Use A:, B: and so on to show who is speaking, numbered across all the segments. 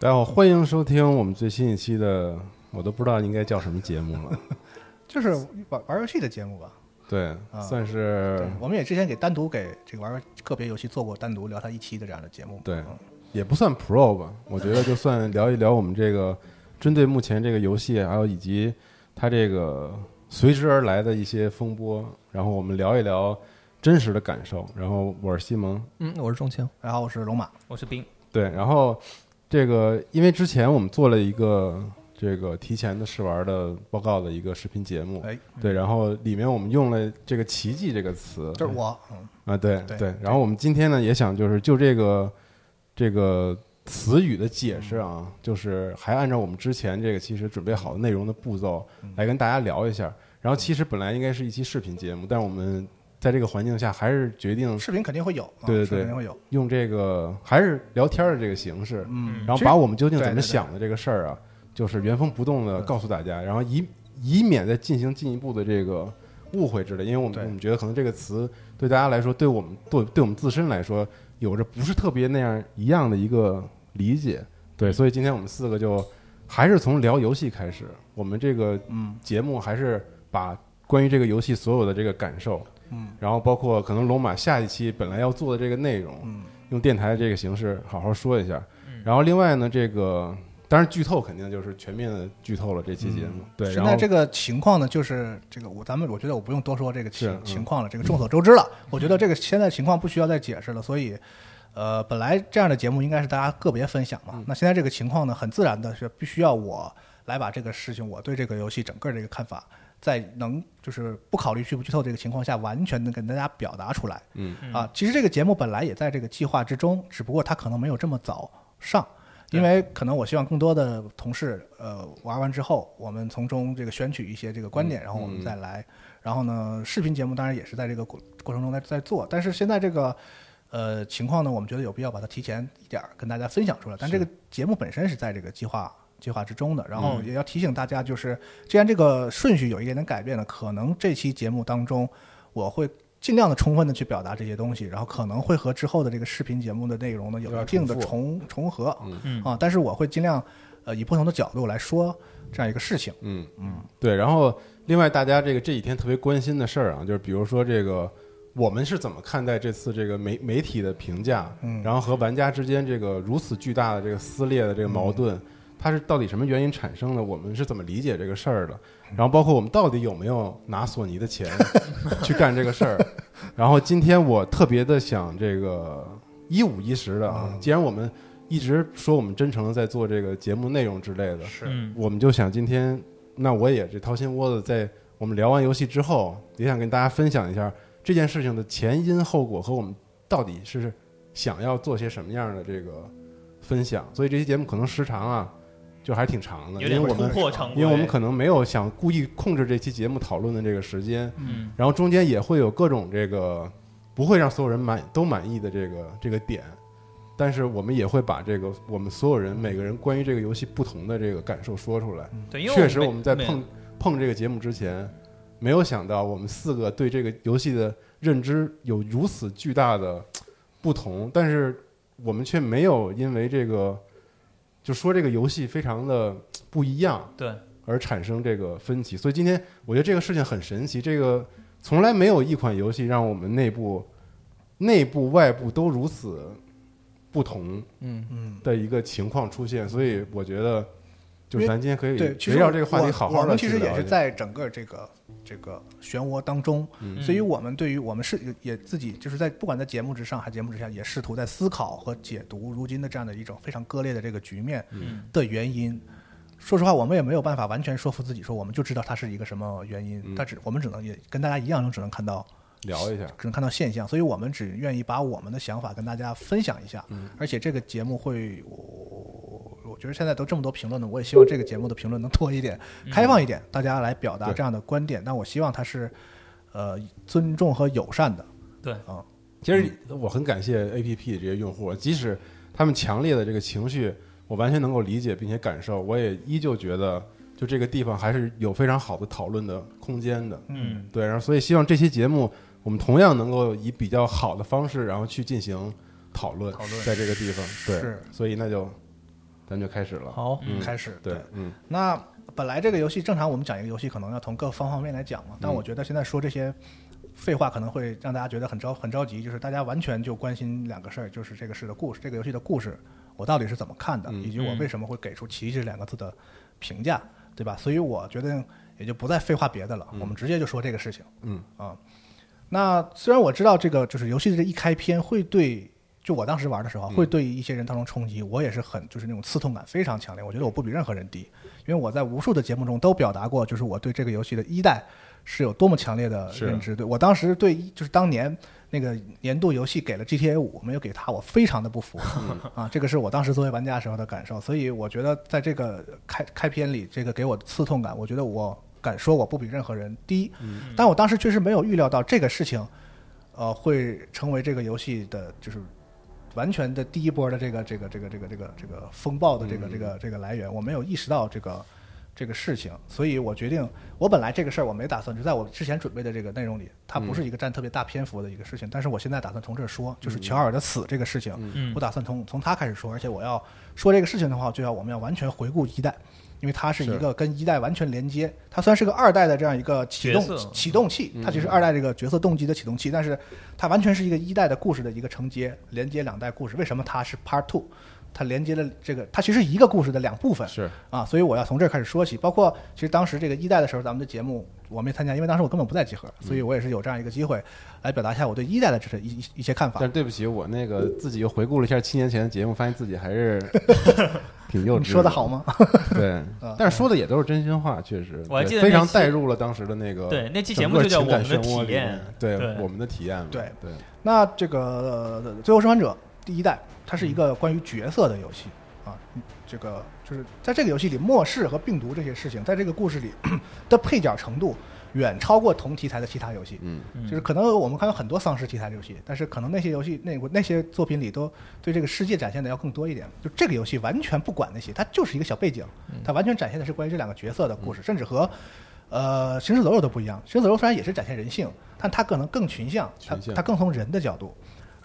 A: 大家好，欢迎收听我们最新一期的，我都不知道应该叫什么节目 了。
B: 就是玩玩游戏的节目吧。
A: 对，
B: 啊
A: 算是
B: 对，我们也之前给单独给这个玩个别游戏做过单独聊它一期的这样的节目。
A: 对
B: 嗯
A: 也不算 Pro 吧，我觉得就算聊一聊我们这个针对目前这个游戏，还有以及它这个随之而来的一些风波，然后我们聊一聊真实的感受。然后我是西蒙，
C: 嗯，我是钟情，
B: 然后我是龙马，
C: 我是冰。
A: 对，然后这个因为之前我们做了一个这个提前的试玩的报告的一个视频节目，
B: 哎，
A: 对，然后里面我们用了这个“奇迹”这个词，
B: 就是我，嗯，
A: 啊，对
B: 对
A: 然后我们今天呢，也想就是就这个这个词语的解释
B: 嗯
A: 啊，就是还按照我们之前这个其实准备好的内容的步骤
B: 嗯
A: 来跟大家聊一下。然后其实本来应该是一期视频节目，但我们在这个环境下还是决定
B: 视频肯定会有，啊
A: 对对
B: 视频
A: 对
B: 肯定会有。
A: 用这个还是聊天的这个形式，
B: 嗯，
A: 然后
B: 其实
A: 把我们究竟
B: 对
A: 怎么
B: 对对嗯
A: 想的这个事儿啊，就是原封不动的告诉大家，然后以以免再进行进一步的这个误会之类，因为我们
B: 对
A: 我们觉得可能这个词对大家来说，对我们对对我们自身来说，有着不是特别那样一样的一个理解，对，所以今天我们四个就还是从聊游戏开始，我们这个
B: 嗯
A: 节目还是把关于这个游戏所有的这个感受，
B: 嗯，
A: 然后包括可能龙马下一期本来要做的这个内容，
B: 嗯，
A: 用电台的这个形式好好说一下。然后另外呢，这个当然剧透肯定就是全面的剧透了这期节目，对，
B: 现
A: 然
B: 在
A: 后
B: 嗯这个情况呢，就是这个我咱们我觉得我不用多说这个
A: 是
B: 情
A: 嗯
B: 情况了，这个众所周知了。我觉得这个现在情况不需要再解释了，所以。呃，本来这样的节目应该是大家个别分享嘛，
A: 嗯
B: 那现在这个情况呢，很自然的是必须要我来把这个事情，我对这个游戏整个这个看法，在能就是不考虑剧不剧透这个情况下，完全的跟大家表达出来。
A: 嗯
B: 啊，其实这个节目本来也在这个计划之中，只不过它可能没有这么早上，因为可能我希望更多的同事呃玩完之后，我们从中这个选取一些这个观点，然后我们再来。然后呢，视频节目当然也是在这个过过程中在在做，但是现在这个。呃，情况呢，我们觉得有必要把它提前一点儿跟大家分享出来。但这个节目本身是在这个计划计划之中的，然后
A: 嗯
B: 也要提醒大家，就是既然这个顺序有一点点改变了，可能这期节目当中我会尽量的充分的去表达这些东西，然后可能会和之后的这个视频节目的内容呢
A: 有
B: 有
A: 点
B: 一定的
A: 重复
B: 重重合，
C: 嗯
B: 啊，但是我会尽量呃以不同的角度来说这样一个事情，
A: 嗯嗯，对。然后另外大家这个这几天特别关心的事儿啊，就是比如说这个我们是怎么看待这次这个媒媒体的评价，
B: 嗯
A: 然后和玩家之间这个如此巨大的这个撕裂的这个矛盾，它是到底什么原因产生的？我们是怎么理解这个事儿的？然后包括我们到底有没有拿索尼的钱去干这个事儿？然后今天我特别的想这个一五一十的啊，既然我们一直说我们真诚的在做这个节目内容之类的，
C: 嗯
A: 我们就想今天，那我也这掏心窝子，在我们聊完游戏之后，也想跟大家分享一下这件事情的前因后果和我们到底是想要做些什么样的这个分享。所以这期节目可能时长啊，就还挺长的，嗯因
C: 有点
A: 为我
C: 突
A: 们
C: 破常规，
A: 因为我们可能没有想故意控制这期节目讨论的这个时间，
C: 嗯，
A: 然后中间也会有各种这个不会让所有人满都满意的这个这个点，但是我们也会把这个我们所有人每个人关于这个游戏不同的这个感受说出来。
C: 对，因为
A: 确实
C: 每
A: 我们在
C: 每
A: 碰碰这个节目之前，没有想到我们四个对这个游戏的认知有如此巨大的不同，但是我们却没有因为这个就说这个游戏非常的不一样，
C: 对，
A: 而产生这个分歧。所以今天我觉得这个事情很神奇，这个从来没有一款游戏让我们内部、内部、外部都如此不同
C: 嗯
B: 嗯。
A: 的一个情况出现。所以我觉得，就是
B: 因为
A: 咱今天可以
B: 对，其
A: 围
B: 实
A: 绕这个话题
B: 我
A: 好
B: 我
A: 好的
B: 们其实也是在整个这个这个漩涡当中，
A: 嗯
B: 所以我们对于我们是也自己就是在不管在节目之上还是节目之下，也试图在思考和解读如今的这样的一种非常割裂的这个局面
C: 嗯
B: 的原因。说实话，我们也没有办法完全说服自己说我们就知道它是一个什么原因，
A: 嗯
B: 但只我们只能也跟大家一样，只能看到
A: 聊一下。
B: 只能看到现象，所以我们只愿意把我们的想法跟大家分享一下。
A: 嗯
B: 而且这个节目会，我我觉得现在都这么多评论了，我也希望这个节目的评论能多一点，开放一点，大家来表达
A: 对
B: 这样的观点。但我希望它是呃尊重和友善的。
C: 对，
B: 啊，
A: 其实我很感谢 A P P 这些用户，即使他们强烈的这个情绪，我完全能够理解并且感受，我也依旧觉得，就这个地方还是有非常好的讨论的空间的。
C: 嗯
A: 对，然后所以希望这期节目我们同样能够以比较好的方式，然后去进行讨论
B: 讨论，
A: 在这个地方，对
B: 是，
A: 所以那就咱就开始了，
B: 好
A: 嗯，
B: 开始。
A: 对，嗯
B: 那本来这个游戏正常，我们讲一个游戏，可能要从各方方面来讲嘛。
A: 嗯
B: 但我觉得现在说这些废话，可能会让大家觉得很着很着急，就是大家完全就关心两个事儿，就是这个事的故事，这个游戏的故事，我到底是怎么看的，
A: 嗯
B: 以及我为什么会给出“奇迹”两个字的评价，对吧？所以我决定也就不再废话别的了，我们直接就说这个事情。
A: 嗯
B: 啊，那虽然我知道这个就是游戏的这一开篇会对，就我当时玩的时候啊会对一些人当中冲击，我也是很就是那种刺痛感非常强烈，我觉得我不比任何人低，因为我在无数的节目中都表达过，就是我对这个游戏的一代是有多么强烈的
A: 是
B: 认知，对我当时对一就是当年。那个年度游戏给了 GTA 五，没有给他，我非常的不服、 啊！这个是我当时作为玩家时候的感受，所以我觉得在这个开开篇里，这个给我的刺痛感，我觉得我敢说我不比任何人低，但我当时确实没有预料到这个事情，呃，会成为这个游戏的，就是完全的第一波的这个这个这个这个这个这个风暴的这个这个这个来源，我没有意识到这个这个事情，所以我决定，我本来这个事儿我没打算就在我之前准备的这个内容里，它不是一个占特别大篇幅的一个事情，但是我现在打算从这儿说，就是乔尔的死这个事情，
C: 嗯
B: 我打算从从他开始说，而且我要说这个事情的话，就要我们要完全回顾一代。因为它是一
A: 是
B: 个跟一代完全连接，它虽然是个二代的这样一个启
C: 角色
B: 动启动器，
A: 嗯
B: 它其实二代这个角色动机的启动器，但是它完全是一个一代的故事的一个承接，连接两代故事。为什么它是 Part Two？它连接了这个，它其实一个故事的两部分，
A: 是
B: 啊，所以我要从这儿开始说起。包括其实当时这个一代的时候，咱们的节目我没参加，因为当时我根本不在集合，所以
A: 嗯
B: 我也是有这样一个机会来表达一下我对一代的这是一一一些看法
A: 但。是对不起，我那个自己又回顾了一下七年前的节目，发现自己还 是挺幼稚。
B: 你说的，好吗？
A: 对，但是说的也都是真心话，确实，
C: 嗯我还
A: 对
C: 记得
A: 非
C: 那
A: 常
C: 期
A: 带入了当时的那个
C: 对那期节
A: 整
C: 目
A: 个
C: 就叫
A: 情
C: 我
A: 感
C: 们的
A: 漩涡
C: 体
A: 里
C: 验
A: 面对
C: 对
A: 我们的体验嘛，
B: 对
A: 对，
B: 那这个呃《最后生还者》第一代，它
A: 嗯
B: 是一个关于角色的游戏啊。这个就是在这个游戏里，末世和病毒这些事情，在这个故事里的配角程度远超过同题材的其他游戏。
A: 嗯，
B: 就是可能我们看到很多丧尸题材游戏，但是可能那些游戏那那些作品里都对这个世界展现的要更多一点。就这个游戏完全不管那些，它就是一个小背景，
A: 嗯
B: 它完全展现的是关于这两个角色的故事，甚至和呃行尸走肉都不一样。行尸走肉虽然也是展现人性，但它可能更群像，它
A: 群像
B: 它更从人的角度。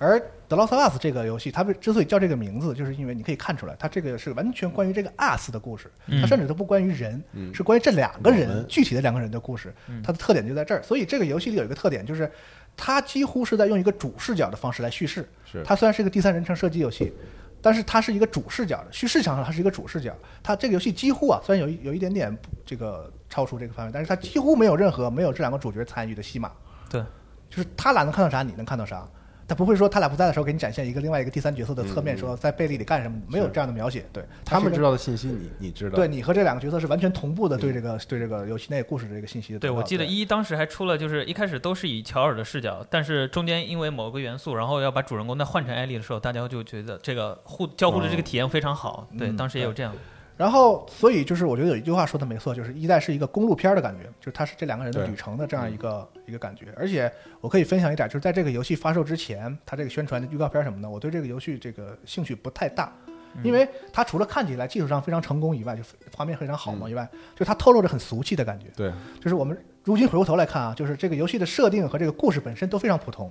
B: 而《The Last of Us》这个游戏，它为之所以叫这个名字，就是因为你可以看出来，它这个是完全关于这个 us 的故事，它甚至都不关于人，是关于这两个
A: 嗯我
B: 人
A: 们
B: 具体的两个人的故事。它的特点就在这儿，所以这个游戏里有一个特点，就是它几乎是在用一个主视角的方式来叙事。
A: 是
B: 它虽然是一个第三人称射击游戏，但是它是一个主视角的叙事上，它是一个主视角。它这个游戏几乎啊，虽然有一有一点点不这个超出这个范围，但是它几乎没有任何没有这两个主角参与的戏码。
C: 对，
B: 就是他俩能看到啥，你能看到啥。他不会说他俩不在的时候给你展现一个另外一个第三角色的侧面，说在背地里干什么，没有这样的描写。对
A: 嗯他们知
B: 道，
A: 道的信息你你知道，
B: 对你和这两个角色是完全同步的，对这个对这个游戏内故事的这个信息的得
C: 对，
B: 到。
C: 我记得一当时还出了，就是一开始都是以乔尔的视角，但是中间因为某个元素，然后要把主人公再换成艾丽的时候，大家就觉得这个互交互的这
A: 哦
C: 个体验非常好。对，
B: 嗯
C: 当时也有这样。
B: 然后，所以就是我觉得有一句话说的没错，就是一代是一个公路片儿的感觉，就是它是这两个人的
A: 对
B: 旅程的这样一个一个感觉。而且我可以分享一点，就是在这个游戏发售之前，它这个宣传的预告片儿什么的，我对这个游戏这个兴趣不太大，因为它除了看起来技术上非常成功以外，就画面非常好嘛以外，就它透露着很俗气的感觉。
A: 对，
B: 就是我们如今回过头来看啊，就是这个游戏的设定和这个故事本身都非常普通，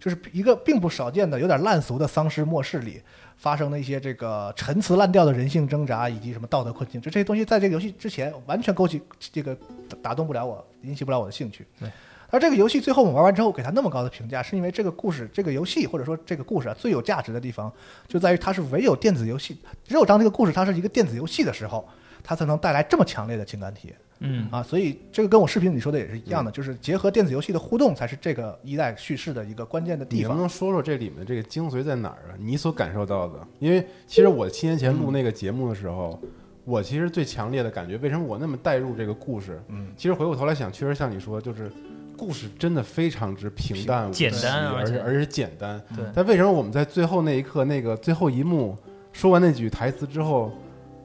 B: 就是一个并不少见的有点烂俗的丧尸末世里发生的一些这个陈词滥调的人性挣扎以及什么道德困境，就这些东西在这个游戏之前完全勾起这个打动不了我，引起不了我的兴趣。
C: 对。
B: 而这个游戏最后我们玩完之后给它那么高的评价，是因为这个故事、这个游戏或者说这个故事啊最有价值的地方就在于它是唯有电子游戏，只有当这个故事它是一个电子游戏的时候，它才能带来这么强烈的情感体验。
C: 嗯，
B: 啊，所以这个跟我视频里说的也是一样的，就是结合电子游戏的互动才是这个一代叙事的一个关键的
A: 你
B: 地
A: 能不
B: 方。
A: 能说说这里面这个精髓在哪儿啊？你所感受到的？因为其实我七年前录那个节目的时候，我其实最强烈的感觉，为什么我那么带入这个故事？
B: 嗯，
A: 其实回过头来想，确实像你说，就是故事真的非常之平淡无奇、
C: 简单
A: 而
C: 而且
A: 而且简单。
C: 对
A: 但为什么我们在最后那一刻，那个最后一幕说完那句台词之后，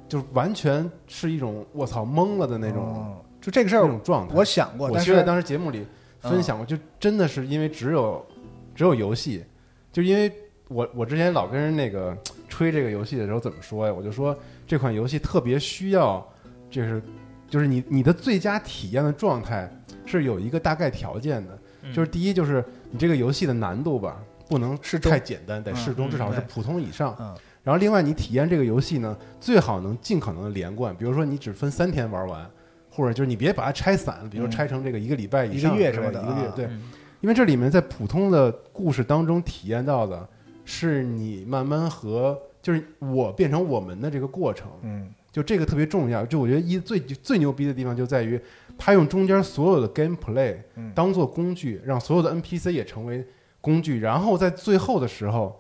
A: 就完全是一种我操懵了的那种、
B: 嗯，就这个事
A: 那
B: 儿
A: 种，状态？
B: 我想过，
A: 我
B: 但
A: 其实在
B: 是嗯
A: 当时节目里分享过，就真的是因为只有只有游戏，就因为我我之前老跟人那个吹这个游戏的时候怎么说呀？我就说这款游戏特别需要，就是就是你你的最佳体验的状态是有一个大概条件的，
C: 嗯
A: 就是第一就是你这个游戏的难度吧，不能
B: 适中
A: 太简单，得
B: 嗯
A: 适中，
C: 嗯
A: 至少是
B: 对
A: 普通以上。
B: 嗯
A: 然后另外你体验这个游戏呢，最好能尽可能的连贯，比如说你只分三天玩完，或者就是你别把它拆散，比如说
B: 嗯
A: 拆成这个一个礼拜以
B: 一
A: 上
B: 个月
A: 之
B: 什
A: 类
B: 么
A: 的，
B: 的
A: 一个月
B: 啊
A: 对，
C: 嗯
A: 因为这里面在普通的故事当中体验到的是你慢慢和就是我变成我们的这个过程，
B: 嗯
A: 就这个特别重要。就我觉得一最最牛逼的地方就在于，他用中间所有的 gameplay
B: 嗯
A: 当做工具，让所有的 NPC 也成为工具，然后在最后的时候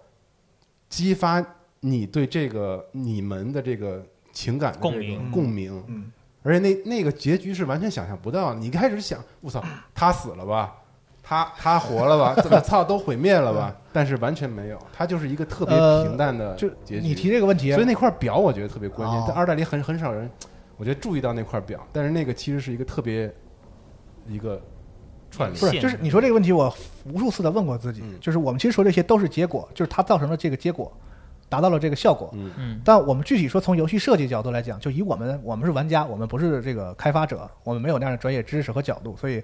A: 激发你对这个你们的这个情感的这个
C: 共鸣
A: 共鸣。
B: 嗯
A: 而且那那个结局是完全想象不到的。你一开始想，我操，他死了吧？他他活了吧？怎么操都毁灭了吧？
B: 嗯
A: 但是完全没有，他就是一个特别
B: 呃
A: 平淡的
B: 就
A: 结局。
B: 你提这个问题
A: 所，以那块表我觉得特别关键，
B: 哦
A: 在二代里很很少人，我觉得注意到那块表，但是那个其实是一个特别一个串联，
B: 不是
C: 现
B: 就是你说这个问题，我无数次的问过自己
A: 嗯，
B: 就是我们其实说这些都是结果，就是它造成了这个结果，达到了这个效果。
A: 嗯
C: 嗯
B: 但我们具体说，从游戏设计角度来讲，就以我们我们是玩家，我们不是这个开发者，我们没有那样的专业知识和角度，所以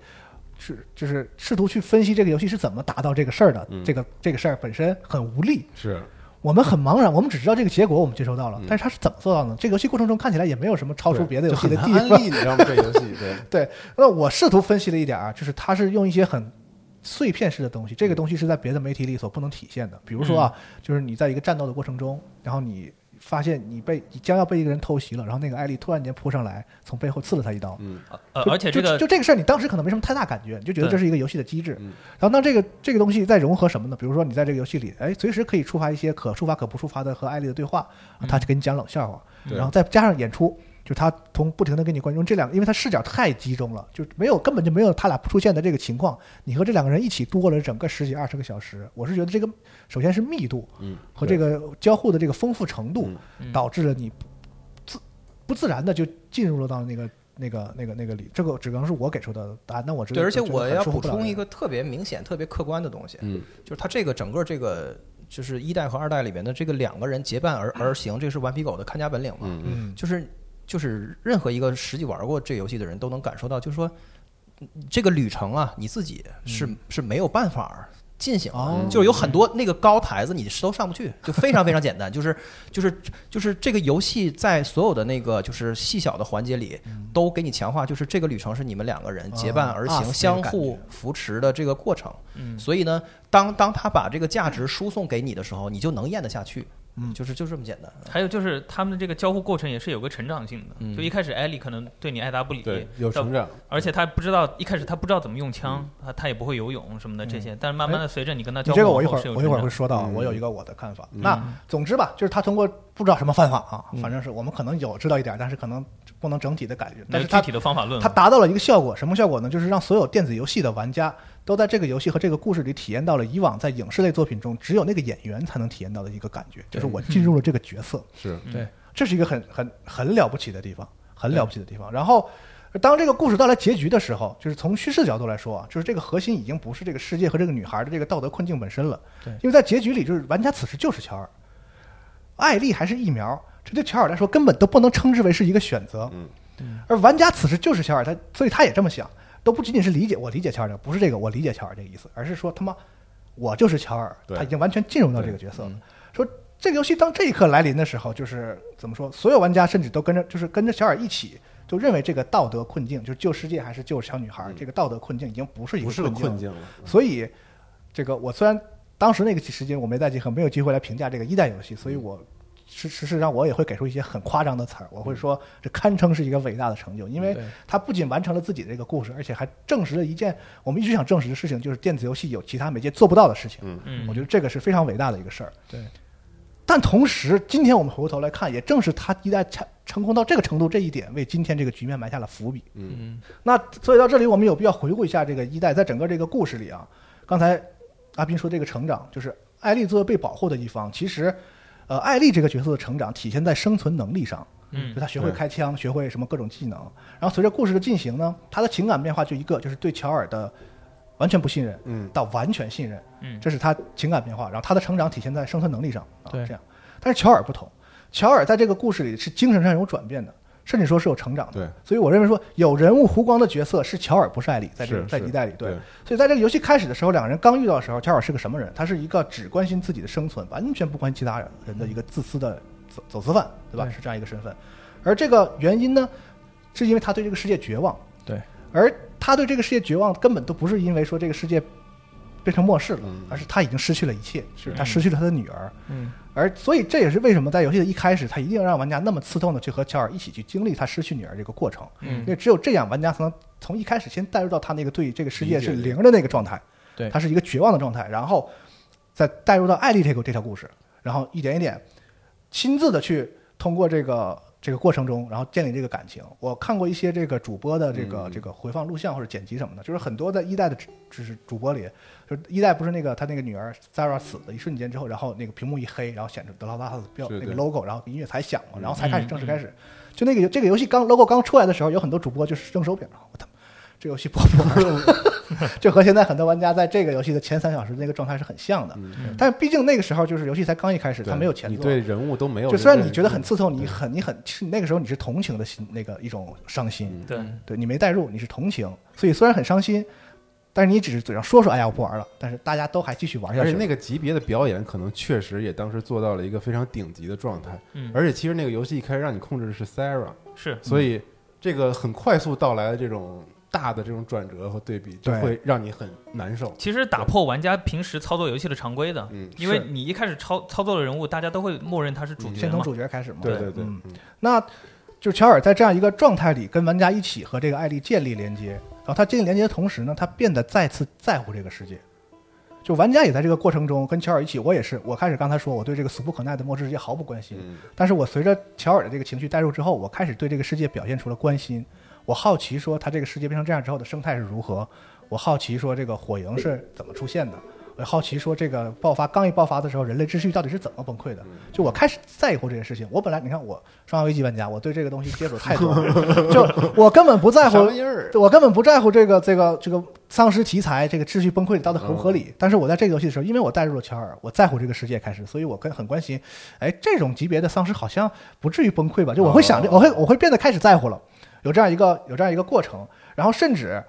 B: 是就是试图去分析这个游戏是怎么达到这个事儿的，
A: 嗯
B: 这个这个事儿本身很无力，
A: 是
B: 我们很茫然，我们只知道这个结果我们接收到了，
A: 嗯
B: 但是它是怎么做到呢？这个游戏过程中看起来也没有什么超出
A: 对
B: 别的游
A: 就
B: 戏
A: 很难
B: 的地
A: 安
B: 方。
A: 利，你知道吗？这游戏 对，
B: 对，那我试图分析了一点啊，就是它是用一些很碎片式的东西，这个东西是在别的媒体里所不能体现的。比如说啊，就是你在一个战斗的过程中，然后你发现你被你将要被一个人偷袭了，然后那个艾丽突然间扑上来，从背后刺了他一刀。
A: 嗯，
C: 呃，
B: 就
C: 而且这
B: 就
C: 个
B: 就这个事儿，你当时可能没什么太大感觉，你就觉得
C: 对
B: 这是一个游戏的机制。
A: 嗯
B: 然后当这个这个东西再融合什么呢？比如说你在这个游戏里，哎，随时可以触发一些可触发可不触发的和艾丽的对话，啊
C: 嗯
B: 他给你讲冷笑话，
A: 对
B: 然后再加上演出，就是他从不停的给你观众这两个，因为他视角太集中了，就没有根本就没有他俩不出现的这个情况。你和这两个人一起度过了整个十几二十个小时，我是觉得这个首先是密度
A: 嗯，
B: 和这个交互的这个丰富程度
A: 嗯，
C: 嗯
B: 导致了你不自不自然的就进入了到那个。那个、那个、那个里，这个只能是我给出的答案。那我知道，
D: 对，而且
B: 觉得
D: 我
B: 很
D: 要
B: 说服
D: 补
B: 不了
D: 充一
B: 人
D: 个特别明显、特别客观的东西，
A: 嗯
D: 就是它这个整个这个就是一代和二代里面的这个两个人结伴而而行，这是顽皮狗的看家本领嘛，
A: 嗯
B: 嗯，
D: 就是就是任何一个实际玩过这游戏的人都能感受到，就是说嗯这个旅程啊，你自己是、是没有办法进行的。
B: 嗯哦，
D: 就是有很多那个高台子，你是都上不去，就非常非常简单。就是就是就是这个游戏在所有的那个就是细小的环节里，都给你强化，就是这个旅程是你们两个人结伴
B: 啊
D: 而
B: 嗯啊
D: 行、相
B: 那种
D: 互
B: 感
D: 扶持的这个过程。
C: 嗯
D: 所以呢，当当他把这个价值输送给你的时候，你就能咽得下去。嗯，就是就这么简单。
C: 还有就是他们的这个交互过程也是有个成长性的，
D: 嗯
C: 就一开始艾莉可能对你爱答不理，
A: 对，有
C: 到
A: 成长，
C: 而且他不知道一开始他不知道怎
B: 嗯
C: 么用枪，他他也不会游泳什么的这些，但是慢慢的随着你跟他
B: 哎你
C: 交
B: 这
C: 往
B: 个我一
C: 后
B: 会儿
C: 是有
B: 我一会儿
C: 成
B: 会
C: 长
B: 说到，
A: 嗯
B: 我有一个我的看法。那总之吧，就是他通过不知道什么办法啊，
D: 嗯
B: 反正是我们可能有知道一点，但是可能不能整体的感觉。
C: 没
B: 但
C: 有
B: 是
C: 具
B: 他
C: 体的方法论
D: 嗯
B: 他
C: 了，
B: 达到了一个效果，什么效果呢？就是让所有电子游戏的玩家都在这个游戏和这个故事里体验到了以往在影视类作品中只有那个演员才能体验到的一个感觉，就是我进入了这个角色。
A: 是
D: 对，
B: 这是一个很很很了不起的地方，很了不起的地方。然后，当这个故事到来结局的时候，就是从叙事角度来说啊，就是这个核心已经不是这个世界和这个女孩的这个道德困境本身了，
D: 对
B: 因为在结局里，就是玩家此时就是乔尔，艾丽还是疫苗，这对乔尔来说根本都不能称之为是一个选择。
A: 嗯
B: 而玩家此时就是乔尔，他所以他也这么想，都不仅仅是理解我理解乔尔这个，不是这个我理解乔尔这个意思，而是说他妈我就是乔尔，
A: 对
B: 他已经完全进入到这个角色了。说这个游戏当这一刻来临的时候，就是怎么说，所有玩家甚至都跟着就是跟着乔尔一起。就认为这个道德困境，就是救世界还是救小女
A: 嗯
B: 孩，这个道德困境已经不是一
A: 不
B: 个
A: 是个
B: 困
A: 困
B: 了
A: 境了，
B: 所以，这个我虽然当时那个时间我没在集合，没有机会来评价这个一代游戏，所
D: 嗯
B: 以我事事实上我也会给出一些很夸张的词儿，我会说这堪称是一个伟大的成就，因为
D: 嗯对
B: 它不仅完成了自己的这个故事，而且还证实了一件我们一直想证实的事情，就是电子游戏有其他媒介做不到的事情。
A: 嗯
C: 嗯
B: 我觉得这个是非常伟大的一个事儿。
D: 对，
B: 但同时，今天我们回过头来看，也正是他一代成成功到这个程度这一点，为今天这个局面埋下了伏笔。
A: 嗯
B: 那所以到这里，我们有必要回顾一下这个一代在整个这个故事里啊。刚才阿斌说这个成长，就是艾丽作为被保护的一方，其实，呃，艾丽这个角色的成长体现在生存能力上，
C: 嗯
B: 就她学会
A: 对
B: 开枪，学会什么各种技能。然后随着故事的进行呢，她的情感变化就一个，就是对乔尔的完全不信任，
A: 嗯
B: 到完全信任，
C: 嗯
B: 这是他情感变化，然后他的成长体现在生存能力上，啊，
D: 对
B: 这样。但是乔尔不同，乔尔在这个故事里是精神上有转变的，甚至说是有成长的。
A: 对，
B: 所以我认为说有人物弧光的角色是乔尔，不是艾丽，在这个
A: 是
B: 在
A: 是
B: 一代里，对
A: 对。
B: 所以在这个游戏开始的时候，两个人刚遇到的时候，乔尔是个什么人？他是一个只关心自己的生存，完全不关心其他人的一个自私的走走私犯，对吧？
D: 对
B: 是这样一个身份。而这个原因呢，是因为他对这个世界绝望，
D: 对，
B: 而他对这个世界绝望，根本都不是因为说这个世界变成末世了，
A: 嗯
B: 而是他已经失去了一切，
A: 是
B: 他失去了他的女儿，
D: 嗯
B: 而所以这也是为什么在游戏的一开始，他一定要让玩家那么刺痛的去和乔尔一起去经历他失去女儿这个过程，因
D: 嗯，
B: 为只有这样，玩家才能从一开始先带入到他那个对这个世界是
A: 理解
B: 零的那个状态，
D: 对
B: 他是一个绝望的状态，然后再带入到艾丽这个这条故事，然后一点一点亲自的去通过这个这个过程中，然后建立这个感情。我看过一些这个主播的这个、
A: 嗯
B: 这个回放录像或者剪辑什么的，就是很多在一代的只就是主播里，就是一代不是那个他那个女儿 Sarah 死的一瞬间之后，然后那个屏幕一黑，然后显示德劳萨斯的标
A: 对
B: 那个
A: 对
B: logo，然后音乐才响嘛，然后才
C: 嗯
B: 开始
C: 嗯
B: 正式
C: 嗯
B: 开始。就那个游这个游戏刚 logo 刚出来的时候，有很多主播就是扔手柄，我操，这游戏不好玩了。 这和现在很多玩家在这个游戏的前三小时那个状态是很像的，
C: 嗯
B: 但毕竟那个时候就是游戏才刚一开始，它
A: 对
B: 没有前
A: 你
B: 作，
A: 对人物都没有这
B: 就
A: 个。
B: 虽然你觉得很刺痛，
A: 对
B: 你很你很是那个时候你是同情的心，那个一种伤心
A: 嗯，
C: 对，
B: 对你没代入，你是同情，所以虽然很伤心，但是你只是嘴上说说，哎呀我不玩了，但是大家都还继续玩下
A: 而
B: 去
A: 且。那个级别的表演，可能确实也当时做到了一个非常顶级的状态。
C: 嗯，
A: 而且其实那个游戏一开始让你控制的是 Sarah，
C: 是
A: 所以这个很快速到来的这种大的这种转折和对比，就
B: 对
A: 会让你很难受。
C: 其实打破玩家平时操作游戏的常规的，
A: 嗯，
C: 因为你一开始操操作的人物，大家都会默认他是
A: 嗯
C: 主角
B: 先从
C: 嘛。
B: 主角开始嘛，
A: 对对对，
B: 嗯
A: 嗯
B: 那就乔尔在这样一个状态里，跟玩家一起和这个艾丽建立连接，然后他建立连接的同时呢，他变得再次在乎这个世界。就玩家也在这个过程中跟乔尔一起，我也是，我开始刚才说我对这个俗不可耐的末世世界毫不关心，
A: 嗯
B: 但是我随着乔尔的这个情绪带入之后，我开始对这个世界表现出了关心。我好奇说，他这个世界变成这样之后的生态是如何？我好奇说，这个火营是怎么出现的？我好奇说，这个爆发刚一爆发的时候，人类秩序到底是怎么崩溃的？就我开始在乎这件事情。我本来你看我《生化危机》玩家，我对这个东西接触太多了，就我根本不 在乎
A: 啥玩意儿？
B: 对我根本不在乎这个这个这个丧尸题材，这个秩序崩溃到底合不合理。但是我在这个游戏的时候，因为我带入了乔尔，我在乎这个世界开始，所以我跟很关心。哎，这种级别的丧尸好像不至于崩溃吧？就我会想着，
A: 哦
B: 我会我会变得开始在乎了，有这样一个有这样一个过程，然后甚至。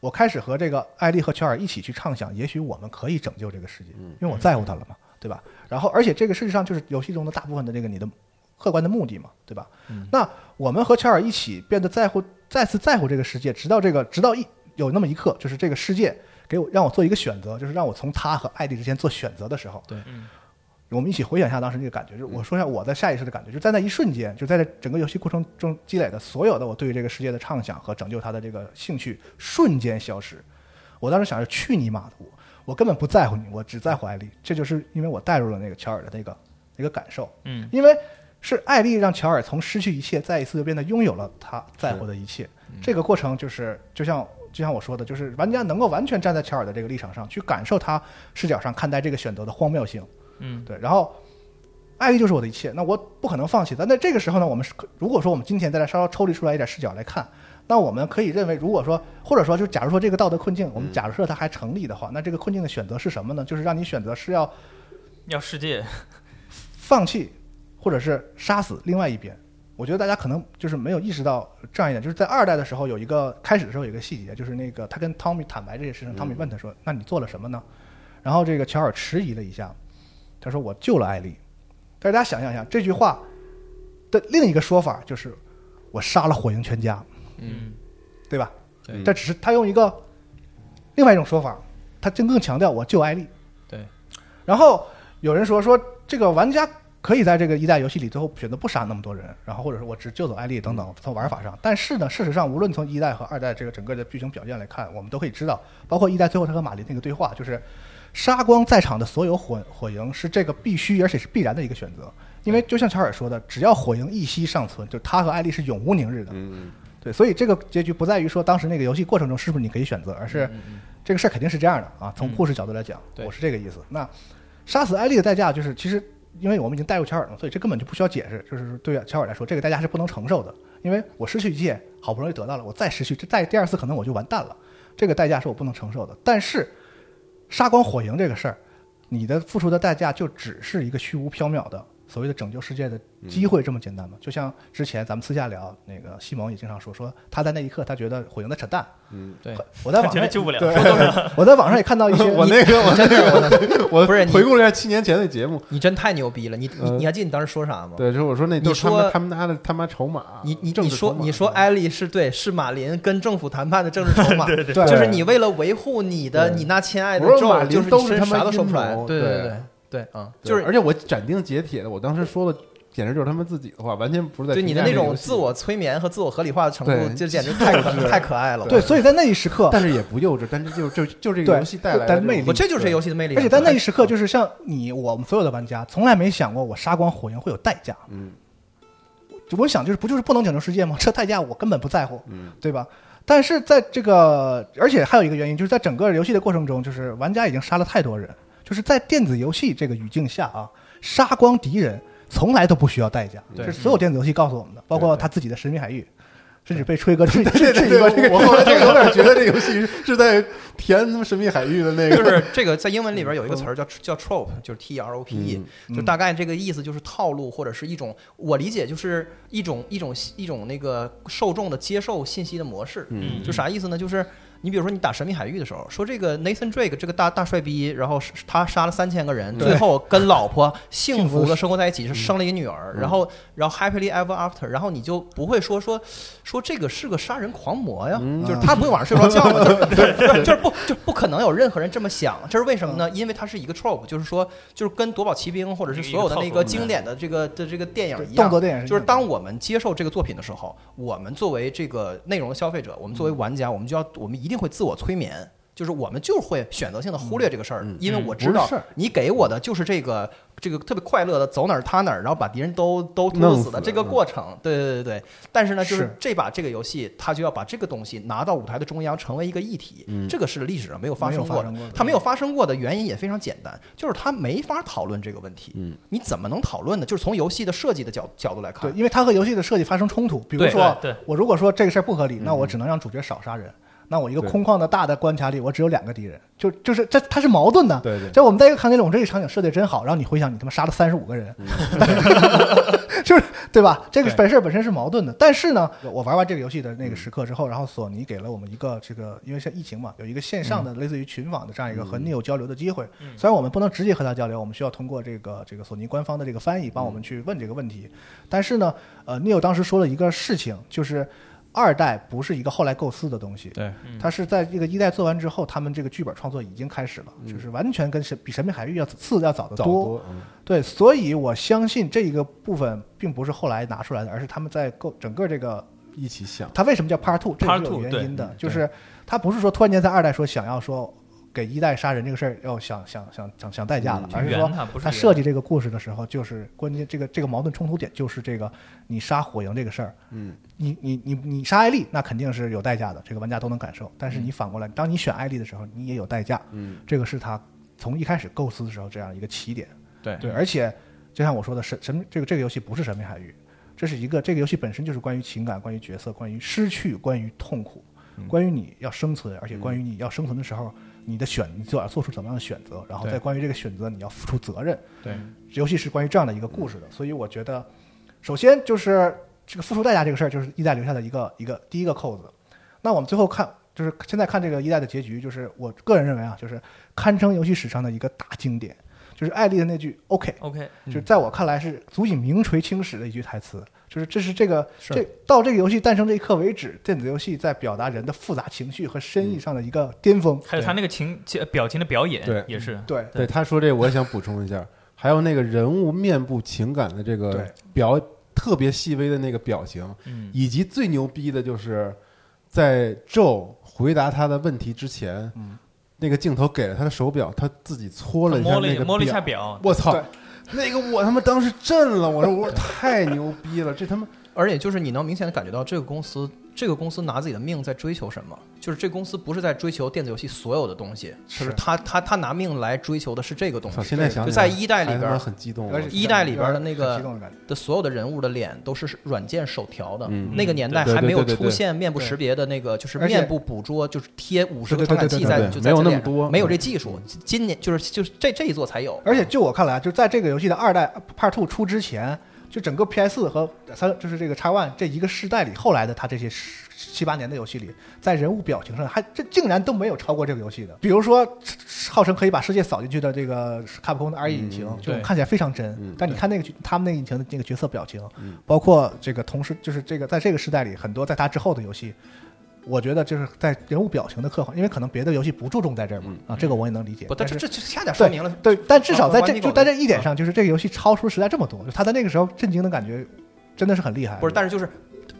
B: 我开始和这个艾丽和乔尔一起去畅想，也许我们可以拯救这个世界，因为我在乎他了嘛，对吧？然后，而且这个事实上就是游戏中的大部分的这个你的客观的目的嘛，对吧？那我们和乔尔一起变得在乎，再次在乎这个世界，直到这个，直到一有那么一刻，就是这个世界给我让我做一个选择，就是让我从他和艾丽之间做选择的时候，
D: 对
C: 嗯
B: 我们一起回想一下当时那个感觉，就是我说一下我的下意识的感觉，就在那一瞬间，就在这整个游戏过程中积累的所有的我对于这个世界的畅想和拯救他的这个兴趣瞬间消失。我当时想着去你妈的，我我根本不在乎你，我只在乎艾丽。这就是因为我带入了那个乔尔的那个那个感受，
C: 嗯，
B: 因为是艾丽让乔尔从失去一切，再一次又变得拥有了他在乎的一切。这个过程就是，就像就像我说的，就是玩家能够完全站在乔尔的这个立场上，去感受他视角上看待这个选择的荒谬性。
C: 嗯，
B: 对，然后艾丽就是我的一切，那我不可能放弃的。那这个时候呢，我们是可如果说我们今天再来稍稍抽离出来一点视角来看，那我们可以认为，如果说或者说就假如说这个道德困境，我们假设它还成立的话，那这个困境的选择是什么呢？就是让你选择是要
C: 要世界，
B: 放弃或者是杀死另外一边。我觉得大家可能就是没有意识到这样一点，就是在二代的时候有一个开始的时候有一个细节，就是那个他跟汤米坦白这些事情，汤米问他说：“那你做了什么呢？”然后这个乔尔迟疑了一下，他说：“我救了艾丽。”但是大家想象一下，这句话的另一个说法就是“我杀了火影全家
C: 嗯，”，
B: 对吧？
D: 对
B: 这只是他用一个另外一种说法，他真更强调我救艾丽。
D: 对，
B: 然后有人说说这个玩家可以在这个一代游戏里最后选择不杀那么多人，然后或者说我只救走艾丽等等，从玩法上。但是呢，事实上无论从一代和二代这个整个的剧情表现来看，我们都可以知道，包括一代最后他和马林那个对话，就是杀光在场的所有火火营是这个必须而且是必然的一个选择。因为就像乔尔说的，只要火营一息尚存，就他和艾丽是永无宁日的。
A: 嗯，
B: 对，所以这个结局不在于说当时那个游戏过程中是不是你可以选择，而是这个事儿肯定是这样的啊。从故事角度来讲，
D: 对
B: 我是这个意思。那杀死艾丽的代价就是，其实因为我们已经带入乔尔了，所以这根本就不需要解释。就是对乔尔来说，这个代价是不能承受的，因为我失去一切，好不容易得到了，我再失去，这再第二次可能我就完蛋了。这个代价是我不能承受的。但是杀光火营这个事儿，你的付出的代价就只是一个虚无缥缈的所谓的拯救世界的机会这么简单吗？就像之前咱们私下聊，那个西蒙也经常说，说他在那一刻他觉得火箭在扯淡。
A: 嗯，
D: 对，
B: 我在
C: 他
B: 网上
C: 觉得
B: 也
C: 救不了。
B: 我在网上也看到一些
A: 我那个我那个我
D: 不是你
A: 回顾了一下七年前的节目，
D: 你真太牛逼了！你你
A: 嗯
D: 你还记得你当时说啥吗？
A: 对，就是我说那
D: 你
A: 都是他
D: 说
A: 们他们他的他妈筹码，
D: 你你
A: 政
D: 你
A: 治
D: 说
A: 筹码嗯
D: 你说哎艾丽是对，是马林跟政府谈判的政治筹 码，
C: 对对
B: 对
D: 就是你为了维护你的
A: 对
D: 你那亲爱的
A: 我说马
D: 咒，
A: 林
D: 就是
A: 都
D: 你
A: 是
D: 身
A: 他妈
D: 啥都说不出
A: 阴
D: 来，
A: 谋
D: 对
A: 对
D: 对对啊，
A: 对
D: 就是
A: 而且我斩钉截铁的，我当时说的简直就是他们自己的话，完全不是在
D: 对你的
A: 评价这
D: 那
A: 个
D: 种
A: 游戏
D: 自，我催眠和自我合理化的程度，
A: 对
D: 就简直太可
A: 就是
D: 太可爱了。
B: 对，所以在那一时刻，
A: 但是也不幼稚，但是就就就这个
B: 对
A: 游戏带来
B: 但
A: 的这种
B: 魅力
D: 我这就是这游戏的魅力。啊
B: 而且在那一时刻，就是像你我们所有的玩家，从来没想过我杀光火焰会有代价。
A: 嗯
B: 我想就是不就是不能拯救世界吗？这代价我根本不在乎，
A: 嗯
B: 对吧？但是在这个，而且还有一个原因，就是在整个游戏的过程中，就是玩家已经杀了太多人，就是在电子游戏这个语境下啊，杀光敌人从来都不需要代价，
D: 对
B: 这是所有电子游戏告诉我们的，包括他自己的《神秘海域》，甚至被吹哥质质
A: 对对
B: 质疑过
A: 对，
B: 这个
A: 我后来就有点觉得这游戏是是在填他妈神秘海域的那
D: 就
A: 个，
D: 是这个在英文里边有一个词儿叫叫 trope，就是 T R O P E，、就大概这个意思就是套路或者是一种我理解就是一种一种一种那个受众的接受信息的模式。
C: 嗯
D: 就啥意思呢？就是你比如说你打神秘海域的时候，说这个 Nathan Drake 这个大大帅逼，然后是他杀了三千个人，
B: 对
D: 最后跟老婆幸福
B: 幸福
D: 的生活在一起，是生了一个女儿，然后然后 happily ever after，然后你就不会说说说这个是个杀人狂魔呀，
A: 嗯
D: 就是他不会晚上睡不着觉吗？就是就是就是不就不可能有任何人这么想，这是为什么呢？因为它是一个 trope，就是说就是跟夺宝奇兵或者是所有的那个经典的这个的这个电影一样
B: 动，作电影，
D: 就是当我们接受这个作品的时候，我们作为这个内容的消费者，我们作为玩家，我们就要我们一定会自我催眠，就是我们就会选择性的忽略这个事儿，
A: 嗯
D: 因为我
A: 嗯
D: 知道
A: 不是事儿
D: 你给我的就是这个这个特别快乐的走哪儿塌哪儿，然后把敌人都都突
A: 弄
D: 死的
A: 死
D: 这个
A: 嗯
D: 过程。对对对对，但是呢，就是
B: 是
D: 这把这个游戏，它就要把这个东西拿到舞台的中央，成为一个议题，
A: 嗯
D: 这个是历史上没有发
B: 没有
D: 生
B: 发
D: 过的
B: 生过的。
D: 它没有发生过的原因也非常简单，就是它没法讨论这个问题。
A: 嗯，
D: 你怎么能讨论呢？就是从游戏的设计的角角度来看
B: 对，，因为它和游戏的设计发生冲突。比如
D: 对
B: 说，
C: 对对
B: 我如果说这个事儿不合理，那我只能让主角少杀人。那我一个
A: 嗯对
B: 空旷的大的关卡里，我只有两个敌人，就就是这它是矛盾的。
A: 对对
B: 就我们在一个场景里，我们这个场景设计真好，然后你回想你他妈杀了三十五个人，
A: 嗯
B: 就是 对吧？这个
C: 对
B: 本事本身是矛盾的，但是呢，我玩完这个游戏的那个时刻之后，然后索尼给了我们一个这个，因为现在疫情嘛，有一个线上的类似于群访的这样一个和
A: 嗯
B: Neo 交流的机会。虽然我们不能直接和他交流，我们需要通过这个这个索尼官方的这个翻译帮
A: 嗯
B: 我们去问这个问题，但是呢，呃，Neo 当时说了一个事情，就是。二代不是一个后来构思的东西，
D: 对，
B: 它是在这个一代做完之后，他们这个剧本创作已经开始了，就是完全跟神比《神秘海域》要次要早得
A: 早
B: 多。
A: 多，嗯
B: 对，所以我相信这一个部分并不是后来拿出来的，而是他们在构整个这个
A: 一起想，
B: 它为什么叫 Part Two，这
C: Part
B: 是有
C: two，
B: 原因的，就是它不是说突然间在二代说想要说给一代杀人这个事儿要想想想想想代价了，
A: 嗯
B: 而是
C: 圆
B: 说
C: 它不是
B: 他
C: 圆
B: 设计这个故事的时候，就是关键这个这个矛盾冲突点就是这个你杀火营这个事儿，
A: 嗯，
B: 你你你你杀艾丽，那肯定是有代价的，这个玩家都能感受。
D: 嗯
B: 但是你反过来，当你选艾丽的时候，你也有代价。
A: 嗯，
B: 这个是他从一开始构思的时候这样一个起点。
D: 对
B: 对，而且就像我说的，神神这个这个游戏不是神秘海域，这是一个这个游戏本身就是关于情感、关于角色、关于失去、关于痛苦、
D: 嗯
B: 关于你要生存，而且关于你要生存的时候，你的选你就要做出怎么样的选择，然后
D: 对
B: 再关于这个选择你要付出责任。
D: 对，
B: 游戏是关于这样的一个故事的，所以我觉得，首先就是这个付出代价这个事儿，就是一代留下的一个一个第一个扣子。那我们最后看，就是现在看这个一代的结局，就是我个人认为啊，就是堪称游戏史上的一个大经典，就是艾丽的那句 “OK”，
C: OK，
B: 就是在我看来是足以名垂青史的一句台词。就是这是这个
D: 是
B: 这到这个游戏诞生这一刻为止，电子游戏在表达人的复杂情绪和深意上的一个巅峰。
C: 还有他那个情表情的表演，
A: 对
C: 也是
B: 对，
A: 对他说这个我也想补充一下，还有那个人物面部情感的这个
B: 对
A: 表特别细微的那个表情，
C: 嗯，
A: 以及最牛逼的就是在宙回答他的问题之前，
B: 嗯
A: 那个镜头给了他的手表，他自己搓了一下
C: 摸了
A: 那
C: 一
A: 个
C: 摸了一
A: 表
C: 下表，
A: 我操
B: 对！
A: 那个我他妈当时震了，我说我说太牛逼了，这他妈
D: 而且就是你能明显的感觉到这个公司这个公司拿自己的命在追求什么？就是这公司不是在追求电子游戏所有的东西，
B: 是
D: 就是他他他拿命来追求的是这个东
A: 操！
D: 西。
A: 现在想
D: 就
A: 起
D: 在
A: 来
D: 一代
A: 还
D: 里
A: 他
D: 边
A: 妈
D: 儿
A: 很激动
B: 有
A: 了，
B: 点
D: 一代里边的那个
B: 很激动的感觉，
D: 的所有的人物的脸都是软件手调的，
A: 嗯
D: 那个年代
A: 对对
D: 还没有
A: 对对对
D: 出现面部识别的那个，就是
B: 而且
D: 面部捕捉，就是贴五十个
B: 对对
D: 传感
B: 对
D: 器
B: 对
D: 在
A: 对对
D: 就
A: 对
D: 在
A: 没有
D: 这
A: 那么
D: 脸上
A: 多嗯
D: 没有这技术。今今年就是就是这这一座才有，嗯
B: 而且就我看来，就在这个游戏的二代 Part Two 出之前，就整个 PS 和三就是这个 X One 这一个世代里，后来的它这些十七八年的游戏里，在人物表情上还这竟然都没有超过这个游戏的。比如说，号称可以把世界扫进去的这个卡普空的 RE 引擎，就
C: 对
B: 看起来非常真，
A: 嗯
B: 但你看那个他们那个引擎的那个角色表情，
A: 嗯
B: 包括这个同时就是这个在这个时代里，很多在它之后的游戏。我觉得就是在人物表情的刻画，因为可能别的游戏不注重在这儿嘛，啊，这个我也能理解。
D: 不，但
B: 但
D: 这
B: 是
D: 这这恰恰说
B: 对
D: 明了，
B: 对，但至少在
D: 啊
B: 这
D: 玩
B: 就
D: Nintendo
B: 在这一点上，就是这个游戏超出时代这么多，就他在那个时候震惊的感觉真的是很厉害。
D: 不是，但是就是。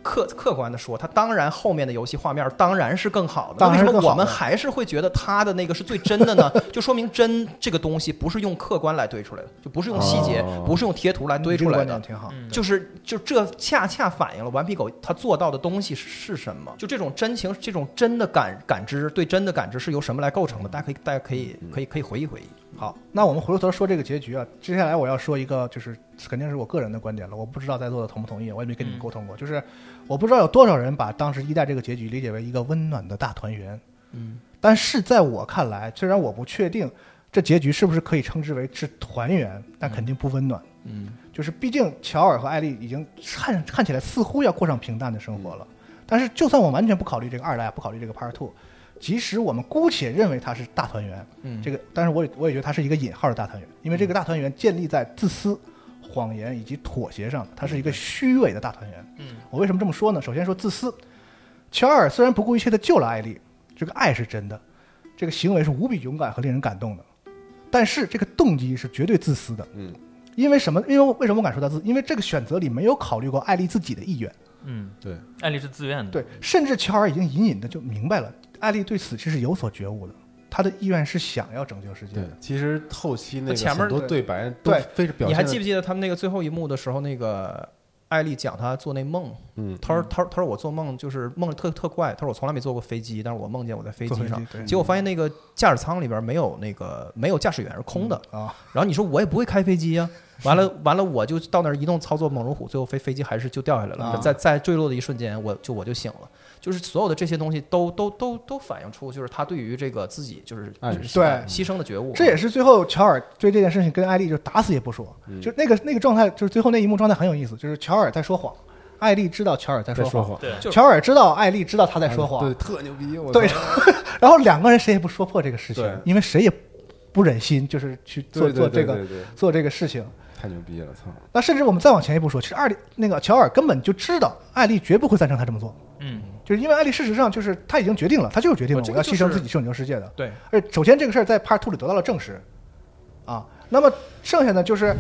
D: 客客观的说，它当然后面的游戏画面当然是更好的，那
B: 当
D: 为
B: 然
D: 什
B: 是
D: 么
B: 更好的
D: 我们还是会觉得它的那个是最真的呢？ 就说明真这个东西不是用客观来堆出来的，就不是用细节，
A: 哦
D: 不是用贴图来堆
B: 你这
D: 出
B: 个
D: 来
B: 观
D: 的
B: 点，挺好。
C: 嗯
D: 就是就这恰恰反映了顽皮狗它做到的东西是什么，就这种真情，这种真的感感知，对真的感知是由什么来构成的？大家可以大家可以
B: 嗯
D: 可以可以回忆回忆。
B: 好，那我们回过头说这个结局啊，接下来我要说一个，就是肯定是我个人的观点了，我不知道在座的同不同意，我也没跟你们
D: 嗯
B: 沟通过，就是我不知道有多少人把当时一代这个结局理解为一个温暖的大团圆，
D: 嗯，
B: 但是在我看来，虽然我不确定这结局是不是可以称之为是团圆，但肯定不温暖。
D: 嗯，
B: 就是毕竟乔尔和艾丽已经看看起来似乎要过上平淡的生活了，但是就算我完全不考虑这个二代，不考虑这个 Part Two，即使我们姑且认为它是大团圆，
D: 嗯
B: 这个，但是我也我也觉得它是一个引号的大团圆，因为这个大团圆建立在自私、谎言以及妥协上，它是一个虚伪的大团圆。
C: 嗯，
B: 我为什么这么说呢？首先说自私，乔尔虽然不顾一切的救了艾丽，这个爱是真的，这个行为是无比勇敢和令人感动的，但是这个动机是绝对自私的。
A: 嗯，
B: 因为什么？因为为什么我敢说他自私？因为这个选择里没有考虑过艾丽自己的意愿。
C: 嗯，
A: 对，
C: 艾丽是自愿
A: 嗯
C: 的，
B: 对，甚至乔尔已经隐隐的就明白了，艾丽对此其实有所觉悟的，她的意愿是想要拯救世界
A: 对
B: 的。，
A: 其实后期那
D: 前
A: 个
D: 面
A: 很多
B: 对
A: 对白都
B: 对
A: 非常表
D: 你
A: 现
D: 还
A: 得
D: 记不记得他们那个最后一幕的时候，那个艾丽讲她做那梦，
A: 嗯
D: 她说她说她说我做梦就是梦特特怪，她说我从来没坐过飞机，但是我梦见我在飞
B: 坐
D: 机
B: 飞
D: 上
B: 机，对
D: 结果发现那个驾驶舱里边没有那个没有驾驶员是空的，
B: 啊，
D: 然后你说我也不会开飞机呀、完了完了，我就到那儿移动操作猛如虎，最后飞飞机还是就掉下来了。
B: 啊
D: 在在坠落的一瞬间，我就我就醒了。就是所有的这些东西都都都都反映出，就是他对于这个自己就是
A: 哎
D: 就是
B: 对
D: 牺牲的觉悟。
B: 啊
D: 啊
B: 这也是最后乔尔对这件事情跟艾丽就打死也不说，
A: 嗯
B: 就那个那个状态，就是最后那一幕状态很有意思，就是乔尔在说谎，艾丽知道乔尔在
A: 在
B: 说
A: 说
B: 谎，
A: 谎，啊
C: 对，
D: 就
B: 乔尔知道艾丽知道他在说谎
A: 对，，特牛逼，我
B: 对
A: 操，
B: 然后两个人谁也不说破这个事
A: 对
B: 情，因为谁也不忍心就是去做
A: 对
B: 做
A: 对
B: 这
A: 对
B: 个
A: 对对，
B: 做这个事情。
A: 太牛逼了，操！
B: 那甚至我们再往前一步说，其实艾丽那个乔尔根本就知道艾丽绝不会赞成他这么做，
C: 嗯，
B: 就是因为艾丽事实上就是他已经决定了，他就是决定了
D: 不哦这
B: 我
D: 个
B: 要
D: 就
B: 牺牲
D: 是
B: 自己拯救世界的。
D: 对，
B: 而首先这个事儿在 Part Two 里得到了证实，啊，那么剩下的就是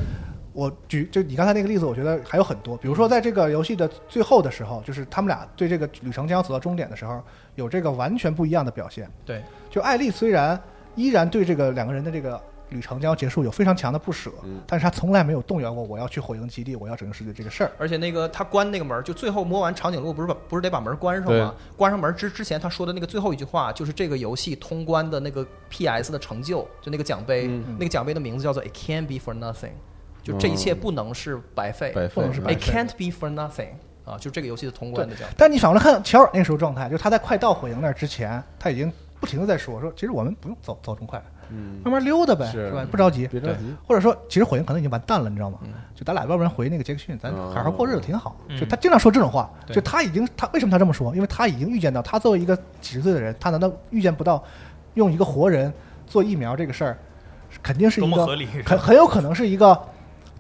B: 我举就你刚才那个例子，我觉得还有很多，比如说在这个游戏的最后的时候，就是他们俩对这个旅程将要走到终点的时候，有这个完全不一样的表现。
D: 对，
B: 就艾丽虽然依然对这个两个人的这个旅程将要结束有非常强的不舍，
A: 嗯
B: 但是她从来没有动摇过我要去火影基地，我要拯救世界这个事儿。
D: 而且那个他关那个门儿，就最后摸完长颈鹿，不是把不是得把门关上吗？关上门之之前，他说的那个最后一句话，就是这个游戏通关的那个 PS 的成就，就那个奖杯，
A: 嗯
D: 那个奖杯的名字叫做 It Can Be for Nothing，就这一切不能是白费。
A: 白费
B: 不能哦是白
D: It
B: 费
D: can't be for nothing 啊，就这个游戏的通关的奖。
B: 但你反过来看乔尔那个时候状态，就是他在快到火影那儿之前，他已经不停的在说说，其实我们不用走走这么快，
A: 嗯，
B: 慢慢溜达呗，
A: 是
B: 是吧？不着急，
A: 别着急，
B: 或者说，其实火影可能已经完蛋了，你知道吗？就咱俩要不然回那个杰克逊，咱
A: 嗯
B: 好好过日子挺好。
C: 嗯
B: 就他经常说这种话，
D: 对
B: 就他已经他为什么他这么说？因为他已经预见到，他作为一个几十岁的人，他难道预见不到用一个活人做疫苗这个事儿，肯定是
C: 多
B: 一
C: 么合
B: 个
C: 理，是
B: 很
C: 吧
B: 很有可能是一个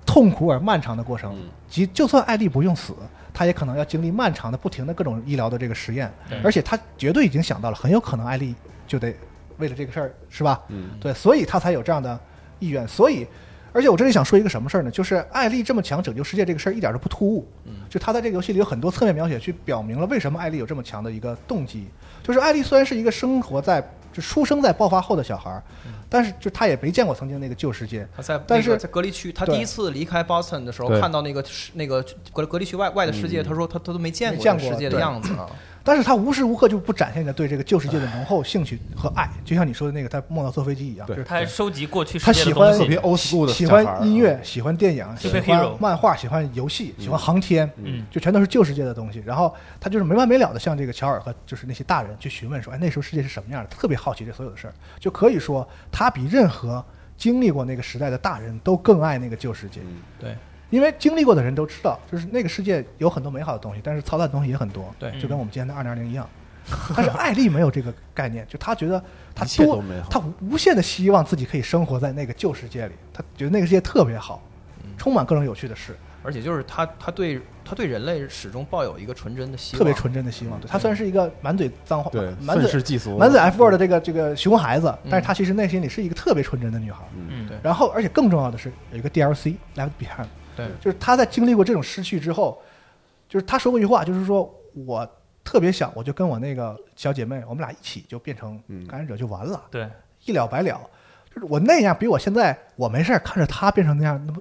B: 痛苦而漫长的过程
A: 嗯。
B: 即就算艾丽不用死，她也可能要经历漫长的、不停的各种医疗的这个实验
C: 对，
B: 而且他绝对已经想到了，很有可能艾丽就得为了这个事儿，是吧？
A: 嗯，
B: 对，所以他才有这样的意愿。所以，而且我这里想说一个什么事儿呢？就是艾丽这么强拯救世界这个事儿一点都不突兀。就他在这个游戏里有很多侧面描写，去表明了为什么艾丽有这么强的一个动机。就是艾丽虽然是一个生活在就出生在爆发后的小孩儿，但是就他也没见过曾经那个旧世界。
D: 他在
B: 但
D: 那个
B: 是
D: 在隔离区，他
B: 对
D: 第一次离开 Boston 的时候，
A: 对
D: 看到那个是那个隔隔离区外外的世界，他说他他都没见
B: 嗯没
D: 过
B: 见
D: 这个世
B: 过
D: 界的
B: 对
D: 样子啊。
B: 但是他无时无刻就不展现着对这个旧世界的浓厚兴趣和爱，就像你说的那个他梦到坐飞机一样，
A: 对
B: 就是
C: 他还收集过去世
B: 他
C: 界
B: 喜
C: 的东
B: 欢
A: 特
C: 西
A: 别 old school 的
B: 喜
A: 小孩儿
B: 欢音乐，，喜欢电影，喜
C: Superhero
B: 欢漫画，喜欢游戏，喜欢航天，
C: 嗯
B: 就全都是旧世界的东西。然后他就是没完没了的向这个乔尔和就是那些大人去询问说，哎，那时候世界是什么样的？特别好奇这所有的事儿，就可以说他比任何经历过那个时代的大人都更爱那个旧世界。
A: 嗯
D: 对
B: 因为经历过的人都知道，就是那个世界有很多美好的东西，但是操蛋的东西也很多。
D: 对
B: 就跟我们今天的二零二零一样。但是艾丽没有这个概念，就她觉得她
A: 一切
B: 多
A: 都美好
B: 她无限的希望自己可以生活在那个旧世界里，她觉得那个世界特别好，
A: 嗯
B: 充满各种有趣的事，
D: 而且就是他他对他对人类始终抱有一个纯真的希望，
B: 特别纯真的希望。对她虽然是一个满嘴脏话
A: 嗯对、
B: 满
A: 愤世
B: 嘴
A: 嫉俗，嗯
B: 满嘴 F word 的这个这个熊孩子，
D: 嗯
B: 但是她其实内心里是一个特别纯真的女孩。
C: 嗯，
D: 对
B: 然后，而且更重要的是，有一个 DLC Left Behind，
D: 对
B: 就是他在经历过这种失去之后，就是他说过一句话，就是说我特别想，我就跟我那个小姐妹，我们俩一起就变成感染者就完了，
C: 对，
B: 一了百了。就是我那样，比我现在我没事儿看着她变成那样，那么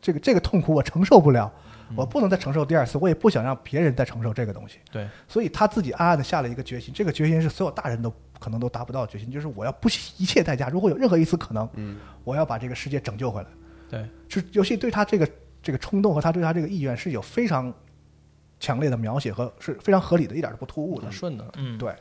B: 这个这个痛苦我承受不了，我不能再承受第二次，我也不想让别人再承受这个东西。
D: 对
B: 所以他自己暗暗的下了一个决心，这个决心是所有大人都可能都达不到的决心，就是我要不惜一切代价，如果有任何一丝可能，我要把这个世界拯救回来。
D: 对
B: 就是游戏对他这个这个冲动和他对他这个意愿是有非常强烈的描写和是非常合理的，一点都不突兀的
D: 很。顺的，
C: 嗯，
B: 对，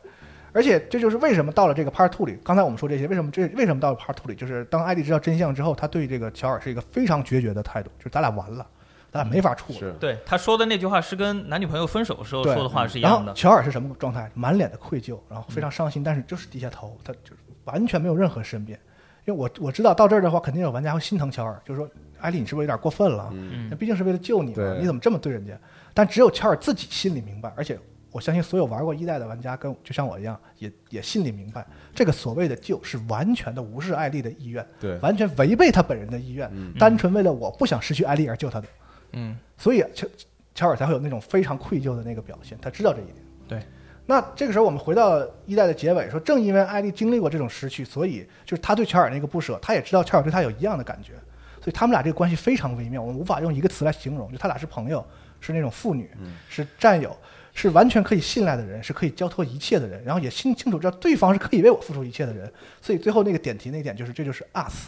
B: 而且这就是为什么到了这个 Part Two 里，刚才我们说这些，为什么这为什么到了 Part Two 里，就是当艾丽知道真相之后，他对这个乔尔是一个非常决绝的态度，就是咱俩完了，咱俩没法处了。
A: 是
C: 对，他说的那句话是跟男女朋友分手时候
B: 对嗯
C: 说的话是一
B: 然
C: 样
B: 后
C: 的。
B: 乔尔是什么状态？满脸的愧疚，然后非常伤心，但是就是低下头，他就是完全没有任何申辩。因为我我知道到这儿的话，肯定有玩家会心疼乔尔，就是说艾丽，你是不是有点过分了啊？那
C: 嗯，
B: 毕竟是为了救你嘛，
A: 对
B: 你怎么这么对人家？但只有乔尔自己心里明白，而且我相信所有玩过一代的玩家跟就像我一样，也也心里明白，这个所谓的救是完全的无视艾丽的意愿，
A: 对
B: 完全违背他本人的意愿，
A: 嗯
B: 单纯为了我不想失去艾丽而救他的，
D: 嗯，
B: 所以乔乔尔才会有那种非常愧疚的那个表现，他知道这一点。
D: 对，
B: 那这个时候我们回到一代的结尾，说正因为艾丽经历过这种失去，所以就是他对乔尔那个不舍，他也知道乔尔对他有一样的感觉，所以他们俩这个关系非常微妙，我们无法用一个词来形容，就他俩是朋友，是那种父女，是战友。是完全可以信赖的人，是可以交托一切的人，然后也清清楚知道对方是可以为我付出一切的人，所以最后那个点题那一点就是这就是 us，、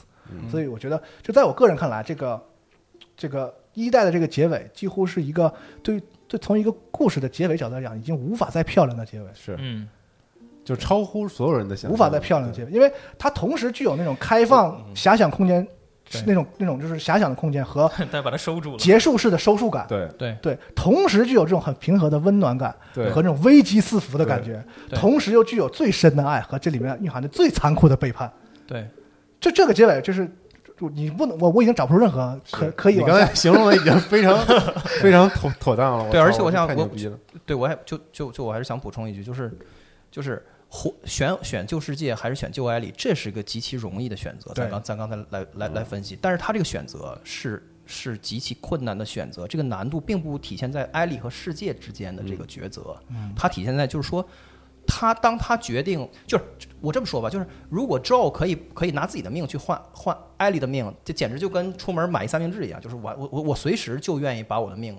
B: 所以我觉得就在我个人看来，这个这个一代的这个结尾，几乎是一个对对从一个故事的结尾角度来讲，已经无法再漂亮的结尾，
A: 是，
C: 嗯，
A: 就超乎所有人的想象，
B: 无法再漂亮的结
A: 嗯
B: 尾，因为它同时具有那种开放遐想空间，
D: 对
B: 那种那种就是遐想的空间和
C: 但是把他收住了。
B: 结束式的收束感。
A: 对
D: 对
B: 对，同时具有这种很平和的温暖感
A: 对
B: 和那种危机四伏的感觉，
D: 对对
B: 同时又具有最深的爱和这里面蕴含着最残酷的背叛。
D: 对
B: 就这个结尾，就是就你不能，我我已经找不出任何可可以
A: 你
B: 往
A: 刚
B: 下
A: 才形容的已经非常非常妥妥当了。
D: 对
A: 操
D: 而且我想
A: 太
D: 我
A: 牛逼了，
D: 对，我还就就就我还是想补充一句，就是就是活选选旧世界还是选旧艾丽，这是一个极其容易的选择。咱
B: 对
D: 刚咱刚才来来来分析，但是他这个选择是是极其困难的选择，这个难度并不体现在艾丽和世界之间的这个抉择，它体现在就是说。他当他决定，就是我这么说吧，就是如果 Joe 可以可以拿自己的命去换换艾莉的命，这简直就跟出门买一三明治一样，就是我我我我随时就愿意把我的命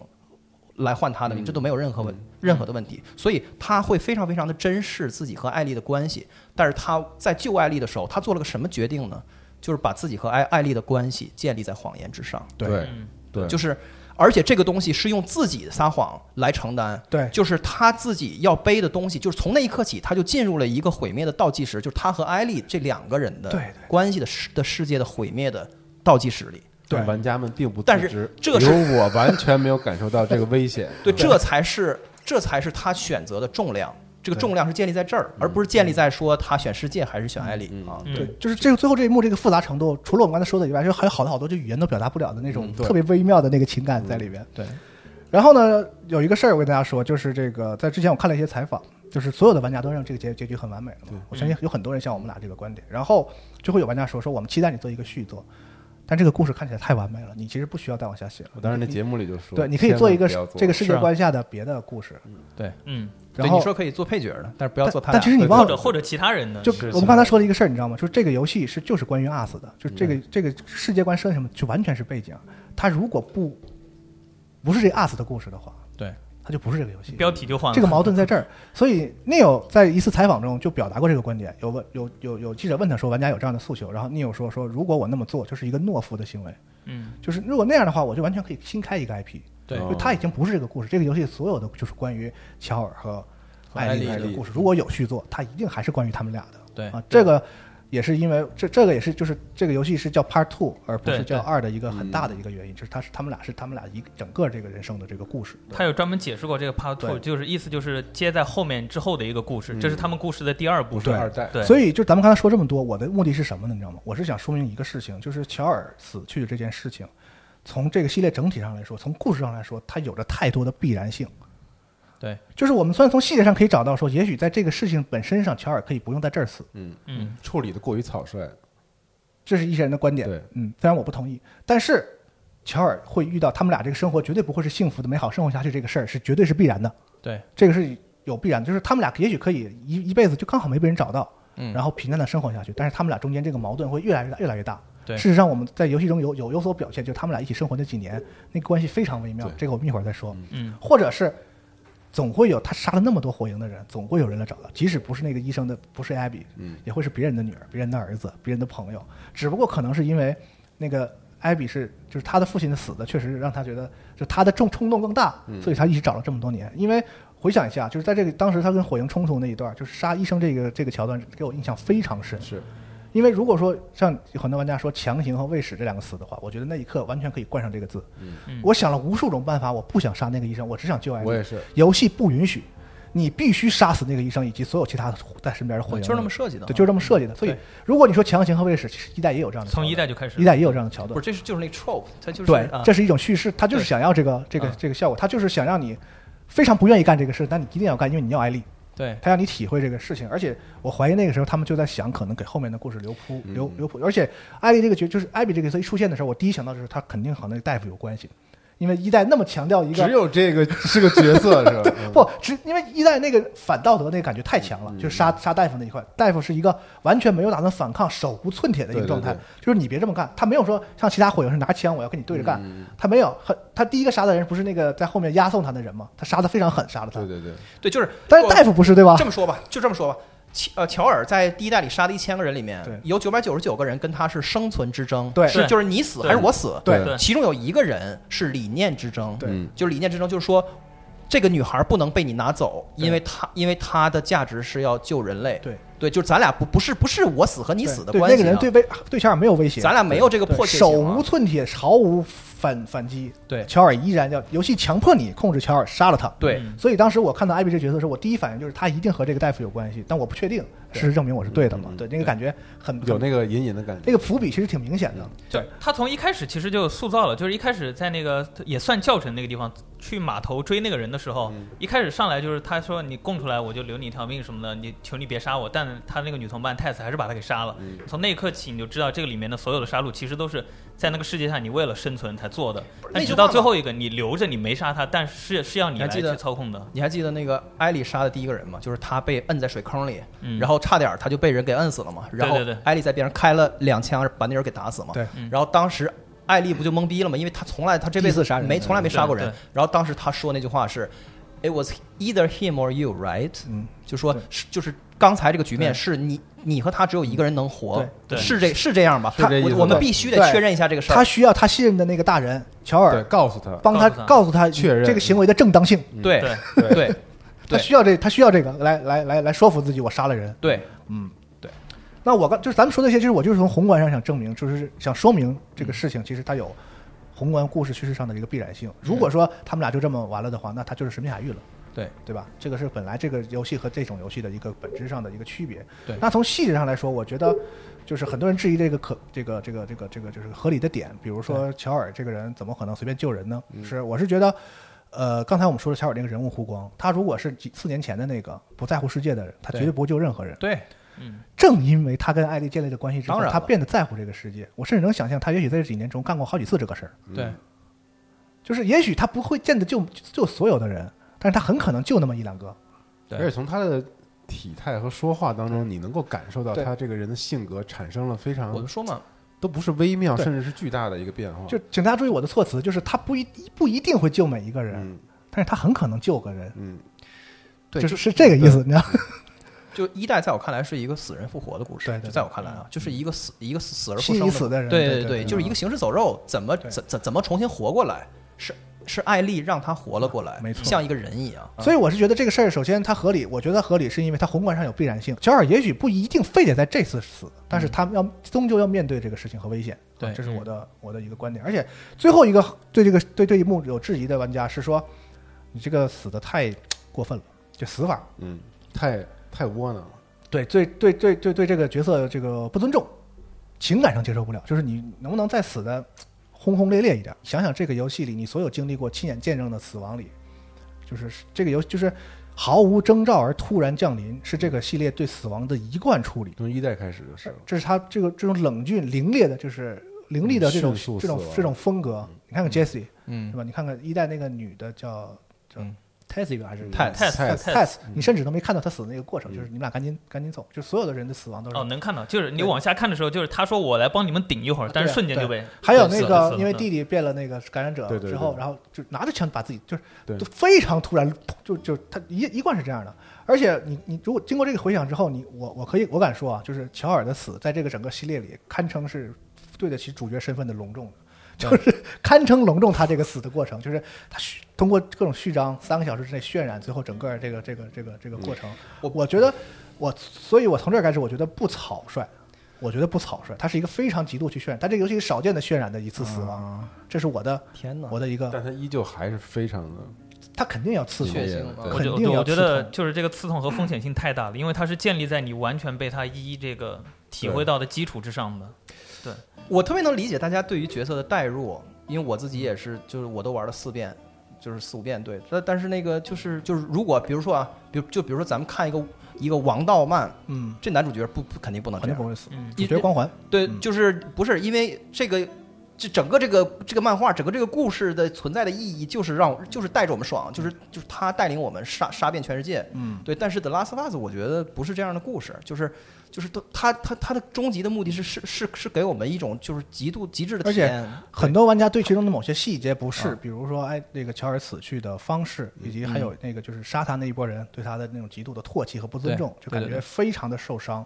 D: 来换他的
B: 嗯
D: 命，这都没有任何问任何的问题，所以他会非常非常的珍视自己和艾丽的关系。但是他在救艾丽的时候，他做了个什么决定呢？就是把自己和艾艾丽的关系建立在谎言之上，
A: 对
C: 嗯
A: 对，
D: 就是而且这个东西是用自己撒谎来承担，
B: 对
D: 就是他自己要背的东西，就是从那一刻起，他就进入了一个毁灭的倒计时，就是他和艾丽这两个人
B: 对
D: 的
B: 对
D: 关系的世的世界的毁灭的倒计时里。
B: 对
A: 玩家们并不自知，
D: 但是这
A: 比
D: 是
A: 如我完全没有感受到这个危险，
D: 对，这才是这才是他选择的重量。这个重量是建立在这
B: 嗯
D: 儿，而不是建立在说他选世界还是选艾丽啊。
C: 嗯
B: 对，就是这个最后这一幕这个复杂程度，除了我们刚才说的以外，就还有好多好多就语言都表达不了的那种
A: 嗯对
B: 特别微妙的那个情感在里边。
D: 对，
B: 然后呢，有一个事儿我跟大家说，就是这个在之前我看了一些采访，就是所有的玩家都认为这个结结局很完美了嘛。我相信有很多人像我们俩这个观点，然后就会有玩家说说我们期待你做一个续作，但这个故事看起来太完美了，你其实不需要再往下写了。
A: 我当时那节目里就说，
B: 对，你可以做一个
A: 千万不要
B: 这个世
D: 是
B: 界
D: 啊
B: 观下的别的故事，
C: 嗯，
B: 然
D: 对，
B: 后
D: 你说可以做配角的，但是不
B: 不
D: 要做他
B: 但
D: 俩
B: 其实你忘
C: 或
B: 了
C: 者，或者其他人的，
B: 就是我们刚才说的一个事儿，你知道吗？就是这个游戏是就是关于 US 的，就是这个、这个世界观设定什么，就完全是背景。它如果不不是这 US 的故事的话，
D: 对
B: 它就不是这个游戏。
C: 标题就换了。
B: 这个矛盾在这儿，所以 Neil 在一次采访中就表达过这个观点。有问有有有记者问他说，玩家有这样的诉求，然后 Neil 说说，如果我那么做，就是一个懦夫的行为，
C: 嗯，
B: 就是如果那样的话，我就完全可以新开一个 IP，
E: 对
B: 就它已经不是这个故事，这个游戏所有的就是关于乔尔和艾丽
E: 和艾丽
B: 的这个故事。如果有续作，它一定还是关于他们俩的。
E: 对
B: 啊，这个也是因为这这个也是就是这个游戏是叫 Part Two，而不是
C: 对
B: 叫
C: 对
B: 二的一个很大的一个原因，就是它是他们俩是他们俩一整个这个人生的这个故事。
C: 他有专门解释过这个 part two，
B: 对嗯
C: 就是意思就是接在后面之后的一个故事，这是他们故事的第二部
A: 不
C: 分。
A: 是二代，
C: 对，
B: 所以就咱们刚才说这么多，我的目的是什么呢？你知道吗？我是想说明一个事情，就是乔尔死去这件事情，从这个系列整体上来说，从故事上来说，它有着太多的必然性。
E: 对，
B: 就是我们虽然从细节上可以找到说，也许在这个事情本身上，乔尔可以不用在这儿死，
A: 嗯，
C: 嗯，
A: 处理的过于草率，
B: 这是一些人的观点。
A: 对，
B: 嗯，虽然我不同意，但是乔尔会遇到他们俩这个生活绝对不会是幸福的、美好生活下去这个事儿是绝对是必然的。
E: 对，
B: 这个是有必然，就是他们俩也许可以一一辈子就刚好没被人找到，
E: 嗯
B: 然后平淡的生活下去，但是他们俩中间这个矛盾会越来越大，越来越大。
E: 对
B: 事实上我们在游戏中有有有所表现，就是他们俩一起生活那几年，那个关系非常微妙
A: 对，
B: 这个我们一会儿再说。
C: 嗯，
B: 或者是总会有他杀了那么多火影的人，总会有人来找他，即使不是那个医生的，不是艾比，
A: 嗯
B: 也会是别人的女儿、别人的儿子、别人的朋友，只不过可能是因为那个艾比是就是他的父亲的死的，确实让他觉得就他的冲冲动更大，所以他一直找了这么多年。因为回想一下，就是在这个当时他跟火影冲突那一段，就是杀医生这个这个桥段给我印象非常深，
A: 是
B: 因为如果说像很多玩家说强行和喂食这两个词的话，我觉得那一刻完全可以冠上这个字。
C: 嗯
B: 我想了无数种办法，我不想杀那个医生，我只想救艾丽。
A: 我也是
B: 游戏不允许，你必须杀死那个医生以及所有其他的在身边的火
D: 对
B: 影。
D: 就是那么设计的啊，
B: 对，就是这么设计的。所以
E: 对，
B: 如果你说强行和喂食，其实一代也有这样的桥段，
C: 从一代就开始
B: 一代也有这样的桥
D: 不
B: 段
D: 是，。这是就是那 trope，它就是
B: 对
D: 啊，
B: 这是一种叙事，他就是
D: 对
B: 想要这个这个
D: 啊
B: 这个效果，他就是想让你非常不愿意干这个事，但你一定要干，因为你要艾丽。
E: 对
B: 他让你体会这个事情，而且我怀疑那个时候他们就在想，可能给后面的故事留铺留留铺。而且艾丽这个角就是艾比这个角色一出现的时候，我第一想到就是他肯定和那个大夫有关系，因为一代那么强调一个
A: 只有这个是个角 色是吧嗯？
B: 不只因为一代那个反道德那个感觉太强了，就
A: 嗯
B: 是杀杀大夫那一块，大夫是一个完全没有打算反抗、手无寸铁的一个
A: 对对
B: 状态
A: 对，
B: 就是你别这么干。他没有说像其他火影是拿枪我要跟你对着干，
A: 嗯
B: 他没有。很他第一个杀的人不是那个在后面押送他的人吗？他杀的非常狠，杀了他
A: 对。对对，
D: 对，就是
B: 但是
D: 我
B: 大夫不是对吧
D: 这？么说吧，就这么说吧。乔呃，乔尔在第一代里杀的一千个人里面
B: 对，
D: 有九百九十九个人跟他是生存之争，
B: 对
D: 是
C: 对
D: 就是你死
C: 对
D: 还是我死，
A: 对
C: 对
D: 其中有一个人是理念之争，
B: 对
A: 嗯
D: 就是理念之争，就是说这个女孩不能被你拿走，因为她因为她的价值是要救人类，
B: 对
D: 对，就是咱俩不不是不是我死和你死的
B: 对
D: 关
B: 那
D: 系、啊，
B: 个人对威对乔尔没有威胁，
D: 咱俩没有这个
B: 对
D: 迫切性
B: 手
D: 啊
B: 无寸铁，毫无反反击。
E: 对
B: 乔尔依然要游戏强迫你控制乔尔，杀了他。
D: 对
C: 嗯
B: 所以当时我看到艾比这角色的时候，我第一反应就是他一定和这个大夫有关系，但我不确定。事实证明我是对的嘛？对，那个感觉很
A: 有那个隐隐的感觉，
B: 那个伏笔其实挺明显的。
C: 就他从一开始其实就塑造了，就是一开始在那个也算教程那个地方去码头追那个人的时候，
D: 嗯
C: 一开始上来就是他说你供出来我就留你一条命什么的，你求你别杀我，但他那个女同伴泰斯还是把他给杀了。
D: 嗯
C: 从那一刻起，你就知道这个里面的所有的杀戮其实都是在那个世界上你为了生存才做的。
D: 是
C: 但
D: 那句
C: 直
D: 话
C: 到
D: 嘛
C: 最后一个，你留着你没杀他，但是是要你
D: 还
C: 来
D: 记
C: 去
D: 得
C: 操控的。
D: 你还记得那个艾丽杀的第一个人吗？就是她被摁在水坑里，
C: 嗯
D: 然后差点她就被人给摁死了嘛。然后
C: 对对对
D: 艾丽在边上开了两枪，把那人给打死嘛。
B: 对
C: 嗯
D: 然后当时艾丽不就懵逼了嘛？因为她从来她这辈
B: 第一
D: 子
B: 次杀人
D: 没从来没杀过人
C: 对对。
D: 然后当时她说那句话是：“It was either him or you, right？”
B: 嗯，
D: 就说
B: 对
D: 是就是刚才这个局面
B: 对
D: 是你你和他只有一个人能活，
C: 对对
D: 是这是这样吧？
A: 是这意思
D: 我我们
A: 吧
D: 必须得
B: 对
D: 确认一下这个事
B: 他
D: 儿。
B: 需要他信任的那个大人乔
A: 对，
B: 尔
A: 告诉他，
B: 帮他
C: 告诉他
B: 告诉他
A: 确认
B: 这个行为的正当性，
D: 对
C: 对，
A: 对，
D: 对
B: 他需要这他需要这个来来来来说服自己，我杀了人。
D: 对，
B: 那我刚就是咱们说这些，就是我就是从宏观上想证明，就是想说明这个事情，其实它有宏观故事叙事上的一个必然性。如果说他们俩就这么完了的话，那他就是神秘海域了。
D: 对
B: 对吧？这个是本来这个游戏和这种游戏的一个本质上的一个区别。
D: 对
B: 那从细节上来说，我觉得就是很多人质疑这个可这个这个这个这个就是合理的点，比如说乔尔这个人怎么可能随便救人呢？是，我是觉得。呃，刚才我们说了乔尔这个人物弧光，他如果是几四年前的那个不在乎世界的人，他绝
D: 对
B: 对不会救任何人。
D: 对，
B: 正因为他跟艾丽建立了关系之后
D: 当，然了
B: 他变得在乎这个世界。我甚至能想象，他也许在这几年中干过好几次这个事儿。
E: 对
B: 就是也许他不会见得救救所有的人，但是他很可能救那么一两个。
E: 对
A: 而且从他的体态和说话当中，你能够感受到
B: 对
A: 他这个人的性格产生了非
D: 我就
A: 常
D: 说嘛，
A: 都不是微妙，
B: 对
A: 甚至是巨大的一个变化。
B: 就请大家注意我的措辞，就是他不一不一定会救每一个人，
A: 嗯，
B: 但是他很可能救个人，
A: 嗯，
D: 对，
B: 就是是这个意思，你知道吗？
D: 就一代，在我看来是一个死人复活的故事。
B: 对对对
D: 就在我看来啊，就是一个死一个死死而复
B: 心
D: 生
B: 已
D: 的。
B: 死的人，
D: 对
B: 对
D: 对，
B: 对，嗯
D: 就是一个行尸走肉，怎么
B: 对
D: 怎怎怎么重新活过来？是是艾丽让他活了过来，
B: 没错
D: 像一个人一样。啊
B: 所以我是觉得这个事儿，首先它合理，我觉得它合理是因为它宏观上有必然性。小尔也许不一定非得在这次死，但是他要终究要面对这个事情和危险。
C: 对
B: 啊这是我的我的一个观点。而且最后一个对这个对这一幕有质疑的玩家是说，你这个死的太过分了，就死法
A: 嗯，太太窝囊了，
B: 对对对对对对这个角色这个不尊重，情感上接受不了，就是你能不能再死的轰轰烈烈一点？想想这个游戏里你所有经历过、亲眼见证的死亡里，就是这个游就是毫无征兆而突然降临，是这个系列对死亡的一贯处理。
A: 从一代开始就是了，
B: 这是他这个这种冷峻凌冽的，就是凌厉的这种
A: 嗯迅速
B: 这种
A: 死亡
B: 这种风格。你看看 Jessie
D: 嗯
B: 是，吧？你看看一代那个女的叫叫
D: 嗯
B: Tessie 吧还是
D: 泰
C: 太
A: 太
C: 太
B: t
C: 太
B: e s 你甚至都没看到她死的那个过程，
A: 嗯
B: 就是你们俩赶紧赶紧走，就所有的人的死亡都是
C: 哦，能看到，就是你
B: 对
C: 往下看的时候，就是他说我来帮你们顶一
D: 啊
C: 会儿，但是瞬间就被
B: 还有
C: 对
B: 那
C: 死了死
B: 个，
C: 了
B: 因为弟弟变了那个感染者
A: 嗯对对对
B: 之后，然后就拿着枪把自己，就是
A: 对
B: 就非常突然，就就他一一贯是这样的。而且你你如果经过这个回想之后，你我我可以我敢说啊，就是乔尔的死在这个整个系列里堪称是对得起主角身份的隆重的。 就是堪称隆重他这个死的过程，就是他虚通过各种序章三个小时之内渲染，最后整个这个这个这个这个过程，
A: 嗯
B: 我我觉得我，所以我从这儿开始，我觉得不草率，我觉得不草率，它是一个非常极度去渲染，但这个游戏是少见的渲染的一次死亡，这是我的
D: 天哪，
B: 我的一个，
A: 但他依旧还是非常的
B: 他肯定要刺
A: 血
B: 痛，
D: 腥
A: 液
D: 啊
A: 对
C: 我觉
B: 肯定
C: 得
B: 要
C: 我觉
B: 刺痛
C: 得就是这个刺痛和风险性太大了，因为它是建立在你完全被他一一这个体会到的基础之上的。
D: 我特别能理解大家对于角色的代入，因为我自己也是，就是我都玩了四遍，就是四五遍，对。但但是那个就是就是，如果比如说啊，比如就比如说咱们看一个一个王道漫，
B: 嗯，
D: 这男主角不不肯定不能这
B: 肯定不
D: 样，
B: 会死，
C: 嗯，
B: 主角光环，
D: 对，
B: 嗯
D: 就是不是因为这个。这整个这个这个漫画，整个这个故事的存在的意义，就是让就是带着我们爽，就是就是他带领我们杀杀遍全世界，
B: 嗯，
D: 对，但是《The Last of Us》我觉得不是这样的故事，就是就是都他他他的终极的目的是是是是给我们一种就是极度极致的
B: 而
D: 体
B: 且
D: 验，
B: 很多玩家对其中的某些细节不适，
D: 啊嗯
B: 比如说哎那个乔尔死去的方式，以及还有那个就是杀他那一波人对他的那种极度的唾弃和不尊重，就
D: 对
B: 感
D: 嗯对
B: 觉非常的受伤。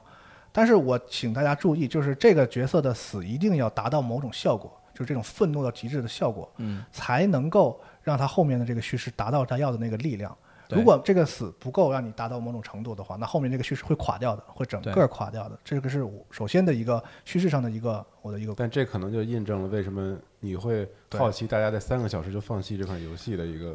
B: 但是我请大家注意，就是这个角色的死一定要达到某种效果，就是这种愤怒到极致的效果，
D: 嗯，
B: 才能够让他后面的这个叙事达到他要的那个力量。
D: 对
B: 如果这个死不够让你达到某种程度的话，那后面这个叙事会垮掉的，会整
D: 对
B: 个垮掉的。这个是我首先的一个叙事上的一个我的一个
A: 但这可能就印证了为什么你会好奇大家在三个小时就放弃这款游戏的一个。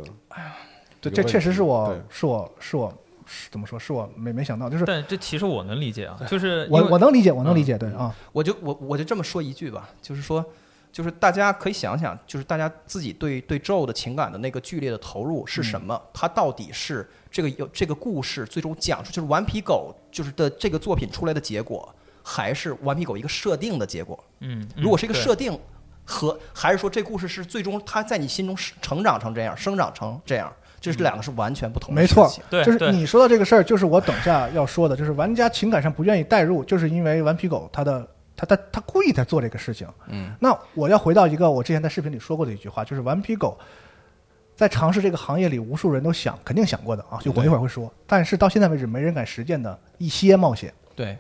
B: 对，
A: 一个
B: 哎这确实是我
A: 问题
B: 是我是我是怎么说？是我没没想到，就是
C: 但这其实我能理解啊，就是因
B: 我我
C: 为
B: 能理解，我能理解，对啊，
D: 我就我我就这么说一句吧，就是说，就是大家可以想想，就是大家自己对对 Joe 的情感的那个剧烈的投入是什么？他到底是这个有这个故事最终讲出就是《顽皮狗》就是的这个作品出来的结果，还是《顽皮狗》一个设定的结果？
C: 嗯，嗯
D: 如果是一个
C: 对
D: 设定和还是说这故事是最终他在你心中是成长成这样，生长成这样，这是两个是完全不同的
B: 没
D: 事
B: 错
D: 情。
C: 对
B: 就是
C: 对
B: 你说到这个事儿，就是我等下要说的，就是玩家情感上不愿意代入，就是因为顽皮狗他的他他他故意在做这个事情。
D: 嗯，
B: 那我要回到一个我之前在视频里说过的一句话，就是顽皮狗在尝试这个行业里，无数人都想肯定想过的啊，就我一会儿会说，但是到现在为止没人敢实践的一些冒险，
D: 对，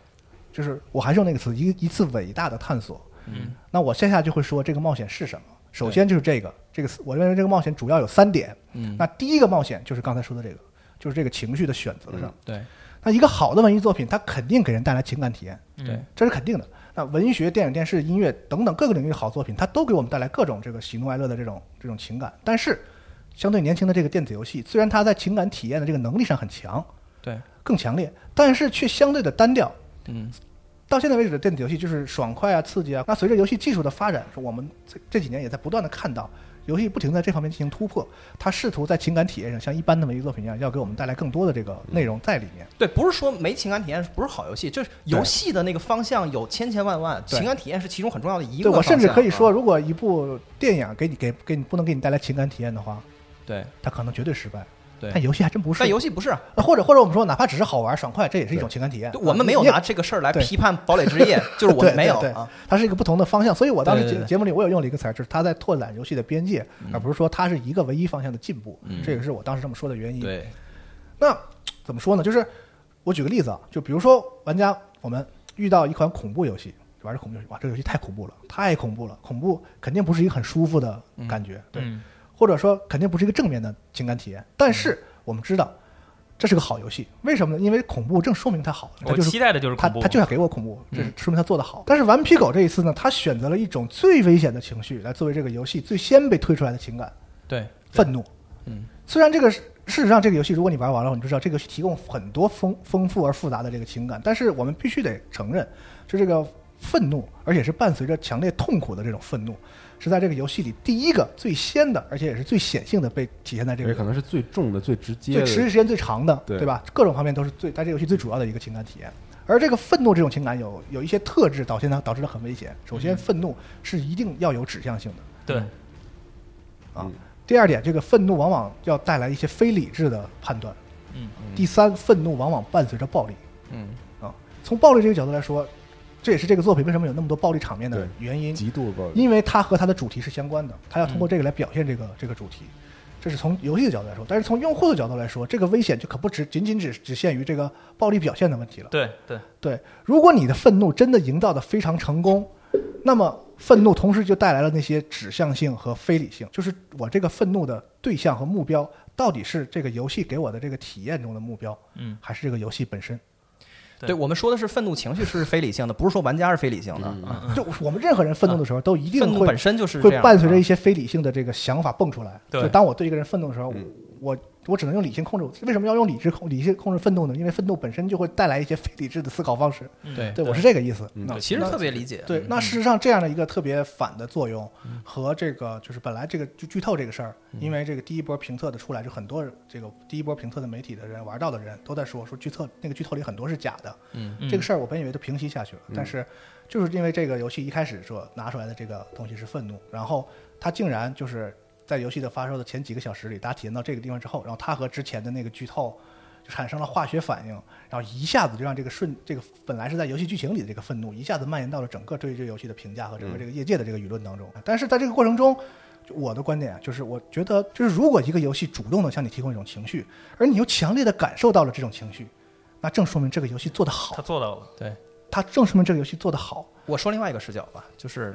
B: 就是我还是用那个词，一一次伟大的探索。
C: 嗯
B: 那我接下来就会说这个冒险是什么。首先就是这个，这个我认为这个冒险主要有三点。
D: 嗯，
B: 那第一个冒险就是刚才说的这个，就是这个情绪的选择上。
D: 对
B: 那一个好的文艺作品，它肯定给人带来情感体验，
C: 嗯
D: 对
B: 这是肯定的。那文学、电影、电视、音乐等等各个领域的好作品，它都给我们带来各种这个喜怒哀乐的这种这种情感。但是，相对年轻的这个电子游戏，虽然它在情感体验的这个能力上很强，
D: 对，
B: 更强烈，但是却相对的单调。
D: 嗯，
B: 到现在为止的电子游戏就是爽快啊、刺激啊。那随着游戏技术的发展，我们这这几年也在不断的看到，游戏不停地在这方面进行突破，它试图在情感体验上像一般的文艺作品一样，要给我们带来更多的这个内容在里面。
D: 对，不是说没情感体验不是好游戏，就是游戏的那个方向有千千万万，
B: 对
D: 情感体验是其中很重要的一个
B: 对
D: 方向啊。
B: 我甚至可以说，如果一部电影给你给给你不能给你带来情感体验的话，
D: 对，
B: 它可能绝对失败。
D: 对
B: 但游戏还真不是
D: 但。游戏不是啊，
B: 呃或者或者我们说，哪怕只是好玩爽快，这也是一种情感体验。呃
D: 就我们没有
B: 你啊也
D: 拿这个事儿来
B: 对
D: 批判《堡垒之夜》，就是我
B: 对
D: 们没有
B: 对对
D: 啊。
B: 它是一个不同的方向。所以我当时
D: 对对
B: 节
D: 对
B: 节目里我有用了一个词儿，就是它在拓展游戏的边界，而不是说它是一个唯一方向的进步。
D: 嗯
B: 这个是我当时这么说的原因。
D: 对，
B: 那怎么说呢？就是我举个例子啊，就比如说玩家我们遇到一款恐怖游戏，玩这恐怖游戏，哇，这个游戏太恐怖了，太恐怖了，恐怖肯定不是一个很舒服的感觉，对，
C: 嗯
B: 或者说肯定不是一个正面的情感体验。但是我们知道。这是个好游戏，为什么呢？因为恐怖正说明它好，它
C: 我
B: 就是
C: 期待的就是
B: 他
C: 恐怖，嗯
B: 他就想给我恐怖，这是说明他做得好。但是顽皮狗这一次呢，他选择了一种最危险的情绪来作为这个游戏最先被推出来的情感
D: 对，
B: 愤怒。
D: 嗯，
B: 虽然这个是事实上这个游戏，如果你玩完了，你就知道这个游戏提供很多丰丰富而复杂的这个情感，但是我们必须得承认，就这个愤怒，而且是伴随着强烈痛苦的这种愤怒，是在这个游戏里第一个最先的，而且也是最显性的被体现在这
A: 也
B: 个
A: 可能是最重的、最直接
B: 最
A: 的。
B: 持续时间最长的，
A: 对
B: 吧？各种方面都是最在这个游戏最主要的一个情感体验。而这个愤怒这种情感有有一些特质，导现它导致它很危险。首
A: 嗯
B: 先，愤怒是一定要有指向性的。
C: 对
B: 啊
A: 嗯
B: 第二点，这个愤怒往往要带来一些非理智的判断。
C: 嗯。
B: 第三，愤怒往往伴随着暴力
D: 嗯，
B: 啊。从暴力这个角度来说，这也是这个作品为什么有那么多暴力场面的
A: 对
B: 原因。
A: 极度暴力，
B: 因为它和它的主题是相关的，它要通过这个来表现这个、这个主题，这是从游戏的角度来说。但是从用户的角度来说，这个危险就可不只仅仅只只限于这个暴力表现的问题了。
C: 对对，
B: 对，如果你的愤怒真的营造的非常成功，那么愤怒同时就带来了那些指向性和非理性，就是我这个愤怒的对象和目标到底是这个游戏给我的这个体验中的目标，
C: 嗯，
B: 还是这个游戏本身？
C: 对
D: 对，我们说的是愤怒情绪是非理性的，不是说玩家是非理
A: 嗯
D: 性的。啊
B: 就我们任何人愤怒的时候，嗯都一定
D: 愤怒
B: 会
D: 本身就是这
B: 会
D: 样的
B: 伴随着
D: 啊
B: 一些非理性的这个想法蹦出来。
C: 对
B: 就当我对一个人愤怒的时候，我
A: 嗯
B: 我我只能用理性控制我。为什么要用理智控理性控制愤怒呢？因为愤怒本身就会带来一些非理智的思考方式。
C: 嗯
D: 对
B: 对我是这个意思。
A: 嗯
B: 那
D: 啊其实
B: 那
D: 特别理解。
B: 对，
D: 嗯
B: 那事实上这样的一个特别反的作用和这个就是本来这个剧剧透这个事儿，
D: 嗯
B: 因为这个第一波评测的出来，就很多人这个第一波评测的媒体的人玩到的人都在说说剧透那个剧透里很多是假的，
D: 嗯
C: 嗯
B: 这个事儿我本以为就平息下去了，但是就是因为这个游戏一开始说拿出来的这个东西是愤怒，然后它竟然就是在游戏的发售的前几个小时里，大家体验到这个地方之后，然后它和之前的那个剧透就产生了化学反应，然后一下子就让这个顺这个本来是在游戏剧情里的这个愤怒，一下子蔓延到了整个对这个游戏的评价和整个这个业界的这个舆论当中。但是在这个过程中，就我的观点啊，就是我觉得，就是如果一个游戏主动的向你提供一种情绪，而你又强烈的感受到了这种情绪，那正说明这个游戏做得好
C: 他。做到了，
D: 对，
B: 它正说明这个游戏做得好。
D: 我说另外一个视角吧，就是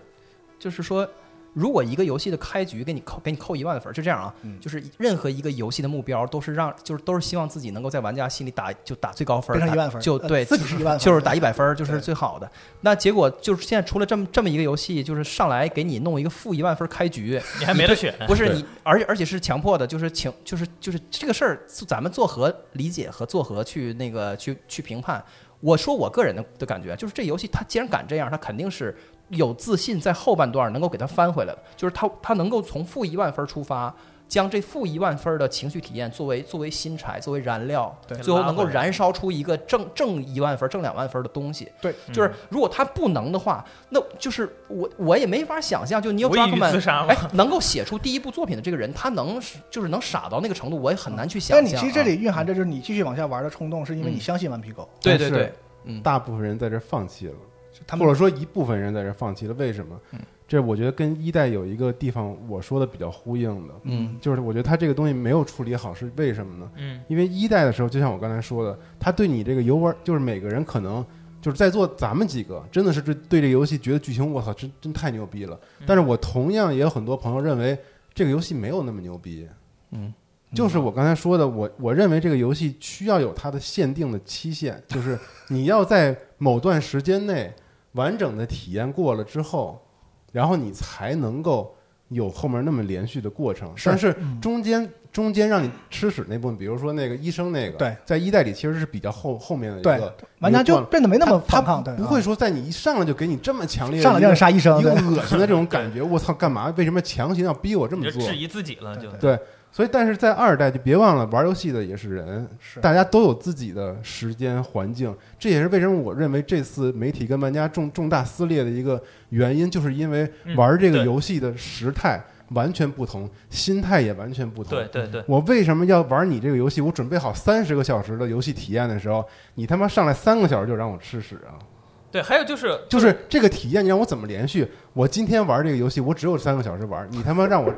D: 就是说，如果一个游戏的开局给你扣给你扣一万分儿，就这样啊，
B: 嗯
D: 就是任何一个游戏的目标都是让就是都是希望自己能够在玩家心里打就打最高分儿，
B: 变成
D: 打
B: 一万分儿
D: 就
B: 呃
D: 对，
B: 自
D: 就
B: 己
D: 是
B: 是一万分儿
D: 就是打一百分儿就是
B: 对
D: 最好的。那结果就是现在出了这么这么一个游戏，就是上来给你弄一个负一万分儿开局，
C: 你还没得选，
D: 不是
A: 对
D: 你，而且而且是强迫的，就是请，就是就是这个事儿，咱们作何理解和作何去那个去去评判？我说我个人的的感觉，就是这游戏它既然敢这样，它肯定是有自信在后半段能够给它翻回来的，就是它它能够从负一万分出发。将这负一万分的情绪体验作为作为新柴，作为燃料，
B: 对
D: 最后能够
C: 拉回来
D: 燃烧出一个正正一万分、正两万分的东西。
B: 对，
C: 嗯
D: 就是如果他不能的话，那就是我我也没法想象，就你有
C: 无异于
D: Druckmann
C: 自杀
D: 哎
C: 嘛，，
D: 能够写出第一部作品的这个人，他能是就是能傻到那个程度，我也很难去想
B: 但
D: 象啊。
B: 你其实这里蕴含着就是你继续往下玩的冲动，是因为你相信顽皮狗，
D: 对对
A: 但是
D: 对，嗯，
A: 大部分人在这放弃了，
B: 就他
A: 或者嗯
B: 们嗯
A: 说一部分人在这放弃了。为什么？这我觉得跟一代有一个地方我说的比较呼应的，
D: 嗯，
A: 就是我觉得他这个东西没有处理好是为什么呢？
C: 嗯
A: 因为一代的时候，就像我刚才说的，他对你这个游玩，就是每个人可能就是在座咱们几个，真的是对对这游戏觉得剧情我操，真真太牛逼了。但是我同样也有很多朋友认为这个游戏没有那么牛逼。
D: 嗯，
A: 就是我刚才说的，我我认为这个游戏需要有它的限定的期限，就是你要在某段时间内完整的体验过了之后，然后你才能够有后面那么连续的过程。
B: 是嗯
A: 但是中间中间让你吃屎那部分，比如说那个医生那个，
B: 对，
A: 在一代里其实是比较后后面的一
B: 对
A: 个
B: 玩家就变得没那么
A: 他
B: 反抗，对，
A: 不会说在你一上来就给你这么强烈的
B: 啊哎上来就
A: 一个
B: 让你杀医生，
A: 一个
B: 对，
A: 恶心的这种感觉，我操，干嘛？为什么强行要逼我这
C: 你
A: 么
C: 就
A: 做？
C: 质疑自己了，就
B: 对
A: 对，所以但是在二代就别忘了，玩游戏的也是人，
B: 是
A: 大家都有自己的时间环境，这也是为什么我认为这次媒体跟玩家重重大撕裂的一个原因，就是因为
C: 嗯
A: 玩这个
C: 对
A: 游戏的时态完全不同，心态也完全不同。
C: 对对对，
A: 我为什么要玩你这个游戏？我准备好三十个小时的游戏体验的时候，你他妈上来三个小时就让我吃屎啊！
C: 对，还有就是
A: 就是这个体验，你让我怎么连续？我今天玩这个游戏，我只有三个小时玩，你他妈让我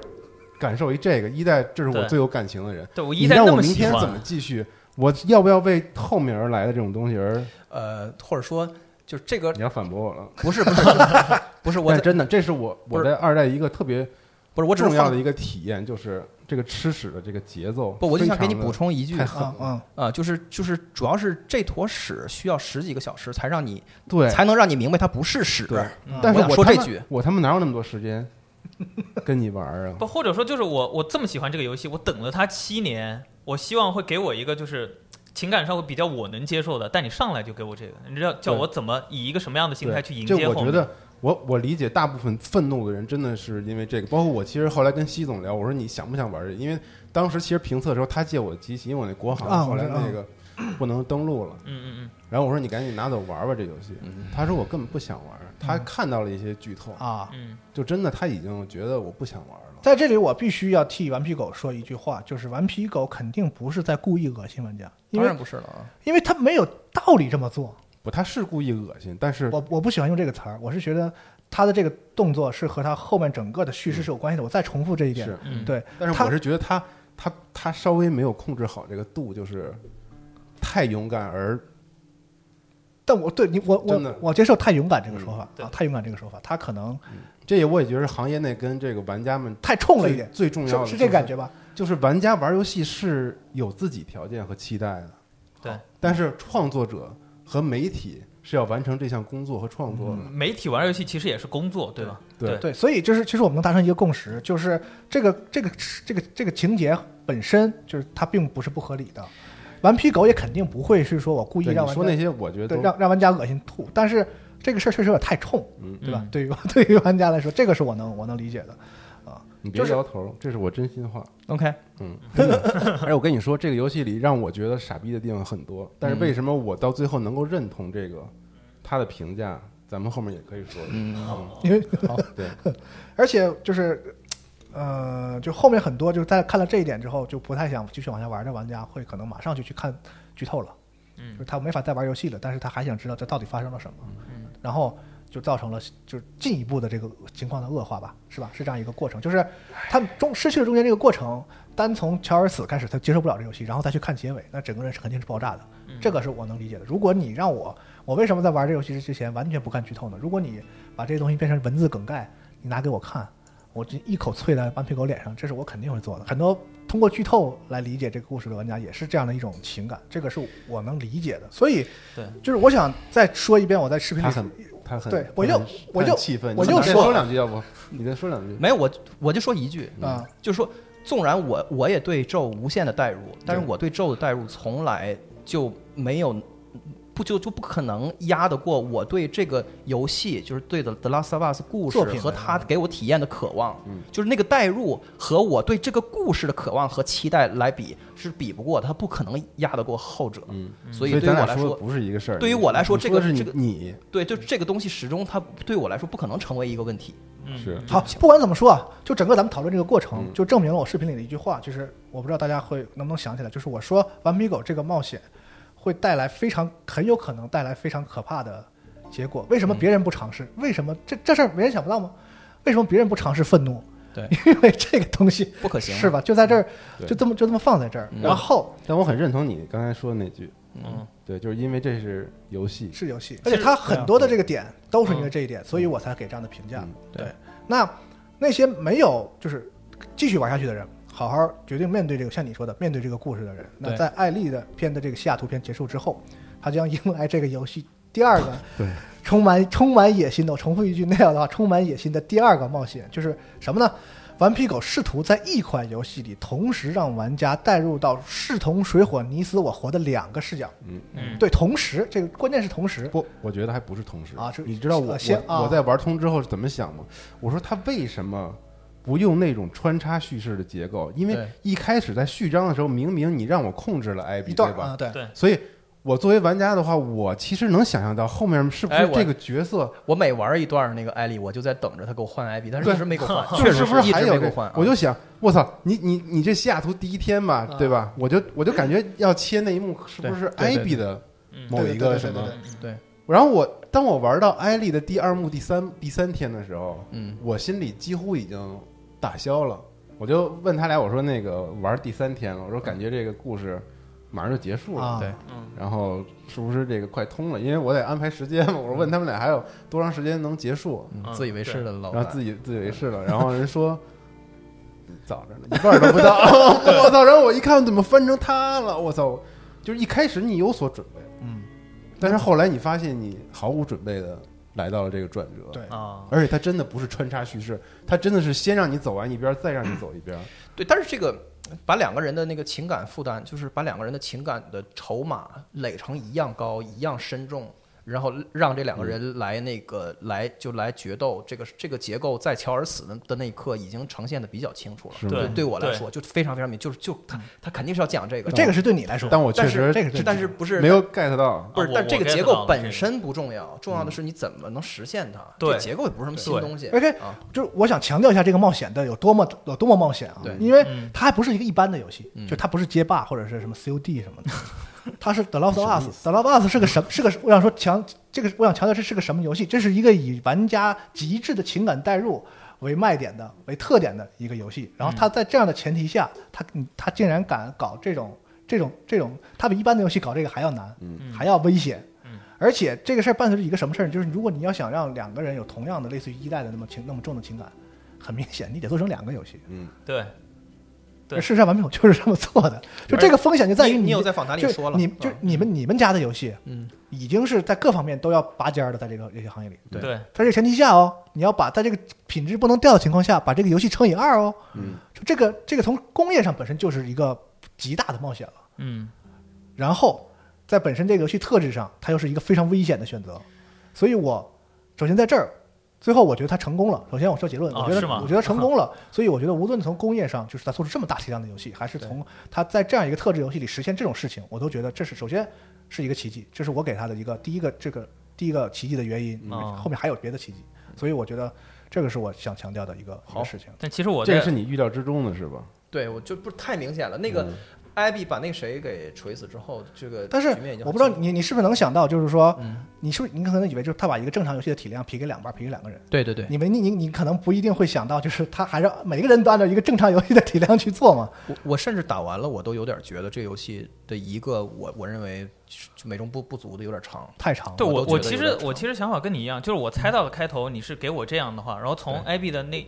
A: 感受一这个一代，这是我
C: 对
A: 最有感情的人。
C: 对我
A: 你
C: 一代
A: 让
C: 那
A: 我
C: 么
A: 明
C: 喜
A: 天
C: 欢，
A: 怎么继续？我要不要为后面而来的这种东西而？
D: 呃，或者说就是这个
A: 你要反驳我了。
D: 不是 不是不是我
A: 但
D: 在
A: 真的，这是我
D: 不
A: 我
D: 是
A: 在二代一个特别
D: 不是我只是
A: 重要
D: 放
A: 的一个体验，就是这个吃屎的这个节奏。
D: 不，我就想给你补
A: 充，
D: 充一句
A: 太
D: 啊、
A: 狠
B: 嗯
A: 了。
B: 嗯，
D: 就是就是主要是这坨屎需要十几个小时才让你
A: 对，
D: 才能让你明白它不是屎。
A: 对
C: 嗯
A: 但是
D: 我想
A: 我
D: 说
A: 他
D: 这
A: 妈
D: 句，
A: 我他妈哪有那么多时间跟你玩啊？
C: 不，或者说就是我我这么喜欢这个游戏，我等了它七年，我希望会给我一个就是情感上会比较我能接受的，但你上来就给我这个，你知道叫
A: 对
C: 我怎么以一个什么样的心
A: 对
C: 态去迎
A: 这
C: 接
A: 我
C: 后
A: 觉
C: 面？
A: 得，我我理解大部分愤怒的人真的是因为这个，包括我。其实后来跟西总聊，我说你想不想玩这个？因为当时其实评测的时候，他借我机器，因为我那国行、
B: 啊
A: 后来
B: 我知道
A: 那个不能登录了。
C: 嗯嗯
A: 然后我说你赶紧拿走玩玩这游戏。他说我根本不想玩，他看到了一些剧透，
B: 嗯啊
C: 嗯，嗯，
A: 就真的他已经觉得我不想玩了。
B: 在这里我必须要替顽皮狗说一句话，就是顽皮狗肯定不是在故意恶心玩家，因
D: 当
B: 为
D: 然不是了啊。
B: 因为他没有道理这么做。
A: 不，他是故意恶心，但是
B: 我我不喜欢用这个词儿，我是觉得他的这个动作是和他后面整个的叙事是有关系的。我再重复这一点
A: 是，
C: 嗯
B: 对，
A: 但是
B: 他
A: 我是觉得他他他稍微没有控制好这个度，就是太勇敢而
B: 但我对你我
A: 真
B: 我
A: 的嗯
B: 我接受太勇敢这个说法、
C: 对
B: 啊，太勇敢这个说法，他可能
A: 这也我也觉得是行业内跟这个玩家们
B: 太冲了一
A: 最
B: 点，
A: 最重要的
B: 是是这个
A: 就
B: 感觉吧？
A: 就是玩家玩游戏是有自己条件和期待的，
C: 对。
A: 但是创作者和媒体是要完成这项工作和创作
B: 嗯
A: 的。
C: 媒体玩游戏其实也是工作，对吧？
A: 对
C: 对
B: 对，所以就是其实我们能达成一个共识，就是这个这个这个这个情节本身就是它并不是不合理的。顽皮狗也肯定不会是说我故意
A: 对，
B: 让
A: 你
B: 玩
A: 说
B: 家
A: 那些，我觉得
B: 对
A: 都
B: 让让玩家恶心吐，但是这个事儿确实有点太冲，
A: 嗯
B: 对吧？
C: 嗯
B: 对于 对于玩家来说，这个是我能我能理解的。
A: 你别摇头，这是我真心话。
D: OK，
A: 嗯， 真的而且我跟你说，这个游戏里让我觉得傻逼的地方很多，但
B: 嗯
A: 是为什么我到最后能够认同这个他的评价？咱们后面也可以说。嗯，
B: 因为
A: 对，
B: 而且就是，呃，就后面很多就是在看了这一点之后，就不太想继续往下玩的玩家，会可能马上就去看剧透了，
C: 嗯
B: 就是他没法再玩游戏了，但是他还想知道这到底发生了什么，
C: 嗯
B: 然后就造成了就是进一步的这个情况的恶化吧，是吧？是这样一个过程，就是他中失去了中间这个过程，单从乔尔死开始，他接受不了这游戏，然后再去看结尾，那整个人是肯定是爆炸的，这个是我能理解的。如果你让我，我为什么在玩这游戏之前完全不看剧透呢？如果你把这些东西变成文字梗概，你拿给我看，我这一口啐在顽皮狗脸上，这是我肯定会做的。很多通过剧透来理解这个故事的玩家也是这样的一种情感，这个是我能理解的。所以，
C: 对，
B: 就是我想再说一遍，我在视频
A: 他
B: 里
A: 很，他很，
B: 对
A: 他
B: 我就
A: 很
B: 我就
A: 他很气愤，
B: 我
A: 你
B: 就
A: 再
B: 说
A: 说两句，要不你再说两 句。
D: 没有我我就说一句，
B: 啊、
D: 就是说，纵然我我也对咒无限的代入，但是我对咒的代入从来就没有不就就不可能压得过我对这个游戏，就是对的《The Last of Us》故事
B: 作品
D: 和它给我体验的渴望，
A: 嗯
D: 就是那个代入和我对这个故事的渴望和期待来比是比不过的，它不可能压得过后者。
A: 嗯，
D: 所以
A: 所以
D: 对于
A: 咱
D: 我
A: 俩
D: 来
A: 的不是一个事儿。
D: 对于我来说
A: 你
D: 这
A: 说
D: 个
A: 的是你
D: 这个
A: 你
D: 对，就这个东西始终它对我来说不可能成为一个问题。
C: 嗯
A: 是
B: 好，不管怎么说啊，就整个咱们讨论这个过程，
A: 嗯
B: 就证明了我视频里的一句话，就是我不知道大家会能不能想起来，就是我说《顽皮狗》这个冒险会带来非常很有可能带来非常可怕的结果。为什么别人不尝试？为什么这这事儿没人想不到吗？为什么别人不尝试愤怒？
D: 对，
B: 因为 这个东西
D: 不可行啊
B: 是吧？就在这儿，
A: 对
B: 就这么就这么放在这儿，
D: 嗯
B: 然后
A: 但我很认同你刚才说的那句，
C: 嗯
A: 对，就是因为这是游戏，
B: 是游戏，而
C: 其实
B: 且它很多的这个点都是因为这一点，所以我才给这样的评价
A: 嗯。
D: 对，
B: 那那些没有就是继续玩下去的人，好好决定面对这个像你说的面对这个故事的人，那
D: 对
B: 在艾丽的片的这个西雅图片结束之后，他将迎来这个游戏第二个
A: 对
B: 充满 充满野心的，我重复一句那样的话，充满野心的第二个冒险就是什么呢？顽皮狗试图在一款游戏里同时让玩家带入到势同水火你死我活的两个视角，
C: 嗯，
B: 对，同时这个关键是同时，
A: 不，我觉得还不是同时
B: 啊是
A: 你知道
B: 是
A: 我
B: 呃先
A: 我、
B: 啊
A: 我在玩通之后是怎么想吗？我说他为什么不用那种穿插叙事的结构？因为
D: 对
A: 一开始在序章的时候，明明你让我控制了艾
B: 一
A: 比，
B: 段
A: 对
B: 儿啊，
A: 吧？
B: 对
C: 对
A: 所以我作为玩家的话，我其实能想象到后面是不
D: 哎
A: 是
D: 我
A: 这个角色
D: 我每玩一段那个艾莉，我就在等着他给我换 IP，但是
A: 对
D: 一直没给 我换，
A: 就
D: 确
A: 是
D: 实
A: 不是
D: 一
A: 还
D: 直
A: 有
D: 没
A: 这
D: 给我换。啊
A: 我就想，我操，你你你这西雅图第一天嘛，
E: 啊
A: 对吧？我就我就感觉要切那一幕是
D: 对
A: 不是
D: 对
A: 艾
D: 对
A: 比的
C: 嗯
A: 某
E: 对
A: 一个
E: 对
A: 什
E: 对
A: 么
E: 对？对
D: 对，
A: 然后我当我玩到艾莉的第二幕、第三第三天的时候，
D: 嗯，
A: 我心里几乎已经打消了。我就问他俩，我说那个玩第三天了，我说感觉这个故事马上就结束了，
B: 啊，
D: 对
C: 嗯，
A: 然后是不是这个快通了？因为我得安排时间嘛。我说问他们俩还有多长时间能结束，
D: 嗯
C: 嗯
D: 自以为是的老
A: 然
D: 板
A: 后，自己自以为是了，然后人说。早着呢，一半儿都不 到。我操！然后我一看，怎么翻成他了？我操！就是一开始你有所准备，
B: 嗯，
A: 但是后来你发现你毫无准备的来到了这个转折。
B: 对
C: 啊，
A: 而且它真的不是穿插叙事，它真的是先让你走完一边儿，再让你走一边儿。
D: 对，但是这个把两个人的那个情感负担，就是把两个人的情感的筹码垒成一样高、一样深重，然后让这两个人来那个、来就来决斗，这个这个结构在乔尔死的的那一刻已经呈现的比较清楚了。
A: 是嗯
C: 对
D: 对对我来说，就非常非常明，就是就他他肯定是要讲这个，
B: 这个是对你来说，
A: 但我确
D: 但是
A: 实
B: 这个是
D: 但是不是
A: 没有 get 到，
D: 不是
C: 啊？
D: 但
C: 我
D: 这个
C: 我 get
D: 结
C: 到
D: 构
C: 了这
D: 本
C: 个
D: 身不重要，重要的是你怎么能实现它。
C: 对
D: 这结构也不是什么新
C: 对
D: 东西。
B: 而且
D: 啊，
B: 就是我想强调一下这个冒险的有多么有多么冒险啊！
D: 对
B: 因为
C: 嗯
B: 它还不是一个一般的游戏，
D: 嗯
B: 就它不是街霸或者是什么 COD 什么的，它是 The Last of Us。The Last of Us 是个什是个我想说强这个我想强调这是个什么游戏？这是一个以玩家极致的情感代入为卖点的为特点的一个游戏。然后它在这样的前提下，它嗯它竟然敢搞这种这种这种，它比一般的游戏搞这个还要难，
A: 嗯
B: 还要危险。
C: 嗯
B: 而且这个事儿伴随着一个什么事儿呢，就是如果你要想让两个人有同样的类似于一代的那么情那么重的情感，很明显你得做成两个游戏。
A: 嗯，
C: 对，对
B: 而事实上，完美手就是这么做的。就这个风险就在于
D: 你
B: 你
D: 有在访谈里
B: 就
D: 说了，
B: 你就你们你们家的游戏
D: 嗯，
B: 已经是在各方面都要拔尖儿的，在这个游戏行业里。
D: 对
C: 对，
B: 在这个前提下哦，你要把在这个品质不能掉的情况下，把这个游戏乘以二哦。
A: 嗯，
B: 就这个这个从工业上本身就是一个极大的冒险了。
C: 嗯，
B: 然后在本身这个游戏特质上，它又是一个非常危险的选择。所以我首先在这儿，最后我觉得它成功了。首先我说结论，
C: 哦
B: 我觉
C: 是
B: 得、
C: 吗
B: 我觉得成功 了。所以我觉得无论从工业上，就是它做出这么大体量的游戏，还是从它在这样一个特质游戏里实现这种事情，我都觉得这是首先是一个奇迹，这是我给它的一个第一个这个第一个奇迹的原因。
C: 嗯
B: 后面还有别的奇迹，所以我觉得这个是我想强调的一个一
D: 好
B: 个事情。
C: 但其实我
A: 这
C: 在
A: 个是你预料之中的是吧？
D: 对我就不是太明显了。那个艾比把那谁给锤死之后，这个
B: 但是
D: 局面已经
B: 我
D: 很
B: 不知道
D: 清楚
B: 你你是不是能想到，就是说，
D: 嗯
B: 你是不是你可能以为就是他把一个正常游戏的体量劈给两半，劈给两个人。
D: 对对对，
B: 你们你你你可能不一定会想到，就是他还是每个人都按照一个正常游戏的体量去做嘛。
D: 我我甚至打完了，我都有点觉得这游戏的一个我我认为就美中不不足的有点长。
B: 太长了。
C: 对
D: 啊我
C: 我
D: 都觉得
C: 其
D: 有
C: 实
D: 点
C: 我
D: 长
C: 其实想法跟你一样，就是我猜到了开头你是给我这样的话，然后从 IB 的那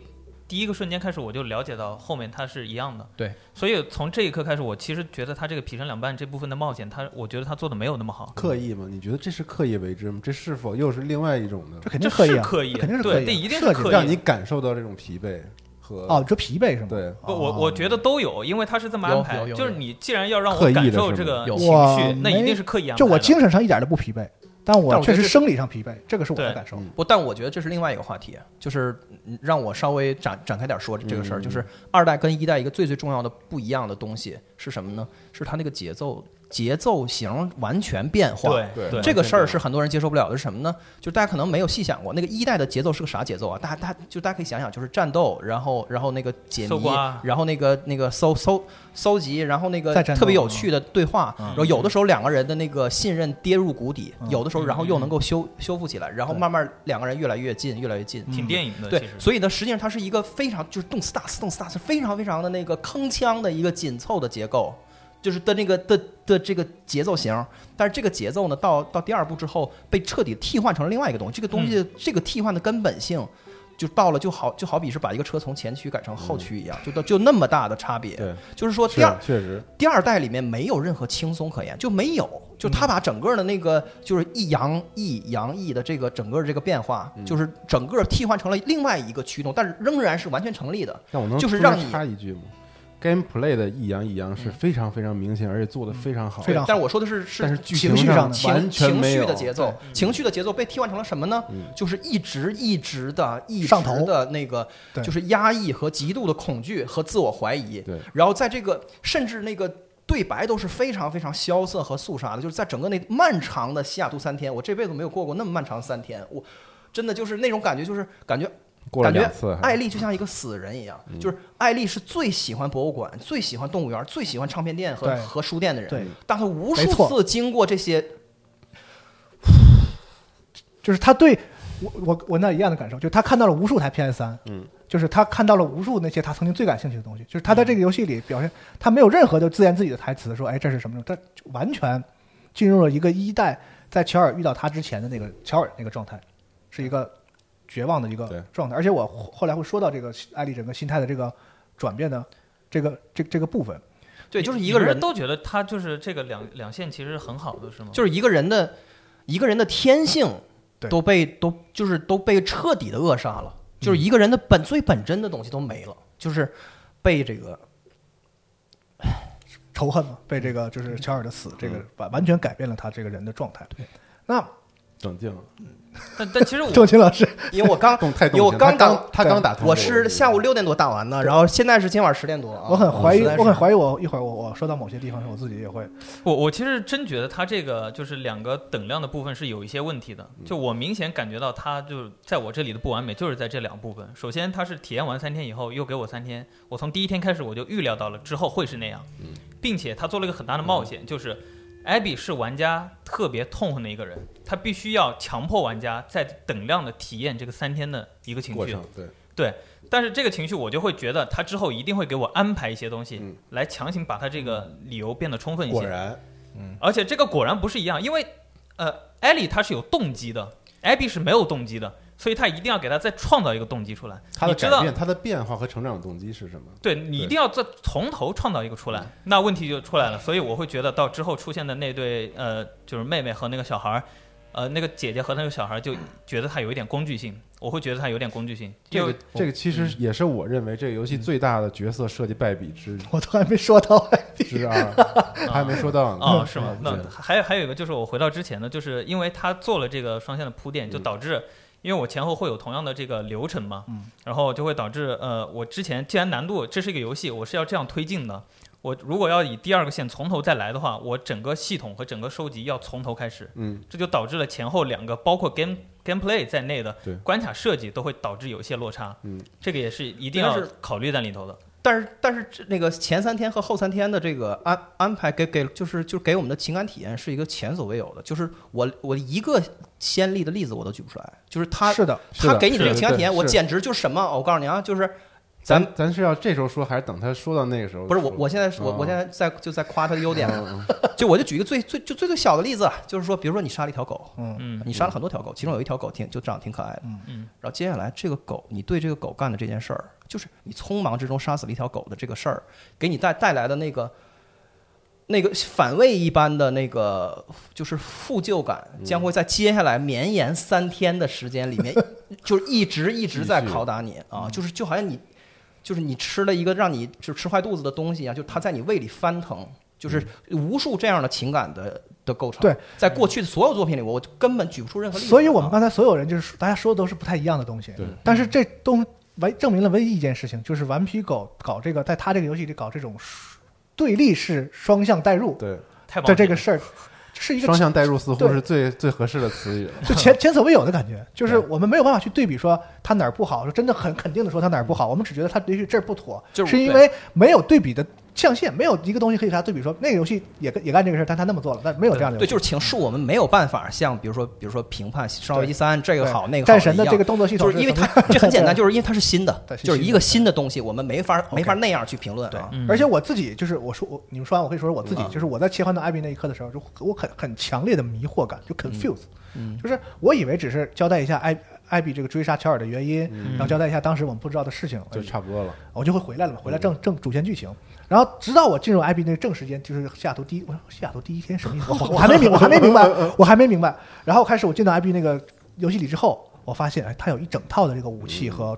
C: 第一个瞬间开始，我就了解到后面它是一样的。
D: 对，
C: 所以从这一刻开始，我其实觉得他这个劈成两半这部分的冒险，他我觉得他做的没有那么好。
A: 刻意吗？你觉得这是刻意为之吗？这是否又是另外一种的
B: 这，肯
C: 这
B: 定刻意、
C: 是
B: 啊，
C: 刻意，
B: 肯定是刻
C: 对，
B: 意啊
C: 这一定
B: 设计
C: 是刻意
A: 让
C: 的。
A: 你感受到这种疲惫和
B: 哦，你说疲惫是吗？哦
A: 对
C: 不，我我觉得都有，因为他是这么安
D: 哦有有
C: 排，
D: 有
C: 就是你既然要让
A: 刻
C: 我
A: 意的
C: 感
A: 是
C: 受
A: 吗
C: 这个
D: 有
C: 情
B: 哇
C: 绪，那一
B: 没
C: 定是刻意安排的。
B: 就我精神上一点都不疲惫，但
D: 但
B: 我
D: 我觉
B: 确
D: 得
B: 实
D: 这
B: 生理上疲惫，这个是我的
C: 对
B: 感受。
A: 嗯
D: 不，但我觉得这是另外一个话题，就是嗯让我稍微展展开点说这个事儿，
A: 嗯
D: 就是二代跟一代一个最最重要的不一样的东西是什么呢？是它那个节奏节奏型完全变化。
C: 对
A: 对
C: 对
D: 这个事儿是很多人接受不了的是什么呢？就是大家可能没有细想过，那个一代的节奏是个啥节奏啊？大家大家就大家可以想想，就是战斗，然后然后那个解
C: 搜
D: 谜
C: 刮，
D: 然后那个那个搜搜搜集，然后那个
B: 再战斗
D: 特别有趣的对话，
B: 嗯
D: 然后有的时候两个人的那个信任跌入谷底，
B: 嗯
D: 有的时候然后又能够修修复起来，然后
B: 对
D: 慢慢两个人越来越近，越来越近。
C: 挺电影的，
D: 嗯对
C: 呃其，实
D: 所以呢，实际上它是一个非常就是动次打次、动次打次，非常非常的那个铿锵的一个紧凑的结构，就是的那个的的这个节奏型。但是这个节奏呢，到到第二部之后被彻底替换成了另外一个东西。这个东西、这个替换的根本性，就到了就好就好比是把一个车从前驱改成后驱一样，就到就那么大的差别。
A: 对，
D: 就是说第
A: 确
D: 二
A: 确实
D: 第二代里面没有任何轻松可言，就没有，就他把整个的那个就是一阳一阳一的这个整个这个变化，
A: 嗯
D: 就是整个替换成了另外一个驱动，但是仍然是完全成立的。
A: 但我能
D: 就是
A: 中间
D: 让你
A: 插一句吗？Gameplay 的抑扬抑扬是
D: 嗯
A: 非常非常明显，而且做的非常好。
B: 非常好
D: 但是我说的是
A: 但
D: 是
A: 是剧
B: 情绪
A: 上
B: 上的
A: 完
D: 情
A: 全
D: 情
A: 没
D: 绪
A: 有
D: 的节奏，
C: 对
D: 情绪的节奏被替换成了什么呢？
A: 嗯
D: 就是一直一直的一直
B: 上头
D: 的那个，
B: 对
D: 就是压抑和极度的恐惧和自我怀疑。
A: 对，
D: 然后在这个甚至那个对白都是非常非常萧瑟和肃杀的，就是在整个那漫长的西雅图三天，我这辈子没有过过那么漫长的三天，我真的就是那种感觉，就是感觉
A: 过了
D: 感觉哎
A: 两次还，
D: 艾丽就像一个死人一样，
A: 嗯
D: 就是艾丽是最喜欢博物馆、最喜欢动物园、最喜欢唱片店和
B: 对
D: 和书店的人，
A: 嗯
B: 对，
D: 但她无
B: 没
D: 数
B: 错
D: 次经过这些，
B: 就是他对我我我那一样的感受，就是他看到了无数台 PS 三，
A: 嗯，
B: 就是他看到了无数那些他曾经最感兴趣的东西，就是他在这个游戏里表现，他没有任何的自言自语的台词，说哎这是什么，他就完全进入了一个一代在乔尔遇到他之前的那个乔尔那个状态，是一个绝望的一
A: 对
B: 个状态，而且我后后来会说到这个艾丽整个心态的这个转变的这个这这个部分，
D: 对，就是
C: 你
D: 一个
C: 不
D: 人
C: 都觉得他就是这个两两线其实很好的是吗？
D: 就是一个人的一个人的天性
B: 对
D: 都被都就是都被彻底的扼杀了，就是一个人的本最本真的东西都没了，就是被这个
B: 仇恨嘛，被这个就是乔尔的死，这个
A: 嗯
B: 完完全改变了他这个人的状态。对，那
A: 整定了，
C: 但但其实 我
B: 郑清老师，
D: 因为我刚
A: 动太动
D: 因为我
A: 情了他
D: 刚打
A: 刚他刚打通这个，
D: 我是下午六点多打完的，然后现在是今晚十点多啊，
B: 我很怀疑，
D: 实在是
B: 我很怀疑我一会儿我我说到某些地方时，我自己也会
C: 我我其实真觉得他这个就是两个等量的部分是有一些问题的，
A: 嗯
C: 就我明显感觉到他就是在我这里的不完美就是在这两部分。首先，他是体验完三天以后又给我三天，我从第一天开始我就预料到了之后会是那样，
A: 嗯
C: 并且他做了一个很大的冒险，就是艾比是玩家特别痛恨的一个人，他必须要强迫玩家在等量的体验这个三天的一个情
A: 过
C: 绪
A: 程，对，
C: 但是这个情绪我就会觉得他之后一定会给我安排一些东西
A: 嗯
C: 来强行把他这个理由变得充分一
A: 果
C: 些。
A: 然
C: 而且这个果然不是一样，因为呃，艾莉她是有动机的，艾比是没有动机的，所以她一定要给她再创造一个动机出来。
A: 他
C: 你
A: 的
C: 知
A: 改
C: 道，
A: 变、他的变化和成长动机是什么？
C: 对你一定要再从头创造一个出
A: 嗯
C: 来，那问题就出来了。所以我会觉得到之后出现的那对呃，就是妹妹和那个小孩儿。呃，那个姐姐和那个小孩儿就觉得他有一点工具性，我会觉得他有点工具性，
A: 这
C: 因为
A: 个这个其实也是我认为这个游戏
D: 嗯
A: 最大的角色设计败笔 之
B: 我都还没说到。
A: 之二，
D: 啊
A: 还没说到呢。
C: 哦，是吗？那
A: 啊对
C: 还有还有一个就是我回到之前的，就是因为他做了这个双线的铺
A: 嗯
C: 垫，就导致因为我前后会有同样的这个流程嘛，
B: 嗯
C: 然后就会导致呃，我之前既然难度这是一个游戏，我是要这样推进的。我如果要以第二个线从头再来的话，我整个系统和整个收集要从头开始，
A: 嗯，
C: 这就导致了前后两个包括 game gameplay 在内的
A: 对
C: 关卡设计都会导致有一些落差，
A: 嗯，
C: 这个也是一定
D: 但
C: 要
D: 是
C: 考虑在里头的。
D: 但是但是这那个前三天和后三天的这个安安排给给就是就是给我们的情感体验是一个前所未有的，就是我我一个先例的例子我都举不出来，就是他
B: 哎是的，
A: 是的
D: 他给
A: 是
D: 你这
A: 的
D: 个情感
A: 对
D: 体验，我
A: 是
D: 简直就是什么？我告诉你啊，就是咱
A: 咱咱是要这时候说，还是等他说到那个时候说？
D: 不是我我现在是我
A: 哦
D: 我现在在就在夸他的优
A: 有
D: 点，啊
A: 嗯
D: 就我就举一个最最就最最小的例子，啊就是说比如说你杀了一条狗，
B: 嗯
C: 嗯，
D: 你杀了很多条狗，其中有一条狗挺就长得挺可爱的。
B: 嗯
C: 嗯，
D: 然后接下来这个狗，你对这个狗干的这件事儿，就是你匆忙之中杀死了一条狗的这个事儿，给你带带来的那个那个反胃一般的那个就是负疚感，将会在接下来绵延三天的时间里面，就是一直一直在
A: 继续
D: 拷打你啊，就是就好像你就是你吃了一个让你就吃坏肚子的东西一样，啊就是它在你胃里翻腾，就是无数这样的情感的。的构成，
B: 嗯对，
D: 在过去的所有作品里，我根本举不出任何例子啊。
B: 所以我们刚才所有人就是大家说的都是不太一样的东西。
A: 对
B: 但是这东唯证明了唯一一件事情，就是顽皮狗搞这个，在他这个游戏里搞这种对立式双向代入
A: 对
C: 太棒
B: 的
C: 了。
B: 这个事儿，是一个
A: 双向代入似乎
B: 对
A: 是最最合适的词语了。
B: 就前前所未有的感觉，就是我们没有办法去对比说他哪儿不好，说真的很肯定的说他哪儿不好，我们只觉得他也许这儿不妥，
D: 就是
B: 是因为没有对比的象限，没有一个东西可以给他对比说那个游戏也跟也干这个事儿，但他那么做了，但没有这样的游
D: 对，
B: 戏
D: 就是情是我们没有办法像比如说，比如说评判《生化危机三》这个
B: 对
D: 好那个好
B: 战神的
D: 一样
B: 这个动作系统
D: 就是是因为
B: 什么
D: 它这 很简单，就是因为它是新的
B: 对，是
D: 就是一
B: 新
D: 个
B: 的
D: 新的东西，我们没法没法那样去评论
B: 对
D: 啊。，
C: 嗯
B: 而且我自己就是我说我你们说完我可以说说我自己
D: 嗯，
B: 就是我在切换到艾比那一刻的时候，就我很很强烈的迷惑感，就 confuse，
D: 嗯
B: 就是我以为只是交代一下艾艾比这个追杀乔尔的原因，
D: 嗯
B: 然后交代一下当时我们不知道的事情而
A: 就
B: 已，
A: 差不多了，
B: 我就会回来了嘛，回来正正主线剧情。然后直到我进入艾比那个正时间，就是西雅图第一，我说西雅图第一天什么意思？我我还没明，我还没明白，我还没明白。然后开始我进到艾比那个游戏里之后，我发现哎，它有一整套的这个武器和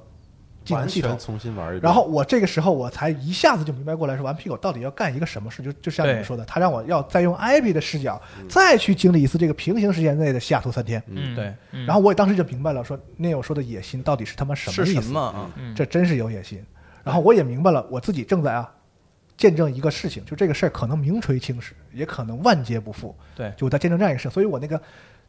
B: 技能
A: 完
B: 系统
A: 全，重新玩一遍。
B: 然后我这个时候我才一下子就明白过来，说顽皮狗到底要干一个什么事，就就像你们
C: 对
B: 说的，他让我要再用艾比的视角再去经历一次这个平行时间内的西雅图三天。
C: 嗯，
D: 对
C: 嗯，
B: 然后我也当时就明白了，说 Neo 说的野心到底是他妈什
D: 是
B: 么意
D: 什
B: 思？
D: 么啊？
C: 嗯
B: 这真是有野心。然后我也明白了，我自己正在啊见证一个事情，就这个事儿可能名垂青史，也可能万劫不复。
C: 对
B: 就我在见证这样一个事，所以我那个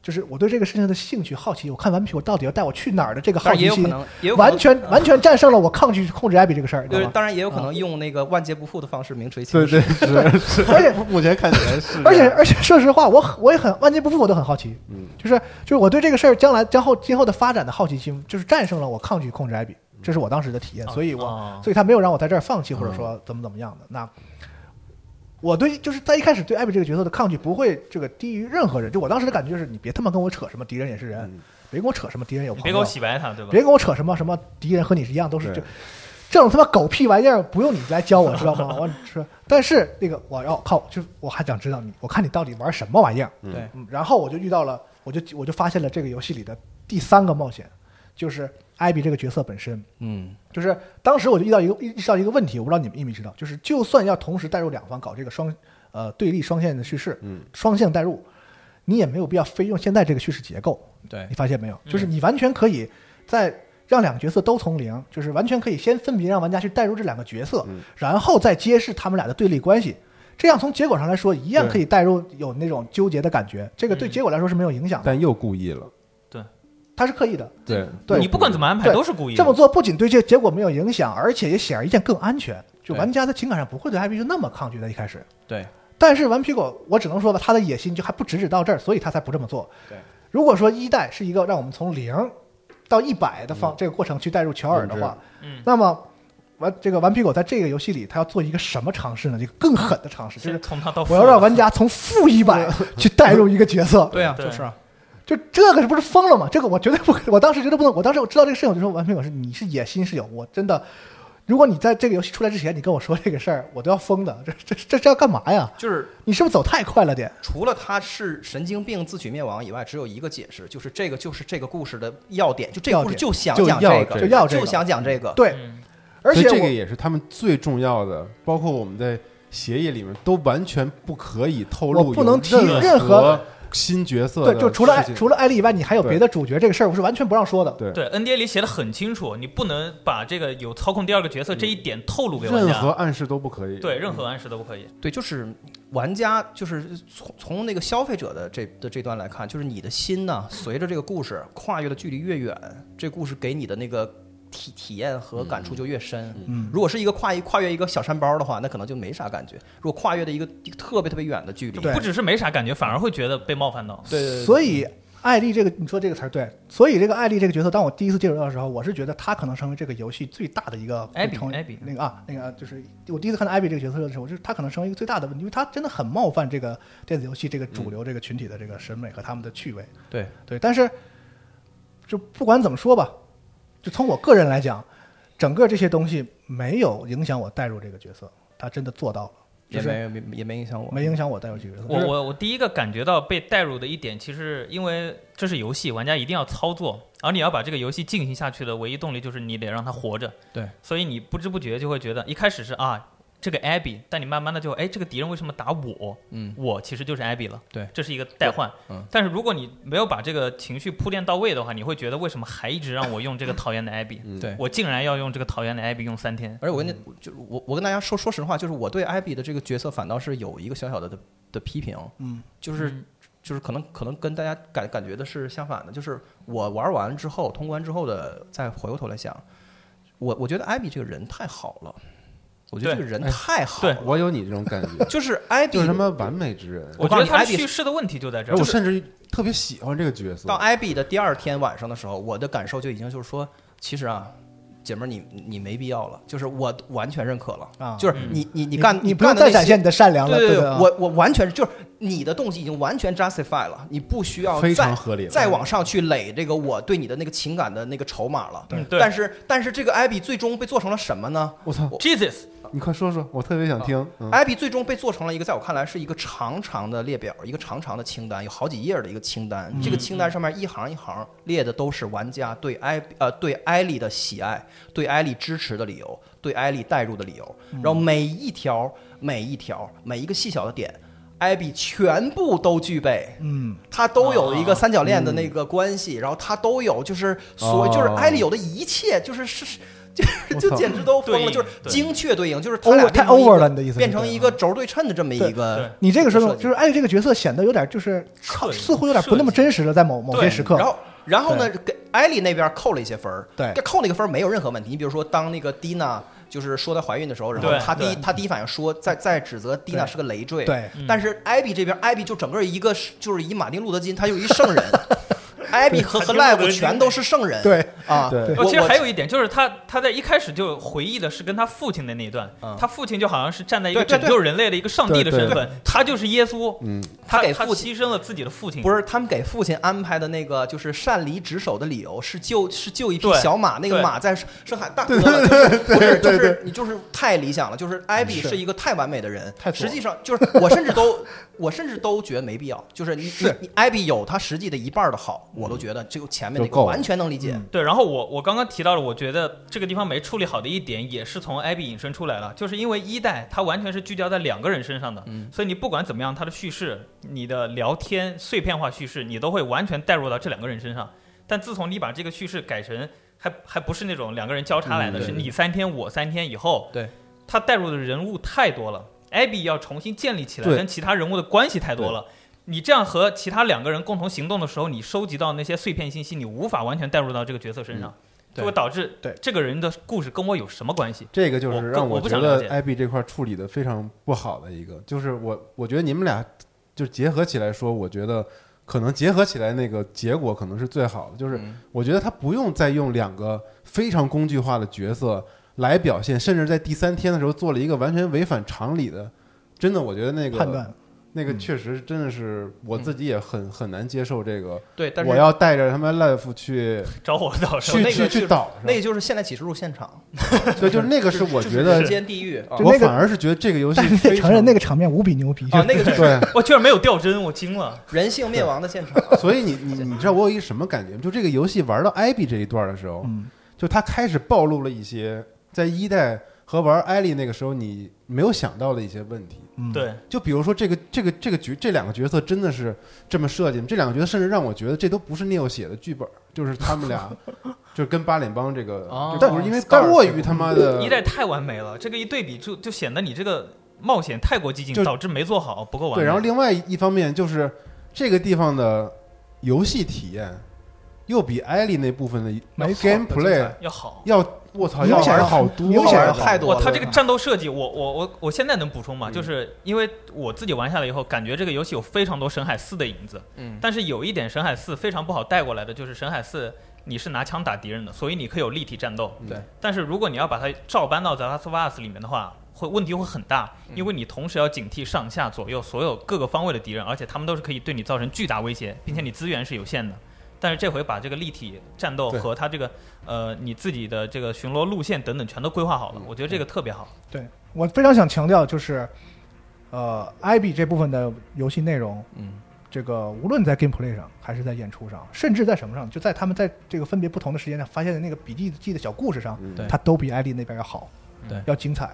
B: 就是我对这个事情的兴趣、好奇，我看顽皮我到底要带我去哪儿的这个好
D: 但是也
B: 奇
D: 有可
B: 心，
D: 能，也有可能
B: 完全完全战胜了我抗拒控制艾比这个事儿，
D: 就
B: 对
D: 是
B: 吧？
D: 当然也有可
B: 嗯
D: 能用那个万劫不复的方式名垂青
A: 对
D: 史。
A: 对是是，
B: 而且
A: 目前看起来是这样，
B: 而且而且，说实话，我很我也很万劫不复，我都很好奇。
A: 嗯，
B: 就是就是我对这个事儿将来将后今后的发展的好奇心，就是战胜了我抗拒控制艾比，这是我当时的体验，
A: 嗯
B: 所以我、
C: 哦
B: 所以他没有让我在这儿放弃或者说怎么怎么样的。那我对就是在一开始对艾比这个角色的抗拒不会这个低于任何人，就我当时的感觉就是你别他妈跟我扯什么敌人也是人，
A: 嗯
B: 别跟我扯什么敌人有
C: 你
B: 朋
C: 别给我
B: 友，
C: 洗白他，对吧？
B: 别跟我扯什么什么敌人和你是一样，都是
A: 对
B: 这这种他妈狗屁玩意儿，不用你来教我，知道吗？我说，但是那个我要靠，就是我还想知道你，我看你到底玩什么玩意儿。
C: 对
B: 嗯，然后我就遇到了，我就我就发现了这个游戏里的第三个冒险，就是艾比这个角色本身。
D: 嗯，
B: 就是当时我就遇到一个意识到一个问题，我不知道你们意没意识到，就是就算要同时带入两方搞这个双呃对立双线的叙事，
A: 嗯，
B: 双线代入，你也没有必要非用现在这个叙事结构，
D: 对
B: 你发现没有？就是你完全可以在让两个角色都从零，就是完全可以先分别让玩家去带入这两个角色，
A: 嗯
B: 然后再揭示他们俩的对立关系。这样从结果上来说，一样
A: 对
B: 可以带入有那种纠结的感觉，这个对
C: 嗯
B: 结果来说是没有影响的，
A: 但又故意了，
B: 他是刻意的。
A: 对
B: 对
C: 你不管怎么安排
B: 对
C: 都是故意的。
B: 这么做不仅对这结果没有影响，而且也显而易见更安全。就
D: 对
B: 玩家在情感上不会对 IP 就那么抗拒在一开始。
D: 对，
B: 但是顽皮狗，我只能说吧，他的野心就还不止止到这儿，所以他才不这么做。
D: 对，
B: 如果说一代是一个让我们从零到一百的
D: 嗯
B: 方、这个过程去带入乔尔的话，
C: 嗯，
B: 那么顽这个顽皮狗在这个游戏里，他要做一个什么尝试呢？一个更狠的尝试，就是是
C: 从他到
B: 我要让玩家从负一 百去带入一个角色。
D: 对啊，
C: 对
D: 就是啊，
B: 就这个是不是疯了吗？这个我绝对不可，我当时绝对不能，我当时我知道这个事情，我就说完全我是你是野心是有，我真的，如果你在这个游戏出来之前你跟我说这个事儿，我都要疯的，这这这这要干嘛呀？
D: 就是
B: 你是不是走太快了点？
D: 除了他是神经病自取灭亡以外，只有一个解释，就是这个就是这个故事的要点，就这个
B: 要
D: 故事
B: 点
D: 就想
A: 就
D: 讲
A: 要
D: 这
A: 这
D: 个，
B: 个就要这
D: 就
B: 个
D: 想讲这个。
B: 对，
C: 嗯
B: 而且
A: 所以这
B: 我
A: 个也是他们最重要的，包括我们在协议里面都完全不可以透露有
B: 我不能提任
A: 任
B: 何
A: 新角色的
B: 对，就除了艾
A: 事情
B: 除了艾丽以外，你还有别的主角这个事儿，我是完全不让说的。
A: 对
C: 对 NBA 里写的很清楚，你不能把这个有操控第二个角色这一点透
B: 嗯
C: 露给玩
A: 任何
C: 家。
A: 暗示都不可以，
C: 对，任何暗示都不可以。
D: 对，就是玩家，就是从从那个消费者的这的这端来看，就是你的心呢，随着这个故事跨越的距离越远，这故事给你的那个体体验和感触就越深。
B: 嗯
D: 如果是一个跨一跨越一个小山包的话，那可能就没啥感觉；如果跨越的一个一个特别特别远的距离，
B: 对
C: 不只是没啥感觉，反而会觉得被冒犯到。
D: 对对对对
B: 所以艾丽这个你说这个词儿对，所以这个艾丽这个角色，当我第一次接触到的时候，我是觉得她可能成为这个游戏最大的一个
C: 艾比
B: 成为
C: 艾比
B: 那个啊那个就是我第一次看到艾比这个角色的时候，就是她可能成为一个最大的问题，因为她真的很冒犯这个电子游戏这个主流这个群体的这个审美和他们的趣味。
D: 对
B: 对，但是就不管怎么说吧，就从我个人来讲，整个这些东西没有影响我带入这个角色，他真的做到了，就
D: 也
B: 是
D: 没没也没影响我，
B: 没影响我带入这个角色。
C: 我
B: 就是
C: 我我第一个感觉到被带入的一点，其实因为这是游戏，玩家一定要操作，而你要把这个游戏进行下去的唯一动力就是你得让它活着。
D: 对，
C: 所以你不知不觉就会觉得，一开始是啊这个 Abby，但你慢慢的就哎这个敌人为什么打我？
D: 嗯，
C: 我其实就是 Abby 了。
D: 对
C: 这是一个代换。
D: 嗯，
C: 但是如果你没有把这个情绪铺垫到位的话，你会觉得为什么还一直让我用这个讨厌的 Abby？
A: 嗯
D: 对
C: 我竟然要用这个讨厌的 Abby 用三天。
D: 而且我跟你，就我我跟大家说说实话，就是我对艾比的这个角色反倒是有一个小小的的的批评，
B: 嗯，
D: 就是、
C: 嗯
D: 就是可能可能跟大家感感觉的是相反的，就是我玩完之后通关之后的，再回过头来想，我我觉得艾比这个人太好了，我觉得这
C: 对
D: 个人
A: 哎
D: 太好了，，
A: 我有你这种感觉
D: 就是艾比
A: 就是他妈完美之人。
D: 我
C: 觉
D: 告诉
C: 得
D: 你
C: 他
D: 艾比
C: 叙事的问题就在这
A: 然
C: 儿
A: 后我。甚至特别喜欢这个角色
D: 到，艾比的第二天晚上的时候，我的感受就已经就是说，其实啊。姐们儿，你你没必要了，就是我完全认可了，
B: 啊
D: 就是
C: 嗯
D: 你你你
B: 你
D: 干
B: 你不
D: 干
B: 用
D: 的那
B: 再展
D: 些
B: 现你的善良了，
D: 对
B: 对
D: 对，
B: 啊
D: 我我完全就是你的动机已经完全 justify 了，你不需要
A: 非常
D: 再
A: 合理了。
D: 再往上去垒这个我对你的那个情感的那个筹码了。
C: 嗯，对。
D: 但是但是这个艾比最终被做成了什么呢？
A: 我操，
C: Jesus，
A: 你快说说，我特别想
C: 哦
A: 听。嗯
D: 艾比最终被做成了一个，在我看来是一个长长的列表，一个长长的清单，有好几页的一个清单。这个清单上面一行一行列的都是玩家对艾比呃对艾莉的喜爱，对艾莉支持的理由，对艾莉带入的理由。然后每一条、每一条、每一个细小的点，艾比全部都具备。
B: 嗯，
D: 他都有一个三角恋的那个关系，然后他都有就是所谓
A: 哦
D: 就是艾丽有的一切就是是。
A: 我
D: 就
A: 操
D: 简直都疯了，
C: 对
D: 就是
C: 对
D: 精确对应，就是他俩
B: over 太
D: 变成一个
B: over 了，你的意思是
D: 变成一个轴对称的这么
B: 对
D: 一个。
B: 你这个时候
D: 设计
B: 就是哎艾丽这个角色显得有点就是
C: 设计
B: 似乎有点不那么真实了，在某某些
C: 对
B: 时刻
D: 然，后，然后呢，给艾莉那边扣了一些分儿，
B: 对
D: 这扣那个分儿没有任何问题。你比如说，当那个蒂娜就是说她怀孕的时候，然后
C: 对
D: 她第一
C: 对
D: 她第一反应说在在指责蒂娜是个累赘，
B: 对
C: 嗯
D: 但是艾比这边，艾比就整个一个是就是以马丁路德金，他就是一圣 人，艾比和和
C: 马
D: 赖
C: 丁路德
D: 夫
C: 金
D: 全都是圣人，
B: 对
D: 啊，
A: 对
C: 我
D: 我
C: 哦其实
D: 我
C: 还有一点，就是他他在一开始就回忆的是跟他父亲的那一段
D: 嗯，
C: 他父亲就好像是站在一个
D: 对对
C: 拯
D: 对
C: 救人类的一个上帝的
A: 对
C: 身
A: 对
C: 份，他就是耶稣，
A: 嗯，
C: 他
D: 给
C: 他
D: 父亲
C: 牺牲了自己的父亲，
D: 不是他们给父亲安排的那个，就是擅离职守的理由是救是救一匹
C: 对
D: 小马，那个
C: 对
D: 马在深海 大哥了，就是不是就
A: 对
D: 是你就是太理想了，就是艾比
B: 是
D: 是一个太完美的人
B: 太，左
D: 实
B: 了
D: 际上就是我甚至都我甚至都觉得没必要，就是你你
B: 是
D: 你艾比有他实际的一半的好，我都觉得这个前面那
A: 就
D: 个
A: 够了
D: 完全能理解，
C: 嗯对，然后我我刚刚提到了，我觉得这个地方没处理好的一点，也是从艾比引申出来了，就是因为一代它完全是聚焦在两个人身上的，
D: 嗯
C: 所以你不管怎么样，它的叙事、你的聊天碎片化叙事，你都会完全带入到这两个人身上。但自从你把这个叙事改成还还不是那种两个人交叉来的，
D: 嗯对
C: 是你三天我三天以后，
D: 对，
C: 他带入的人物太多了，艾比要重新建立起来，
A: 对
C: 跟其他人物的关系太多了。你这样和其他两个人共同行动的时候，你收集到那些碎片信息，你无法完全带入到这个角色身上，
D: 嗯对
C: 就会导致
B: 对
C: 这个人的故事跟我有什么关 系？
A: 这个就是让
C: 我更我不
A: 觉
C: 想了
A: 得
C: 解
A: IB 这块处理的非常不好的一个，就是我我觉得你们俩就结合起来说，我觉得可能结合起来那个结果可能是最好的，就是
D: 嗯
A: 我觉得他不用再用两个非常工具化的角色来表现，甚至在第三天的时候做了一个完全违反常理的，真的我觉得那个
B: 判断
A: 那个确实真的是我自己也很很难接受这个，
D: 对，但是
A: 我要带着他们 life 去
C: 找我导师
A: 去
D: 那个
A: 去
D: 就
A: 去
D: 是
A: 导，
D: 那个就是现代启示录现场，
A: 对，就是那个是我觉得
D: 人间地狱啊
B: 就
A: 我
B: 那个
A: 反而是觉得这个游戏
B: 但是
A: 非
B: 得
A: 常
B: 承认那个场面无比牛逼，
D: 啊，那个就是
A: 对，
C: 我居然没有掉帧，我惊了。
D: 人性灭亡的现场。
A: 所以你你你知道我有一个什么感觉？就这个游戏玩到艾比这一段的时候，
B: 嗯，
A: 就它开始暴露了一些在一代和玩艾莉那个时候你没有想到的一些问题。
B: 嗯，
C: 对，
A: 就比如说这个这个这个角这两个角色真的是这么设计吗？这两个角色甚至让我觉得这都不是 Neo 写的剧本，就是他们 俩就是跟八脸帮这个
D: 哦
A: 这故事，因为
D: 但
A: 过于他妈的
D: 呃
C: 一代太完美了，这个一对比就就显得你这个冒险太过激进
A: 就，
C: 导致没做好，不够完美。
A: 对，然后另外一方面就是这个地方的游戏体验又比艾莉那部分的
B: 没错
A: gameplay
C: 要好。
A: 要我操，
B: 明
A: 要
B: 显
A: 玩
B: 要
A: 好多，
B: 明显
A: 玩
B: 要
D: 太多
C: 哇，
D: 了嗯
C: 他这个战斗设计，我我我我现在能补充吗？就是因为我自己玩下来以后，感觉这个游戏有非常多《神海四》的影子，
D: 嗯
C: 但是有一点《神海四》非常不好带过来的，就是《神海四》你是拿枪打敌人的，所以你可以有立体战斗。
D: 对，
B: 嗯
C: 但是如果你要把它照搬到《The Last of Us》里面的话，会问题会很大，因为你同时要警惕上下左右所有各个方位的敌人，而且他们都是可以对你造成巨大威胁，并且你资源是有限的。但是这回把这个立体战斗
A: 对
C: 和它这个呃你自己的这个巡逻路线等等全都规划好了，我觉得这个特别好。
B: 对我非常想强调就是，呃，IB 这部分的游戏内容，
D: 嗯，
B: 这个无论在 gameplay 上，还是在演出上，甚至在什么上，就在他们在这个分别不同的时间上发现的那个笔记记的小故事上，
A: 嗯
D: 对
B: 它都比艾丽那边要好，
C: 嗯
D: 对
B: 要精彩。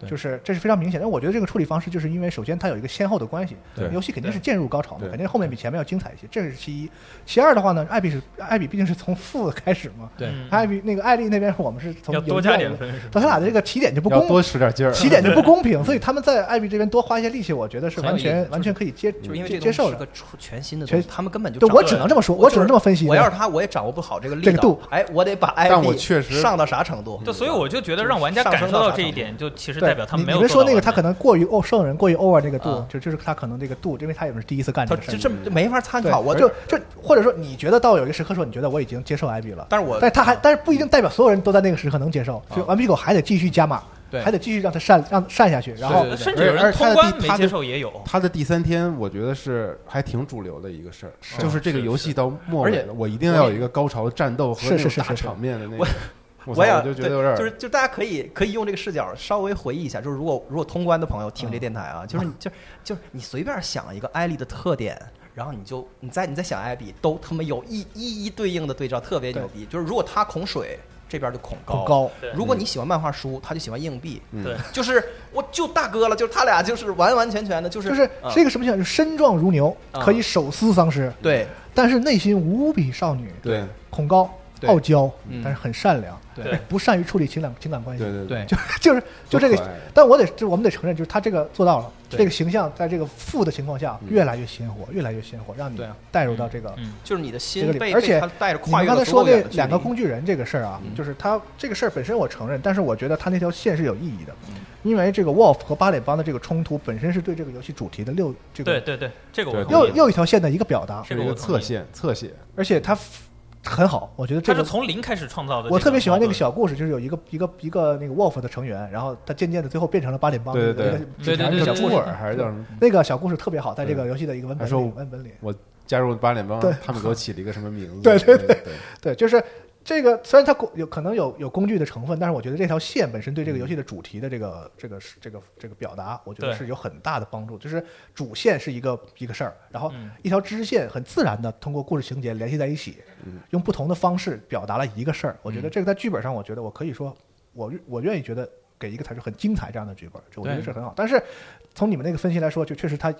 D: 对
B: 就是这是非常明显的，但我觉得这个处理方式，就是因为首先它有一个先后的关系，
A: 对
B: 游戏肯定是渐入高潮嘛，
A: 对
B: 肯定后面比前面要精彩一些，这是其一。其二的话呢，艾比是艾比毕竟是从负的开始嘛，
D: 对
C: 嗯
B: 艾比那个艾丽那边我们是从
C: 要多
B: 有一个
C: 加点分是吧？
B: 但他俩的这个起点就不
A: 要
B: 公
A: 多使点劲儿。
B: 起点就不公平，所以他们在艾比这边多花一些力气，我觉得是
D: 很有
B: 完
D: 意
B: 全
D: 思
B: 完全可以接
D: 就是因为
B: 接接
D: 这东西
B: 受
D: 是
B: 的
D: 个。出全新的
B: 全
D: 东西，他们根本就
B: 对，
D: 掌握
B: 我
D: 不
B: 只
D: 了
B: 能这么说，
D: 我
B: 只能这么分析。
D: 我要是他，我也掌握不好这个力
B: 这
D: 道。
B: 个度
D: 哎，我得把 i
A: 但我确实嗯
D: 上到啥程度？
C: 对，所以我就觉得让玩家感受到这一点，就其实
B: 对
C: 代表他
B: 你
C: 们没有
B: 你们
C: 做
B: 说
C: 到
B: 那个
C: 完
B: 他
C: 美
B: 可能过于哦圣人过于 over 这个度
D: 啊，
B: 就就是他可能这个度，因为他也是第一次干
D: 他
B: 这个事
D: 就
B: 情。
D: 这么没法参
B: 嗯对
D: 考。我
B: 就
D: 就，
B: 就或者说你觉得到有一个时刻说你觉得我已经接受艾比了，
D: 但是我啊
B: 但是他还但是不一定代表所有人都在那个时刻能接受，所以顽皮狗还得继续加码，
D: 对
B: 还得继续让他善让善下去，然后
D: 对对对
C: 甚至有
A: 而
C: 人
A: 且他
C: 通
A: 的
C: 关
A: 地
C: 没
A: 他的
C: 接受也有。
A: 他的第三天，我觉得是还挺主流的一个事儿，就是这个游戏到末尾
D: 而且
A: 了，我一定要有一个高潮的战斗和
B: 是
A: 那
B: 是
A: 种
B: 是
A: 大
B: 是是
A: 场面的那
D: 我
A: 个。我操
D: 也
A: 我就觉得有点
D: 对
A: 儿
D: 就是就大家可以可以用这个视角稍微回忆一下，就是如果如果通关的朋友听
B: 嗯
D: 这电台啊，就是你就就是你随便想一个艾丽的特点。然后你就你再你再想艾比，都他妈有一一一对应的对照，特别牛逼。就是如果他恐水，这边就恐高；
B: 恐高嗯
C: 对
D: 如果你喜欢漫画书，他就喜欢硬币。
A: 嗯
C: 对，
D: 就是我就大哥了，就是他俩就是完完全全的，就是
B: 就是
D: 嗯
B: 是一个什么情况，就是身壮如牛，
D: 啊
B: 可以手撕丧尸，
D: 对
B: 但是内心无比少女，
A: 对
B: 恐高，
D: 对
B: 傲娇，
D: 嗯
B: 但是很善良，
C: 对
B: 不善于处理情感情感关系。
A: 对对
D: 对，
B: 就是就
A: 多
B: 这
A: 可
B: 个
A: 爱，
B: 但我得就我们得承认，就是他这个做到了，
D: 对
B: 这个形象在这个负的情况下
A: 嗯
B: 越来越鲜活，越来越鲜活，让你
D: 对啊
B: 带入到这个。
C: 嗯，
D: 就是你的
B: 这
D: 心
B: 个里
D: 被
B: 而且
D: 被他带着
B: 你
D: 跨
B: 们
D: 越
B: 刚才
D: 了
B: 说
D: 足够
B: 那
D: 远的距
B: 两个
D: 离
B: 工具人这个事儿啊，
A: 嗯
B: 就是他这个事儿本身我承认，但是我觉得他那条线是有意义的，因为这个 Wolf 和芭蕾帮的这个冲突本身是对这个游戏主题的六这
C: 对
B: 个
C: 对对，这个
A: 对
C: 我同
B: 又
C: 意
B: 又一条线的一个表达，
A: 是
C: 这个
A: 一
C: 我
A: 个
C: 同
A: 侧
C: 意，
A: 线侧写，
B: 而且他很好，我觉得这
C: 他
B: 个
C: 是从零开始创造的。
B: 我特别喜欢那个
C: 小，
B: 小故事，就是有一个一个一个那个 Wolf 的成员，然后他渐渐的最后变成了八点帮的
A: 对
B: 一
A: 对
B: 个警
C: 对
B: 察
C: 对
B: 一个小
C: 对
A: 叫
C: 对
B: 故
A: 木
B: 事。
A: 耳还是叫什么？
B: 那个小故事特别好，在这个
A: 对
B: 游戏的一个文本
A: 还说
B: 里，文本里，
A: 加入八点帮
B: 对，
A: 他们给我起了一个什么名字？
B: 对
A: 对对对，
B: 对，就是这个虽然它工有可能有有工具的成分，但是我觉得这条线本身对这个游戏的主题的这个这个这个这个表达，我觉得
C: 嗯对
B: 是有很大的帮助。就是主线是一个一个事儿，然后
C: 嗯
B: 一条支线很自然的通过故事情节联系在一起，用不同的方式表达了一个事儿。我觉得
C: 嗯
B: 这个在剧本上，我觉得我可以说，我我愿意觉得给一个才是很精彩这样的剧本，这我觉得
C: 对
B: 是很好。但是从你们那个分析来说，就确实它。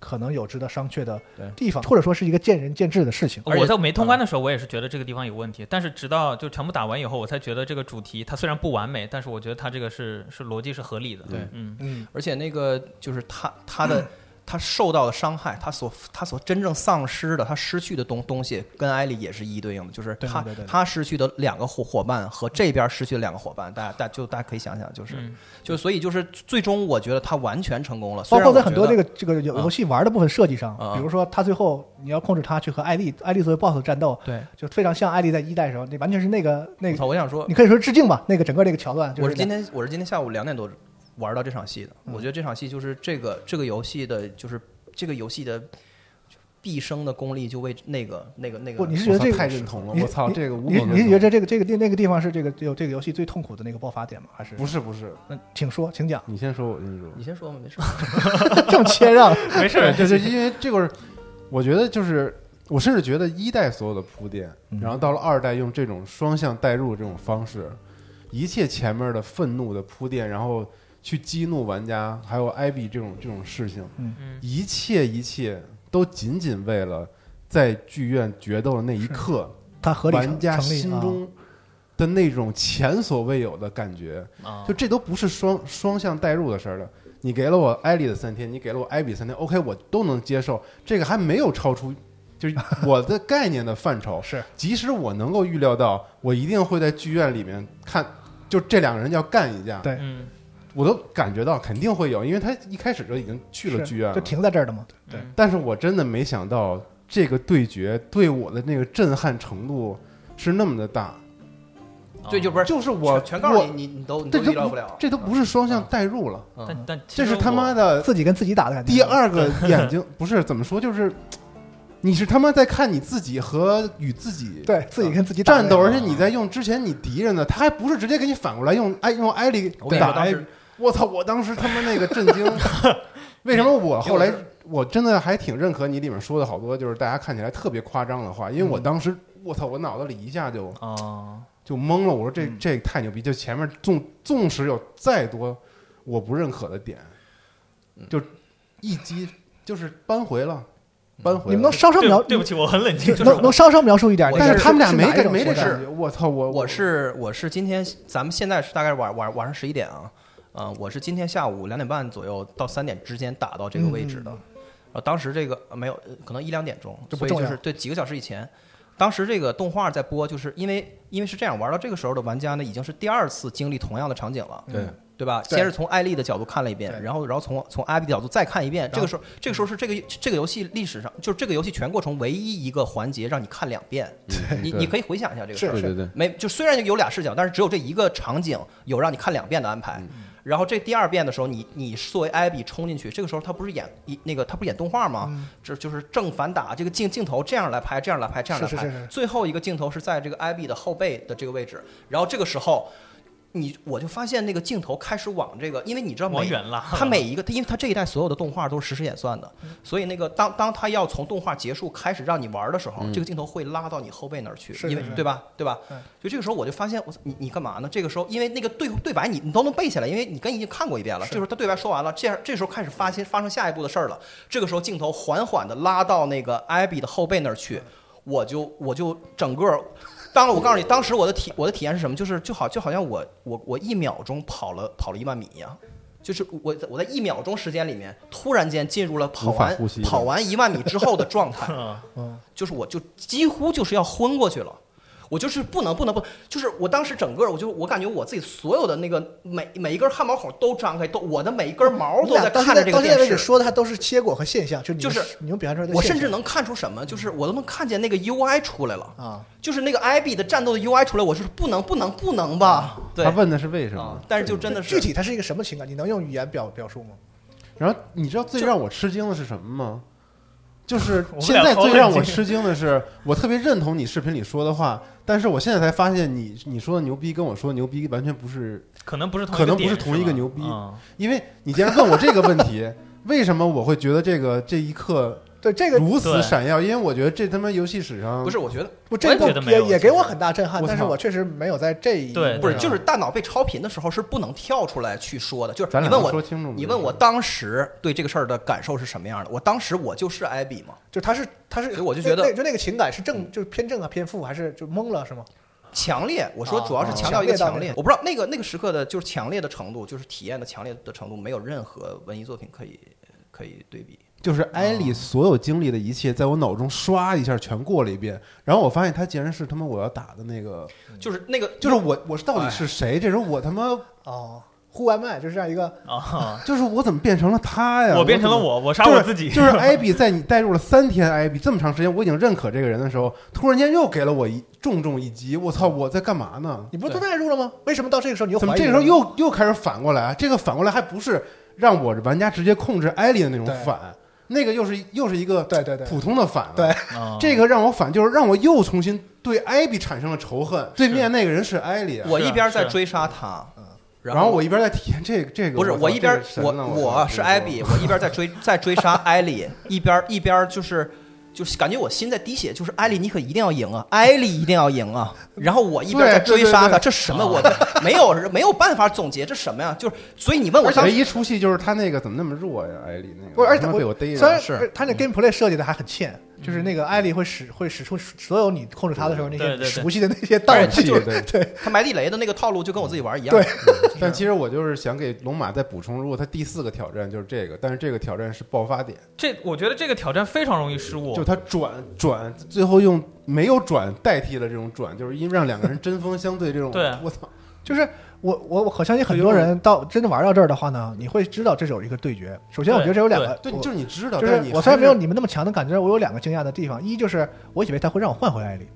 B: 可能有值得商榷的
D: 对
B: 地方，或者说是一个见仁见智的事情。
C: 我在没通关的
A: 嗯
C: 时候，我也是觉得这个地方有问题，但是直到就全部打完以后，我才觉得这个主题它虽然不完美，但是我觉得它这个是是逻辑是合理的。
D: 对
C: 嗯，
B: 嗯，
D: 而且那个就是他他的、他受到的伤害，他所他所真正丧失的，他失去的东东西，跟艾丽也是一一对应的，就是
B: 对
D: 他
B: 对对对
D: 他失去的两个伙伙伴和这边失去的两个伙伴，大家大家就大家可以想想，就是、
C: 嗯
D: 就所以就是最终我觉得他完全成功了，
B: 包括在很
D: 虽然
B: 多
D: 我觉
B: 这
D: 得
B: 个这个游游戏玩的部分设计上
D: 啊，
B: 比如说他最后你要控制他去和艾丽，艾丽作为 BOSS 战斗，
D: 对，
B: 就非常像艾丽在一代的时候，那完全是那个那
D: 我操
B: 个，
D: 我想说
B: 你，可以说致敬吧，那个整个那个桥段。就嗯
D: 我是今
B: 那
D: 天我是今天下午两点多玩到这场戏的，我觉得这场戏就是这个这个游戏的，就是这个游戏的。毕生的功力就为那个、那个、那个。
B: 不，你是觉得这
A: 我操太
B: 个
A: 认同了，
B: 你
A: 我操，这个无
B: 你
A: 可
B: 你是
A: 认
B: 觉
A: 同
B: 得这个这个那那个地方是这个有这个游戏最痛苦的那个爆发点吗？还是
A: 不是不是，，
B: 那请说，请讲
A: 你先说，我先说。
D: 你先说吧，没事。
B: 这么谦让，
C: 没事
A: 对，
C: 儿，
A: 就是因为这个，我觉得就是，我甚至觉得一代所有的铺垫，
B: 嗯
A: 然后到了二代用这种双向代入这种方式，一切前面的愤怒的铺垫，然后去激怒玩家，还有艾比这种这种事情，
C: 嗯
A: 一切一切都仅仅为了在剧院决斗的那一刻，
B: 他合理
A: 玩
B: 成
A: 家
B: 成立
A: 心
B: 啊。
A: 中的那种前所未有的感觉。
C: 啊
A: 就，这都不是双双向代入的事儿了。你给了我艾丽的三天，你给了我艾比三天，OK，我都能接受。这个还没有超出就是我的概念的范畴。
B: 是，
A: 即使我能够预料到，我一定会在剧院里面看，就这两个人要干一架，
B: 对
C: 嗯
A: 我都感觉到肯定会有，因为他一开始就已经去了
B: 是
A: 剧院
B: 就
A: 了。
B: 停在这儿的嘛，对，
C: 嗯
A: 但是我真的没想到这个对决对我的那个震撼程度是那么的大。
D: 对，
C: 哦
D: 就不是
A: 就是我
D: 全全告诉
A: 我
D: 你，你你都你都
A: 这
D: 预
A: 都
D: 料不
A: 不
D: 了，啊
A: 这都不是双
B: 啊
A: 向代入了，
D: 嗯
C: 但但
A: 这是他妈的
B: 自己跟自己打的感觉。
A: 第，二个眼 睛不是怎么说，就是你是他妈在看你自己和与自己
B: 对自己跟自己打的
A: 战斗，
B: 感
A: 而
B: 觉
A: 且你在用之前你敌人的，他还不是直接给你反过来用艾用艾丽
D: 我跟你说
A: 打
D: 当
A: 艾
D: 时，
A: 我操！我当时他妈那个震 惊，为什么我后来我真的还挺认可你里面说的好多，就是大家看起来特别夸张的话，因为
D: 嗯
A: 我当时我操，我脑子里一下就
C: 哦，
A: 就懵了，我说这
D: 嗯
A: 这太牛逼！就前面纵纵使有再多我不认可的点，
D: 嗯
A: 就一击就是扳回了，
D: 嗯
A: 扳回了。
B: 你们能稍稍
C: 对
B: 描，
C: 对不起，我很冷静，就是
B: 能能稍稍描述一点？
D: 我
A: 但
B: 是
A: 是他们俩没
B: 哪一
A: 这
B: 种
A: 没这
B: 说法
A: 感觉，我操！我
D: 我是我是今天咱们现在是大概晚晚晚上十一点啊，嗯，我是今天下午两点半左右到三点之间打到这个位置的，
A: 嗯
D: 然后当时这个呃没有呃可能一两点钟，
B: 这不
D: 所以
B: 重
D: 就
B: 要
D: 是对几个小时以前。当时这个动画在播，就是因为因为是这样，玩到这个时候的玩家呢，已经是第二次经历同样的场景了，
A: 对
D: 对吧？
B: 对
D: 先是从艾丽的角度看了一遍，
B: 对
D: 然后然后从从艾比的角度再看一遍。
B: 然后
D: 这个时候，这个时候是这个这个游戏历史上，就是这个游戏全过程唯一一个环节让你看两遍。你你可以回想一下这个事儿。
B: 是
A: 对对对，
D: 没，就虽然有俩视角，但是只有这一个场景有让你看两遍的安排。
B: 嗯
D: 然后这第二遍的时候，你你作为艾比冲进去，这个时候他不是演一那个他不是演动
B: 嗯
D: 画吗？
A: 嗯
D: 这就是正反打这个镜镜头这样来拍，这样来拍，这样来
B: 是
D: 拍。
B: 是是是
D: 最后一个镜头是在这个艾比的后背的这个位置，然后这个时候。你我就发现那个镜头开始往这个，因为你知道每
C: 往远拉
D: 他每一个，因为他这一代所有的动画都是实时演算的，
B: 嗯
D: 所以那个当当他要从动画结束开始让你玩的时候，这个镜头会拉到你后背那儿
B: 嗯
D: 去，
B: 是
D: 因为
B: 是是
D: 对吧？对吧
B: 嗯？
D: 就这个时候我就发现，我操，你你干嘛呢？这个时候因为那个对对白你你都能背下来，因为你跟已经看过一遍了。这时候他对白说完了，这样这时候开始发现发生下一步的事儿了。这个时候镜头
A: 嗯
D: 缓缓的拉到那个艾比的后背那儿去，我就我就整个。当然，我告诉你，当时我的体我的体验是什么？就是就好就好像我我我一秒钟跑了跑了一万米一样，就是我在我在一秒钟时间里面，突然间进入了跑
A: 无法
D: 完
A: 呼吸的
D: 跑完一万米之后的状态，
C: 嗯
D: 就是我就几乎就是要昏过去了。我就是不能不能不，就是我当时整个，我就我感觉我自己所有的那个每每一根汗毛孔都张开，都我的每一根毛
B: 你
D: 都在
B: 俩到
D: 看
B: 现在
D: 着这
B: 到
D: 个
B: 现在
D: 电
B: 为止
D: 视。
B: 说的它都是结果和现象，就你
D: 就
B: 们
D: 是
B: 你们表现出来的
D: 我
B: 现
D: 甚至
B: 象
D: 能看出什么，就是我都能看见那个 UI 出来了，
B: 啊，
D: 就是那个 IB 的战斗的 UI 出来，我就是不能不能不能
B: 啊
D: 吧？对
A: 他，问的是为什么
D: 啊，，但是就真的是
B: 具体它是一个什么情感？你能用语言表表述吗？
A: 然后你知道最让我吃惊的是什么吗？就是
C: 我们
A: 现
C: 俩
A: 在
C: 好
A: 最
C: 冷
A: 让我
C: 静
A: 吃惊的是，我特别认同你视频里说的话，但是我现在才发现你你说的牛逼跟我说的牛逼完全不是，
C: 可能不是同
A: 可能
C: 点
A: 不是同一个
C: 吧
A: 牛逼
C: 嗯
A: 因为你竟然问我这个问题，为什么我会觉得这个这一刻
B: 对这个，
A: 如此
C: 对
A: 闪耀？因为我觉得这他妈游戏史上
D: 不是，我觉得
A: 啊
B: 我这
C: 我也觉
B: 个
C: 得没
B: 也
C: 有
B: 也给我很大震撼
A: 我，操
B: 但是我确实没有在这一啊
C: 对
B: 幕
D: 不是，
B: 上
D: 就是大脑被超频的时候是不能跳出来去说的，就是
A: 咱
D: 你
A: 俩
D: 问
A: 能
D: 我
A: 说，清楚吗？
D: 你问我当时对这个事儿的感受是什么样的？我当时我就是 IB 嘛，
B: 就它是它是，
D: 所以我就觉得
B: 那那就那个情感是正就是偏正啊偏负还是就懵了是吗？
D: 强烈，我说
A: 哦
C: 啊
D: 主要是
B: 啊
D: 强调一个
B: 强烈到
D: 强烈
B: 那，
D: 我不知道那个那个时刻的就是强烈的程度，就是体验的强烈的程度，没有任何文艺作品可以可以对比。
A: 就是艾莉所有经历的一切，在我脑中唰一下全过了一遍，然后我发现他竟然是他妈我要打的那个，
D: 就是那个，
A: 嗯就是我我是到底是谁？这时候我他妈
B: 哦，Who am I？就是这样一个
C: 啊，
A: 就是我怎么变成了他哎呀？
C: 我变成了
A: 怎么
C: 我，我杀我自己，
A: 就是 艾比在你带入了三天艾比这么长时间，我已经认可这个人的时候，突然间又给了我一重重一击。我操，我在干嘛呢？
B: 你不是都代入了吗？为什么到这个时候你又
A: 怎么
B: 怀疑
A: 这
B: 了
A: 个
B: 呢？
A: 时候又又开始反过来？这个反过来还不是让我玩家直接控制艾莉的那种
B: 对
A: 反，那个又是又是一个
B: 对对对
A: 普通的反了。
B: 对
C: 啊
A: 这个让我反，就是让我又重新对艾比产生了仇恨。对面那个人是艾莉啊，
D: 我一边在
C: 是
D: 追杀他，嗯
A: 然
D: 后
A: 后我一边在体验这个这个。
D: 不是
A: 我
D: 我
A: 操
D: 一边
A: 这个
D: 我
A: 神呐
D: 我
A: 操
D: 是艾比，我一边在追在追杀艾莉，一边一边就是就是感觉我心在滴血，就是艾莉你可一定要赢啊，艾莉一定要赢 啊，然后我一边
A: 对
D: 在
A: 对
D: 追杀
A: 对
D: 他，
A: 对
D: 这什么我这没有没有办法总结这什么呀？就是所以你问我
A: 而且
D: 当
A: 唯
D: 时
A: 一出戏就是他那个怎么那么弱呀？艾莉那个，
B: 不是而且
A: 他妈
B: 我
A: 被我逮着
B: 虽然
A: 了。
D: 是嗯
B: 他那 gameplay 设计的还很欠，就是那个艾莉会使会使出所有你控制他的时候那
C: 对
B: 些
C: 对对
B: 熟悉的那些道
D: 而
B: 理
D: 且，这就是
A: 对
D: 他埋地雷的那个套路就跟我自己玩一样，
B: 对
A: 但其实我就是想给龙马再补充，如果他第四个挑战就是这个，但是这个挑战是爆发点，
C: 这我觉得这个挑战非常容易失误
A: 就。他转转，最后用没有转代替了这种转，就是因为让两个人针锋相对这种。
C: 对
A: 我操，
B: 就是我我我好相信很多人到真的玩到这儿的话呢，你会知道这是有一个对决。首先，我
C: 对
B: 觉得这有两个，
A: 对，
B: 我
A: 就是你知道，
B: 就
A: 但
B: 是
A: 你
B: 我
A: 还
B: 虽然没
A: 是
B: 有你们那么强的感觉，我有两个惊讶的地方。一就是我以为他会让我换回艾莉，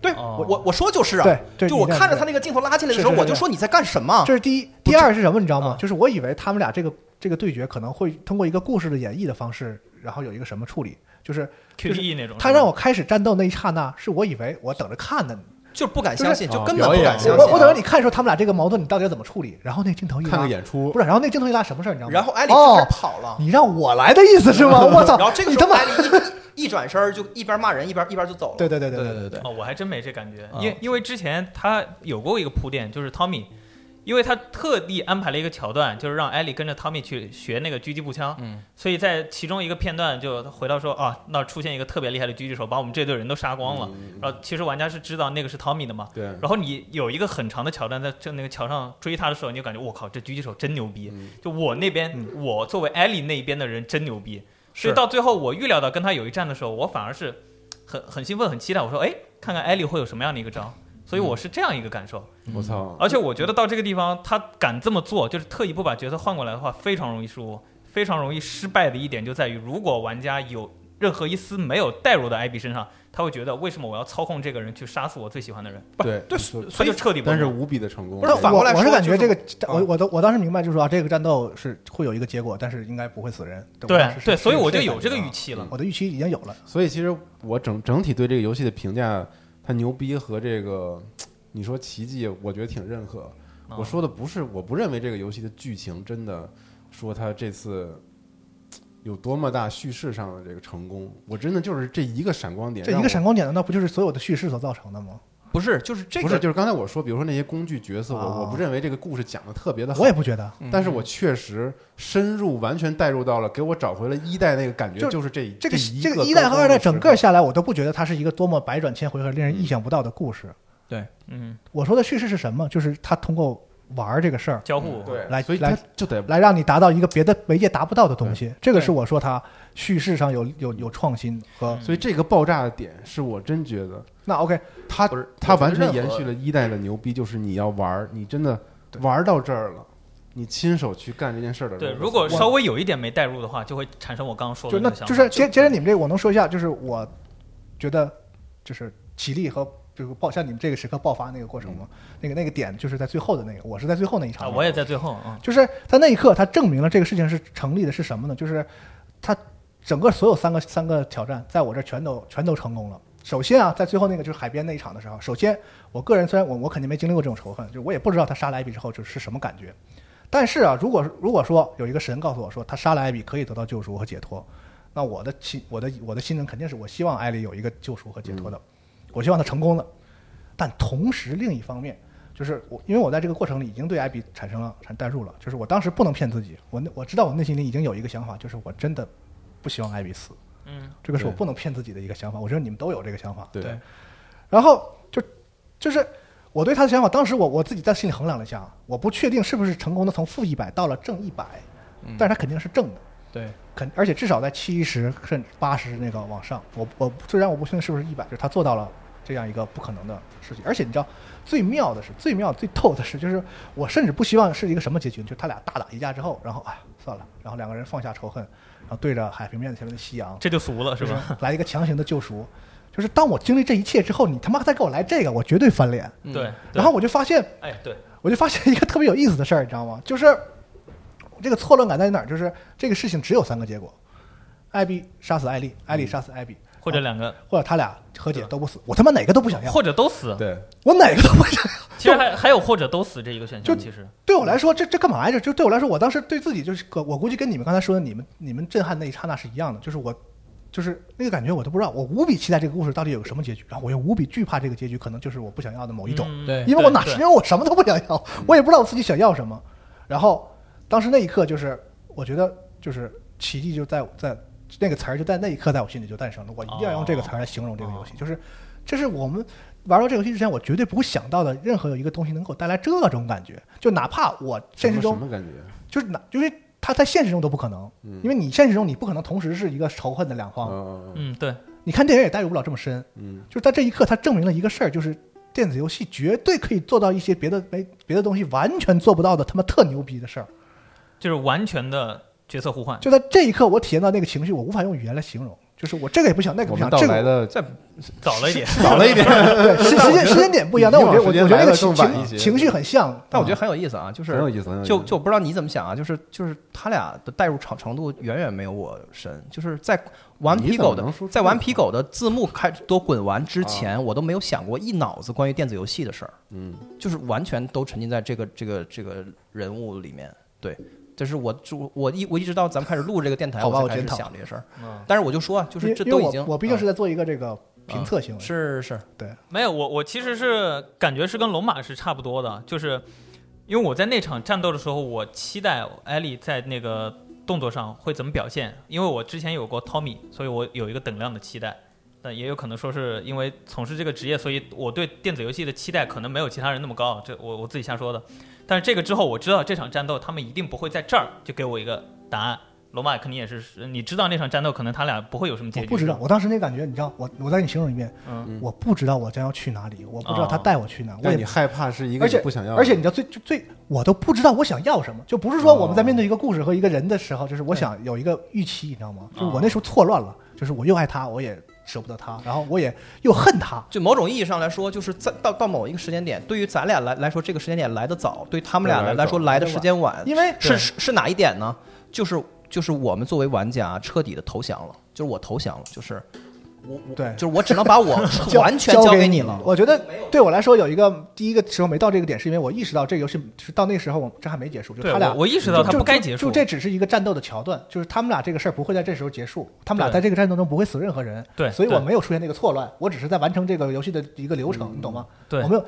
D: 对
C: 哦
D: 我我我说就是啊，
B: 对对
D: 就
B: 你
D: 我
B: 这样
D: 看着
B: 对
D: 他那个镜头拉起来的
B: 是
D: 时候，
B: 是是
D: 我就说你在干什么？
B: 这是第一。第二是什么？你知道
D: 啊
B: 吗？就是我以为他们俩这个这个对决可能会通过一个故事的演绎的方式，然后有一个什么处理，就是就是
C: QTE E 那种，
B: 他让我开始战斗那一刹那，是我以为我等着看的。
D: 就不敢相信，
A: 就是
D: 就根本不敢
A: 哦
D: 啊
A: 表演
D: 相信。啊
B: 我我等着你看的时候，他们俩这个矛盾你到底要怎么处理？然后那镜头一
A: 看
B: 拉
A: 个，演出
B: 不，是，然后那镜头一拉什么事儿？你知道吗？
D: 然后艾莉就开
B: 哦
D: 始，跑了，
B: 你让我来的意思是吗？ 我操！
D: 啊然后这个
B: 你
D: 时
B: 他
D: 候
B: 妈
D: 艾莉一一转身儿就一边骂人一边一边就走了。
B: 对对对
D: 对
B: 对
D: 对对
C: 哦，我还真没这感觉，
D: 啊
C: 因为因为之前他有过一个铺垫，就是 Tommy，因为他特地安排了一个桥段，就是让艾莉跟着 Tommy 去学那个狙击步枪，
D: 嗯，
C: 所以在其中一个片段就回到说啊，那儿出现一个特别厉害的狙击手，把我们这队人都杀光了，
D: 嗯
C: 然后其实玩家是知道那个是 Tommy 的嘛，
A: 嗯对，
C: 然后你有一个很长的桥段，在就那个桥上追他的时候，你就感觉我靠，这狙击手真牛逼！
A: 嗯
C: 就我那边，我作为艾莉那一边的人真牛逼。所以
D: 是
C: 到最后，我预料到跟他有一战的时候，我反而是很很兴奋、很期待。我说，哎，看看艾莉会有什么样的一个招。所以我是这样一个感受。
A: 我操，
C: 而且我觉得到这个地方，他敢这么做，就是特意不把角色换过来的话，非常容易输，非常容易失败的一点就在于，如果玩家有任何一丝没有带入到艾比身上，他会觉得为什么我要操控这个人去杀死我最喜欢的人？
A: 对
D: 对
A: 所
C: 他
D: 所以
C: 就彻底不
A: 但是
C: 能
A: 无比的成功。
D: 不是
A: 对
D: 反过来
B: 我我是
D: 说
B: 感觉
D: 就
B: 这
D: 是
B: 个，我
D: 啊
B: 我都我当时明白，就是说啊，这个战斗是会有一个结果，但是应该不会死人。我当
C: 对
B: 时是
C: 对，
B: 是
C: 所以我
B: 是
C: 就
B: 感
C: 有
B: 觉
C: 这个
B: 啊
C: 预期了。
B: 我的预期已经有了。
A: 所以其实我整整体对这个游戏的评价，它牛逼和这个你说奇迹，我觉得挺认可。
C: 啊
A: 我说的不是，我不认为这个游戏的剧情真的说它这次有多么大叙事上的这个成功，我真的就是这一个闪光点，
B: 这一个闪光点难道不就是所有的叙事所造成的吗？
D: 不是就是这
A: 光不是
D: 个，
A: 就是刚才我说，比如说那些工具角色，
B: 啊
A: 我我不认为这个故事讲的特别的好
B: 我也，不觉得，
A: 但是我确实深入完全带入到了，给我找回了一代那个感觉，
B: 就
A: 就是这
B: 这
A: 个
B: 个
A: 一
B: 这
A: 个
B: 一代和
A: 高光
B: 二代
A: 的时
B: 整个
A: 刻
B: 下来，我都不觉得它是一个多么百转千回和令人意想不到的故事。
D: 对，
C: 嗯，
B: 我说的叙事是什么？就是他通过玩儿这个事儿
C: 交互，
A: 对，
B: 来
A: 所以
B: 来
A: 他就得
B: 来让你达到一个别的媒介达不到的东西。这个是我说它叙事上有有有创新和
A: 所以这个爆炸的点是我真觉得
B: 那 OK，
A: 他
D: 不是
A: 他
D: 我觉得
A: 完全
D: 任何
A: 延续了一代的牛逼，就是你要玩儿，你真的玩儿到这儿了，你亲手去干这件事儿的。
C: 对，如果稍微有一点没带入的话，就会产生我刚刚说
B: 就
C: 的
B: 那
C: 个想法。
B: 就是接接着你们这个，我能说一下，就是我觉得就是起立和就是爆像你们这个时刻爆发那个过程嘛，那个那个点就是在最后的那个，我是在最后那一
C: 嗯啊，
B: 场，
C: 我也在最后啊，
B: 就是在那一刻，他证明了这个事情是成立的，是什么呢？就是他整个所有三个三个挑战，在我这儿全都全都成功了。首先啊，在最后那个就是海边那一场的时候，首先我个人虽然我我肯定没经历过这种仇恨，就我也不知道他杀了艾比之后就是什么感觉，但是啊，如果如果说有一个神告诉我说他杀了艾比可以得到救赎和解脱，那我的心我的我的心灵肯定是我希望艾莉有一个救赎和解脱的，我希望他成功的。但同时另一方面，就是我因为我在这个过程里已经对艾比产生了产代入了，就是我当时不能骗自己，我那我知道我内心里已经有一个想法，就是我真的不希望艾比死，
C: 嗯，
B: 这个是我
A: 对
B: 不能骗自己的一个想法。我觉得你们都有这个想法，
A: 对，
B: 然后就就是我对他的想法，当时我我自己在心里衡量了一下，我不确定是不是成功的从负一百到了正一百，但是他肯定是正的，
D: 对，
B: 肯而且至少在七十甚至八十那个往上。我我虽然我不确定是不是一百，就是他做到了这样一个不可能的事情。而且你知道最妙的是，最妙最逗的是，就是我甚至不希望是一个什么结局，就是他俩大打一架之后，然后哎算了，然后两个人放下仇恨，然后对着海平面前面的夕阳，
C: 这就俗了，是
B: 就是
C: 吧？
B: 来一个强行的救赎。就是当我经历这一切之后，你他妈再给我来这个，我绝对翻脸。
D: 嗯
C: 对，
B: 然后我就发现，
C: 哎，对，
B: 我就发现一个特别有意思的事儿，你知道吗？就是这个错乱感在哪儿？就是这个事情只有三个结果：艾比杀死艾丽，艾丽杀死艾比，
C: 嗯
B: 啊
C: 或者两个，
B: 或者他俩和解
C: 对
B: 都不死。我他妈哪个都不想要，
C: 或者都死。
A: 对
B: 我哪个都不想要。
C: 其实还还有或者都死这一个选项，
B: 就
C: 其实
B: 对我来说，这这干嘛呀？这就对我来说，我当时对自己就是，我估计跟你们刚才说的，你们你们震撼那一刹那是一样的，就是我，就是那个感觉，我都不知道，我无比期待这个故事到底有个什么结局，然后我又无比惧怕这个结局可能就是我不想要的某一种，
C: 嗯
D: 对
B: 因为我哪
C: 对
B: 因为我什么都不想要，我也不知道我自己想要什么。然后当时那一刻，就是我觉得就是奇迹就在在那个词儿就在那一刻在我心里就诞生了，我一定要用这个词儿来形容这个游
D: 哦
B: 戏，就是这是我们玩到这个游戏之前，我绝对不会想到的任何有一个东西能给我带来这种感觉，就哪怕我现实
A: 什么
B: 中
A: 什么感觉？
B: 就是哪，因为他在现实中都不可能，因为你现实中你不可能同时是一个仇恨的两
A: 嗯
B: 方，
A: 嗯嗯
C: 嗯，对，
B: 你看电影也代入不了这么深，
A: 嗯，
B: 就是在这一刻，他证明了一个事儿，就是电子游戏绝对可以做到一些别的没别的东西完全做不到的他妈特牛逼的事儿。
C: 就是完全的角色互换。
B: 就在这一刻，我体验到那个情绪，我无法用语言来形容，就是我这个也不想，那个
A: 我
B: 不
A: 们
B: 想，
A: 到
B: 这
A: 来
B: 个
A: 的
D: 在
C: 早了 一点，
A: 早了一点，
B: 对时时间时间点不一样，但我觉得我
A: 你
B: 我
A: 往
B: 觉得那个
A: 时间
B: 情
A: 来得更晚一些
B: 情情绪很像，嗯
D: 但我觉得很有意思啊，就是
A: 很有意思，很嗯有意思
D: 就就我不知道你怎么想啊，就是就是他俩的代入程程度远远没有我深，就是在顽
A: 你
D: 皮
A: 怎么
D: 狗的
A: 能说这啊
D: 在顽皮
A: 话
D: 狗的字幕开都滚完之前，我都没有想过一脑子关于电子游戏的事儿，
A: 嗯，
D: 就是完全都沉浸在这个这个这个人物里面。对，这是我就我一我一直到咱们开始录这个电台，
B: 好吧
D: 我才
B: 我
D: 开
B: 检
D: 始
B: 讨
D: 想这些事儿。
C: 嗯，
D: 但是我就说啊，就
B: 就是
D: 这都已经
B: 我我毕竟是在做一个这个评测行
D: 嗯
B: 为，
D: 是是
B: 对，
C: 没有，我我其实是感觉是跟龙马是差不多的，就是因为我在那场战斗的时候，我期待艾莉在那个动作上会怎么表现，因为我之前有过 Tommy，所以我有一个等量的期待。但也有可能说是因为从事这个职业，所以我对电子游戏的期待可能没有其他人那么高，这我我自己瞎说的。但是这个之后，我知道这场战斗他们一定不会在这儿就给我一个答案。龙马肯定也是，你知道那场战斗可能他俩不会有什么结
B: 我
C: 局，
B: 不知道，我当时那感觉，你知道，我我再给你形容一遍，
C: 嗯，
B: 我不知道我将要去哪里，我不知道他
C: 啊
B: 带我去哪，我
A: 让
B: 也
A: 你害怕是一个
B: 而
A: 你
B: 且
A: 不想要的，
B: 而且你知道最就最我都不知道我想要什么，就不是
C: 哦
B: 说我们在面对一个故事和一个人的时候，就是我想有一个预期，你知道吗？
C: 哦
B: 就是我那时候错乱了，就是我又爱他，我也舍不得他，然后我也又恨他。
D: 就某种意义上来说，就是在到到某一个时间点，对于咱俩来来说，这个时间点来得早，对他们俩
A: 来
D: 来
A: 得早
D: 来说来的时间晚，
B: 因为
D: 是是是哪一点呢？就是就是我们作为玩家彻底的投降了，就是我投降了，就是我我
B: 对
D: 就是我只能把我
B: 交
D: 完全
B: 交
D: 给
B: 你
D: 了。
B: 我觉得对我来说有一个第一个时候没到这个点，是因为我意识到这个游戏是到那时候我这还没结束，就
C: 对
B: 他俩
C: 我我意识到
B: 就
C: 他不该结
B: 就，
C: 束
B: 就这只是一个战斗的桥段，就是他们俩这个事儿不会在这时候结束，他们俩
C: 对
B: 在这个战斗中不会死任何人，
C: 对
B: 所以我
C: 对嗯
B: 没有出现那个错乱，我只是在完成这个游戏的一个流程，你懂吗？
C: 对
B: 我没有。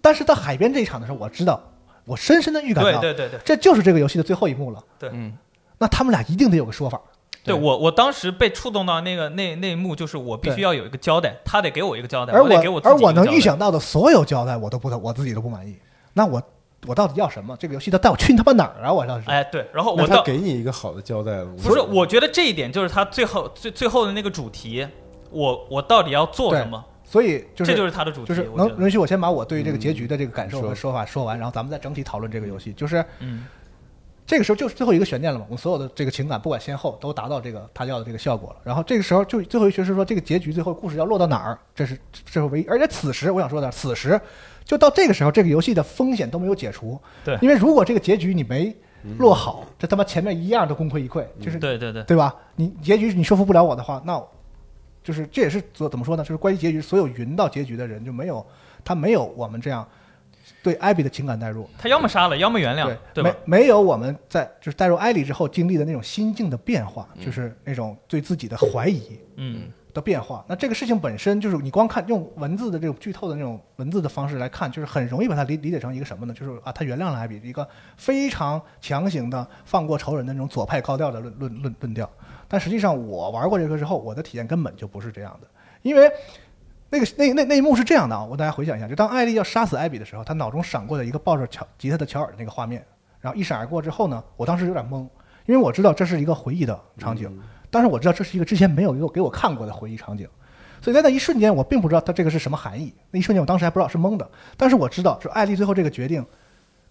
B: 但是到海边这一场的时候，我知道，我深深的预感
C: 对
B: 到，
C: 对对对
B: 这就是这个游戏的最后一幕了。
C: 对，
D: 嗯，
B: 那他们俩一定得有个说法，
C: 对我，我当时被触动到那个那那一幕，就是我必须
B: 对
C: 要有一个交代，他得给我一个交代，
B: 而
C: 我得给我自己
B: 而
C: 一个
B: 我能
C: 交代
B: 预，想到的所有交代，我都不我自己都不满意。那我我到底要什么？这个游戏它带我去你他妈哪儿啊？我要是
C: 哎，对，然后
A: 那
C: 我
A: 他
C: 到
A: 给你一个好的交代了。
C: 不是，我觉得这一点就是他最后最最后的那个主题，我我到底要做
B: 对
C: 什么？
B: 所以就是
C: 这就是他的主题，
B: 就是
C: 我觉
B: 能
C: 得，
B: 允许我先把我对这个结局的这个感
A: 嗯
B: 受
A: 你
B: 和
A: 说
B: 说法说完，然后咱们再整体讨论这个游戏。就是
C: 嗯，
B: 这个时候就是最后一个悬念了嘛，我们所有的这个情感不管先后都达到这个他要的这个效果了。然后这个时候就最后一学是说这个结局最后故事要落到哪儿，这是这是唯一。而且此时我想说的，此时就到这个时候，这个游戏的风险都没有解除。
C: 对
B: 因为如果这个结局你没落好，这他妈前面一样都功亏一篑，就是
C: 对对对，
B: 对吧？你结局你说服不了我的话，那我就是这也是怎怎么说呢？就是关于结局，所有云到结局的人就没有他没有我们这样对艾比的情感代入，
C: 他要么杀了，要么原谅，对吧
B: 没？没有我们在就是带入艾莉之后经历的那种心境的变化，就是那种对自己的怀疑
C: 嗯，
B: 的变化。那这个事情本身就是你光看用文字的这种剧透的那种文字的方式来看，就是很容易把它理理解成一个什么呢？就是啊，他原谅了艾比，一个非常强行的放过仇人的那种左派高调的论论论论调。但实际上，我玩过这个之后，我的体验根本就不是这样的，因为那个那那那一幕是这样的啊，我大家回想一下，就当艾丽要杀死艾比的时候，她脑中闪过的一个抱着乔吉他的乔尔的那个画面，然后一闪而过之后呢，我当时有点懵，因为我知道这是一个回忆的场景，但是我知道这是一个之前没有给我给我看过的回忆场景，所以在那一瞬间我并不知道它这个是什么含义，那一瞬间我当时还不知道是懵的，但是我知道，就艾丽最后这个决定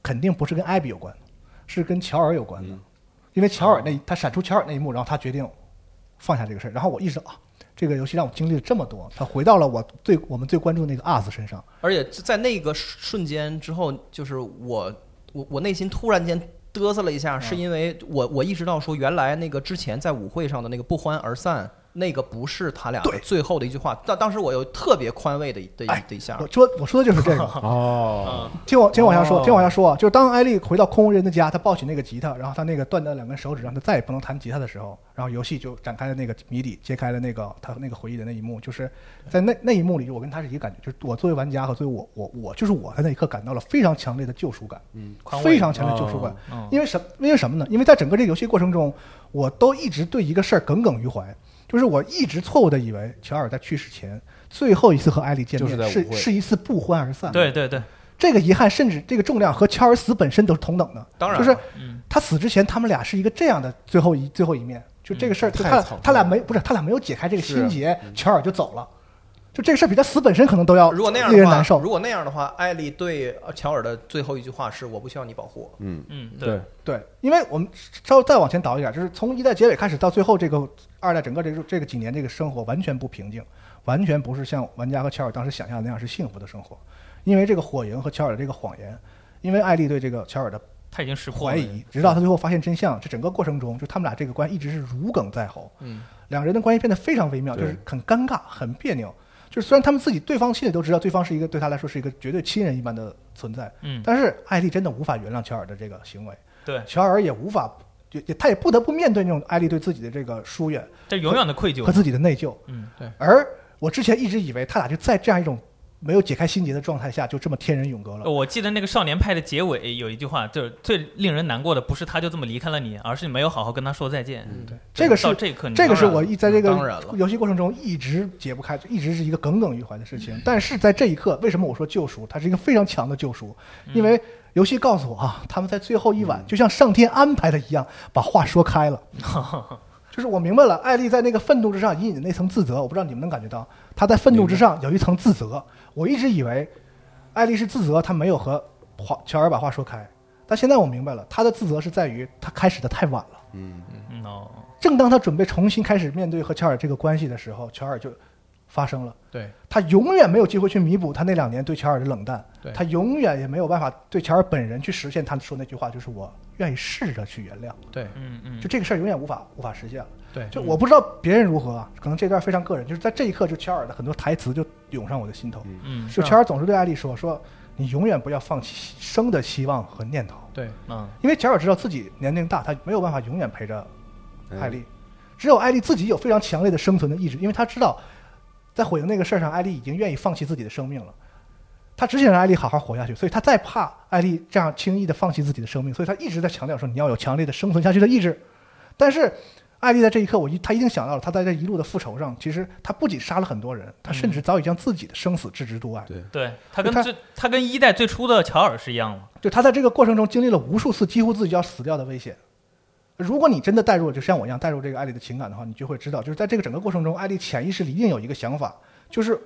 B: 肯定不是跟艾比有关的，是跟乔尔有关的，因为乔尔那他闪出乔尔那一幕，然后他决定放下这个事儿，然后我意识到啊，这个游戏让我经历了这么多，它回到了我最我们最关注的那个 US 身上，
D: 而且在那个瞬间之后，就是我我我内心突然间嘚瑟了一下，是
B: 嗯
D: 因为我我意识到说，原来那个之前在舞会上的那个不欢而散，那个不是他俩的最后的一句话。但当时我有特别宽慰的一的一
B: 哎
D: 的一下
B: 我，说我说的就是这个，
C: 啊
A: 哦，
B: 听我听我往下说，
A: 哦
B: 听我往下说啊，就是当艾丽回到空无人的家，她抱起那个吉他，然后她那个断掉两根手指，让她再也不能弹吉他的时候，然后游戏就展开了那个谜底，揭开了那个她那个回忆的那一幕，就是在那那一幕里，我跟她是一个感觉，就是我作为玩家和作为我我我就是我在那一刻感到了非常强烈的救赎感，嗯
C: 宽慰
B: 非常强烈的救赎感，
A: 嗯
C: 哦
B: 因为什因为什么呢？因为在整个这个游戏过程中，我都一直对一个事儿耿耿于怀，就是我一直错误的以为乔尔在去世前最后一次和艾丽见
A: 就
B: 面
A: 是在舞
B: 是
A: 会
B: 是一次不欢而散，
C: 对对对，
B: 这个遗憾，甚至这个重量和乔尔死本身都是同等的。
D: 当然了
B: 就是
C: 嗯
B: 他死之前，他们俩是一个这样的最后一最后一面。就这个事儿，
A: 嗯
B: 就
A: 太
B: 他
A: 草率
B: 他俩没不是他俩没有解开这个
A: 是
B: 心结，乔尔就走了。就这个事儿比他死本身可能都要
D: 如果那样
B: 令
D: 的
B: 人难
D: 话，
B: 受
D: 如。果那样的话，艾丽对乔尔的最后一句话是“我不需要你保护我
A: 嗯，
C: 嗯，
A: 对，
B: 对，因为我们稍微再往前倒一点，就是从一代结尾开始到最后这个二代整个这个这个几年这个生活完全不平静，完全不是像玩家和乔尔当时想象的那样是幸福的生活，因为这个火营和乔尔的这个谎言，因为艾丽对这个乔尔的
C: 他已经识破
B: 怀
C: 了，
B: 疑，直到他最后发现真相。这整个过程中，就他们俩这个关系一直是如鲠在喉，嗯，两人的关系变得非常微妙，就
A: 对
B: 是很尴尬、很别扭。就是虽然他们自己对方心里都知道，对方是一个对他来说是一个绝对亲人一般的存在，
C: 嗯，
B: 但是艾丽真的无法原谅乔尔的这个行为，
C: 对，
B: 乔尔也无法，也也他也不得不面对那种艾丽对自己的这个疏远
C: 这永远的愧疚
B: 和，自己的内疚。
C: 嗯，
B: 而我之前一直以为他俩就在这样一种没有解开心结的状态下，就这么天人永隔了。
C: 我记得那个少年派的结尾有一句话，就是最令人难过的不是他就这么离开了你，而是你没有好好跟他说再见。
B: 这个是
C: 到这一刻你当
B: 这个
C: 然了，
B: 是我一在这个
D: 当然了
B: 游戏过程中一直解不开，一直是一个耿耿于怀的事情。但是在这一刻，为什么我说救赎？它是一个非常强的救赎，
D: 嗯
B: 因为游戏告诉我啊，他们在最后一晚，就像上天安排的一样，把话说开 了。就是我明白了，艾丽在那个愤怒之上隐隐的那层自责，我不知道你们能感觉到，她在愤怒之上有一层自责。我一直以为艾丽是自责，她没有和华乔尔把话说开，但现在我明白了，她的自责是在于她开始的太晚了。
C: 嗯哦，
B: 正当他准备重新开始面对和乔尔这个关系的时候，乔尔就发生了。”。
D: 对，
B: 他永远没有机会去弥补他那两年对乔尔的冷淡
D: 对，
B: 他永远也没有办法对乔尔本人去实现他说那句话，就是我愿意试着去原谅。
D: 对，
C: 嗯嗯，
B: 就这个事儿永远无法无法实现了。
D: 对
B: 就我不知道别人如何啊，可能这段非常个人，就是在这一刻，就乔尔的很多台词就涌上我的心头。
C: 嗯
B: 就乔尔总是对艾丽说：“说你永远不要放弃生的希望和念头。”
D: 对，
C: 嗯，
B: 因为乔尔知道自己年龄大，他没有办法永远陪着艾丽，只有艾丽自己有非常强烈的生存的意志，因为他知道在火影那个事儿上，艾丽已经愿意放弃自己的生命了。他只想让艾丽好好活下去，所以他再怕艾丽这样轻易的放弃自己的生命，所以他一直在强调说你要有强烈的生存下去的意志。但是艾丽在这一刻，我一他一定想到了，他在这一路的复仇上，其实他不仅杀了很多人，他甚至早已将自己的生死置之度外。
A: 对
C: 对他跟
B: 他
C: 最他跟一代最初的乔尔是一样的，
B: 就他在这个过程中经历了无数次几乎自己要死掉的危险。如果你真的带入，就像我一样带入这个艾丽的情感的话，你就会知道，就是在这个整个过程中，艾丽潜意识里一定有一个想法，就是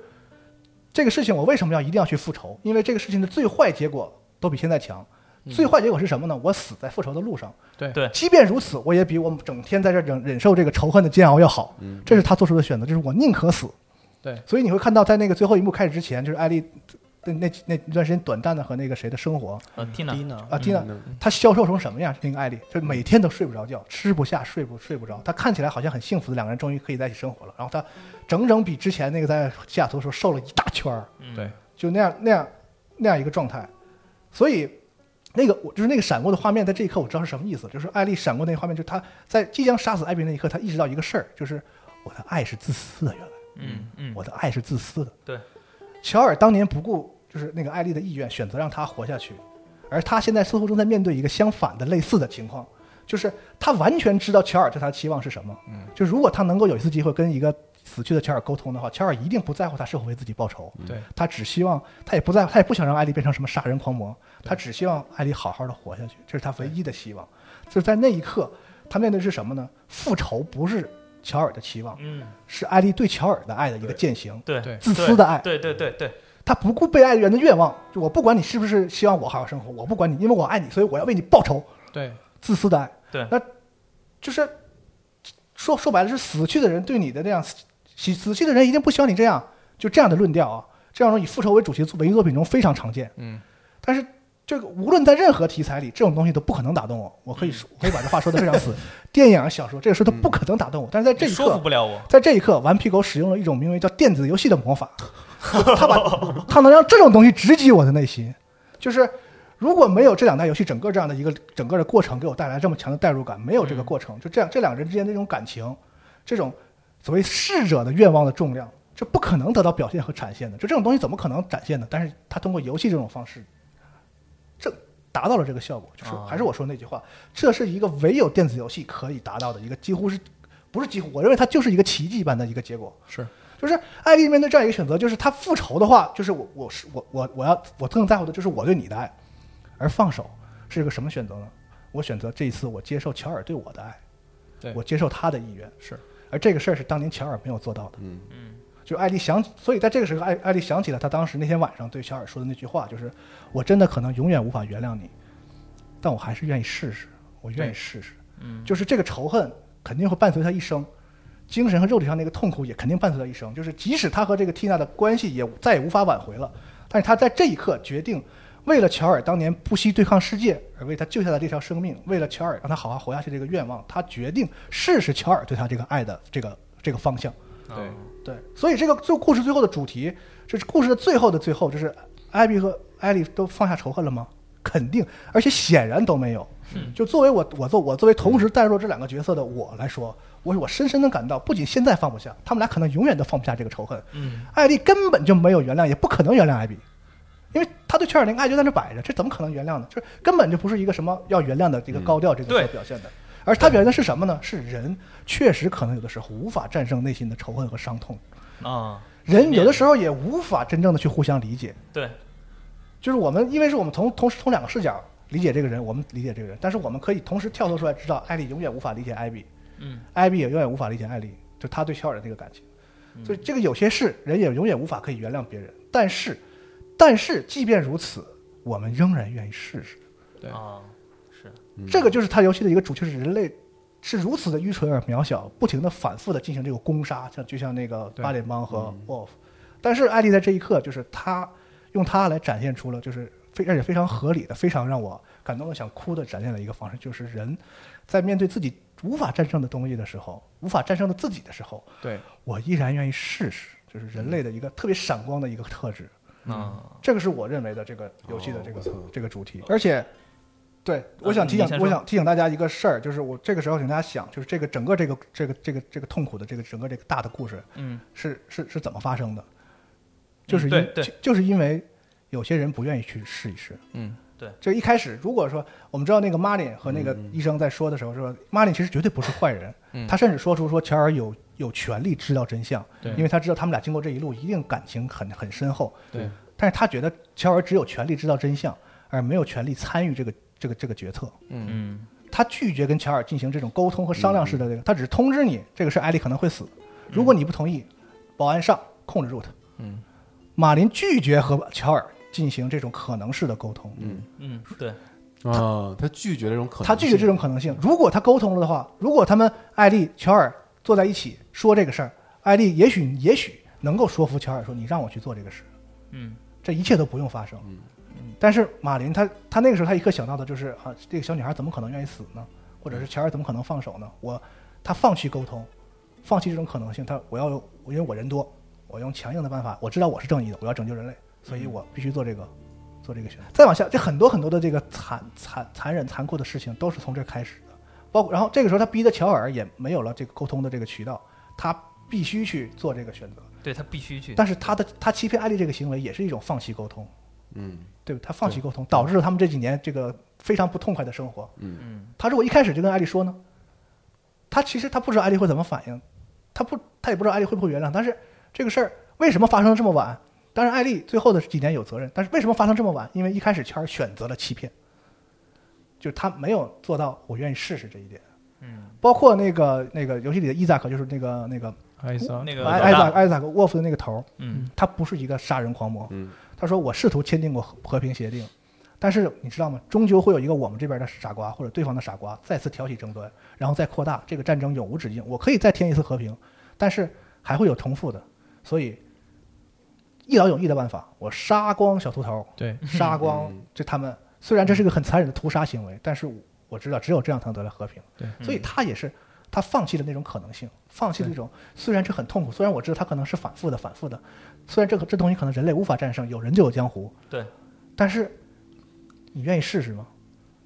B: 这个事情我为什么要一定要去复仇？因为这个事情的最坏结果都比现在强。最坏结果是什么呢？我死在复仇的路上。
D: 对
C: 对
B: 即便如此，我也比我们整天在这忍忍受这个仇恨的煎熬要好。这是他做出的选择，就是我宁可死。
D: 对
B: 所以你会看到，在那个最后一幕开始之前，就是艾丽的那那那段时间短暂的和那个谁的生活，
C: 呃
D: 低
C: ，Tina，
D: 呢？
B: 啊，蒂娜
A: 嗯，
B: 她消瘦成什么样？那个艾丽，就每天都睡不着觉，吃不下，睡不睡不着。她看起来好像很幸福的两个人，终于可以在一起生活了。然后她整整比之前那个在西雅图的时候瘦了一大圈儿，
C: 嗯
D: 对
B: 就那样那样那样一个状态。所以，那个我就是那个闪过的画面，在这一刻我知道是什么意思，就是艾丽闪过那个画面，就是她在即将杀死艾比那一刻，她意识到一个事儿，就是我的爱是自私的，原来。
C: 嗯嗯，
B: 我的爱是自私的。
C: 对，
B: 乔尔当年不顾就是那个艾丽的意愿，选择让她活下去，而他现在似乎正在面对一个相反的类似的情况，就是他完全知道乔尔对他的期望是什么。嗯，就如果他能够有一次机会跟一个死去的乔尔沟通的话，乔尔一定不在乎他是否为自己报仇，
C: 嗯
D: 对
B: 他只希望他也不在乎，他也不想让艾丽变成什么杀人狂魔，他只希望艾丽好好的活下去，这是他唯一的希望。就是在那一刻，他面对的是什么呢？复仇不是乔尔的期望，
C: 嗯
B: 是艾丽对乔尔的爱的一个践行。
C: 对
D: 对
B: 自私的爱
C: 对对对对
B: 他不顾被爱人的愿望，就我不管你是不是希望我好好生活，我不管你，因为我爱你，所以我要为你报仇。
D: 对
B: 自私的爱，
C: 对
B: 那就是说说白了，是死去的人对你的那样，死死去的人一定不希望你这样，就这样的论调啊，这样种以复仇为主题的文艺作品中非常常见。
D: 嗯，
B: 但是这个无论在任何题材里，这种东西都不可能打动我。我可以说，我可以把这话说的非常死，电影、啊小说这个事都不可能打动我。但是在这一
C: 说
B: 刻
C: 服，不了我，
B: 在这一刻，顽皮狗使用了一种名为叫电子游戏的魔法， 他把他能让这种东西直击我的内心。就是如果没有这两代游戏整个这样的一个整个的过程给我带来这么强的代入感，没有这个过程，就这样这两人之间的这种感情，这种所谓逝者的愿望的重量，这不可能得到表现和展现的。就这种东西怎么可能展现呢？但是他通过游戏这种方式，这达到了这个效果。就是还是我说那句话，这是一个唯有电子游戏可以达到的一个几乎是。不是几乎，我认为它就是一个奇迹般的一个结果。
D: 是
B: 就是艾丽面对这样一个选择，就是她复仇的话，就是我我是我我我要我更在乎的就是我对你的爱，而放手是一个什么选择呢？我选择这一次我接受乔尔对我的爱，
D: 对
B: 我接受他的意愿，
D: 是
B: 而这个事儿是当年乔尔没有做到的。
A: 嗯
C: 嗯，
B: 就艾丽想，所以在这个时候，艾艾丽想起了她当时那天晚上对乔尔说的那句话，就是我真的可能永远无法原谅你，但我还是愿意试试，我愿意
D: 对
B: 试试。
C: 嗯
B: 就是这个仇恨肯定会伴随他一生，精神和肉体上那个痛苦也肯定伴随他一生。就是即使他和这个缇娜的关系也再也无法挽回了，但是他在这一刻决定，为了乔尔当年不惜对抗世界而为他救下的这条生命，为了乔尔让他好好活下去这个愿望，他决定试试乔尔对他这个爱的这个这个方向。
D: 对
C: 嗯
B: 对，所以这个最故事最后的主题，这是故事的最后的最后，就是艾比和艾丽都放下仇恨了吗？肯定，而且显然都没有。
C: 嗯
B: 就作为我，我作我作为同时代入这两个角色的我来说，我我深深的感到，不仅现在放不下，他们俩可能永远都放不下这个仇恨。
C: 嗯，
B: 艾丽根本就没有原谅，也不可能原谅艾比，因为他对乔尔那个爱就在那摆着，这怎么可能原谅呢？就是根本就不是一个什么要原谅的这个高调这个
C: 嗯对
B: 所表现的，而他表现的是什么呢？是人确实可能有的时候无法战胜内心的仇恨和伤痛，
C: 啊，
B: 人有的时候也无法真正的去互相理解。
C: 对
B: 就是我们，因为是我们同同时从两个视角理解这个人，我们理解这个人，但是我们可以同时跳脱出来，知道艾丽永远无法理解艾比，
C: 嗯，
B: 艾比也永远无法理解艾丽，就他对乔尔的那个感情。所以这个有些事，人也永远无法可以原谅别人。但是，但是即便如此，我们仍然愿意试试。
D: 对
C: 啊，是
A: 嗯
B: 这个就是他游戏的一个主题，就是人类是如此的愚蠢而渺小，不停的反复的进行这个攻杀，像就像那个
D: 对
B: 八点帮和 Wolf，、但是艾丽在这一刻就是他用他来展现出了就是非而且非常合理的，非常让我感动的想哭的展现了一个方式，就是人在面对自己无法战胜的东西的时候，无法战胜的自己的时候，
D: 对
B: 我依然愿意试试，就是人类的一个特别闪光的一个特质。
C: 啊，
B: 这个是我认为的这个游戏的这个、
A: 哦我操啊
B: 这个主题。而且，对，我想提
C: 你
B: 醒
C: 先说
B: 我想提醒大家一个事儿，就是我这个时候请大家想，就是这个整个这个这个这个这个痛苦的这个整个这个大的故事
C: 嗯，
B: 是是是怎么发生的，就是因、
C: 对对
B: 就就是因为有些人不愿意去试一试，
D: 嗯，
C: 对，
B: 这一开始如果说我们知道那个马林和那个医生在说的时候说，马林其实绝对不是坏人，
D: 嗯
B: 他甚至说出说乔尔有有权利知道真相，
E: 对
B: 因为他知道他们俩经过这一路一定感情很很深厚，
E: 对，
B: 但是他觉得乔尔只有权利知道真相，而没有权利参与这个这个这个决策，
C: 嗯，
B: 他拒绝跟乔尔进行这种沟通和商量式的这个，他只是通知你这个事儿，艾丽可能会死，如果你不同意，保安上控制住他。
D: 嗯，
B: 马林拒绝和乔尔进行这种可能式的沟通，
A: 嗯
C: 嗯，对，
A: 啊，他拒绝这种可能性，
B: 他拒绝这种可能性。如果他沟通了的话，如果他们艾丽、乔尔坐在一起说这个事儿，艾丽也许也许能够说服乔尔说你让我去做这个事，
C: 嗯，
B: 这一切都不用发生。嗯但是马林他他那个时候他一刻想到的就是啊，这个小女孩怎么可能愿意死呢？或者是乔尔怎么可能放手呢？我他放弃沟通，放弃这种可能性，他我要我因为我人多，我用强硬的办法，我知道我是正义的，我要拯救人类，所
C: 嗯
B: 以我必须做这个做这个选择。再往下，这很多很多的这个残残残忍残酷的事情都是从这儿开始的，包括然后这个时候他逼的乔尔也没有了这个沟通的这个渠道，他必须去做这个选择。
C: 对他必须去，
B: 但是他的他欺骗艾丽这个行为也是一种放弃沟通。
A: 嗯
B: 对他放弃沟通，导致了他们这几年这个非常不痛快的生活。
C: 嗯，
B: 他如果一开始就跟艾丽说呢，他其实他不知道艾丽会怎么反应，他不他也不知道艾丽会不会原谅。但是这个事儿为什么发生得这么晚？当然，艾丽最后的几年有责任，但是为什么发生这么晚？因为一开始圈儿选择了欺骗，就是他没有做到我愿意试试这一点。
C: 嗯，
B: 包括那个那个游戏里的伊扎克，就是那个那个
E: 艾萨
C: 那个
B: 艾
C: 老
B: 艾扎
C: 大
B: 艾扎克沃夫的那个头儿，
C: 嗯
B: 他不是一个杀人狂魔，
A: 嗯
B: 他说我试图签订过和和平协定，但是你知道吗？终究会有一个我们这边的傻瓜或者对方的傻瓜再次挑起争端，然后再扩大这个战争永无止境。我可以再添一次和平，但是还会有重复的，所以一劳永逸的办法，我杀光小秃头，
E: 对，
B: 杀光
A: 嗯
B: 这他们。虽然这是个很残忍的屠杀行为，但是我知道只有这样才能得到和平。
E: 对
A: 嗯
B: 所以他也是他放弃了那种可能性，放弃了一种虽然这很痛苦，虽然我知道他可能是反复的、反复的，虽然这个这东西可能人类无法战胜，有人就有江湖，
C: 对，
B: 但是你愿意试试吗？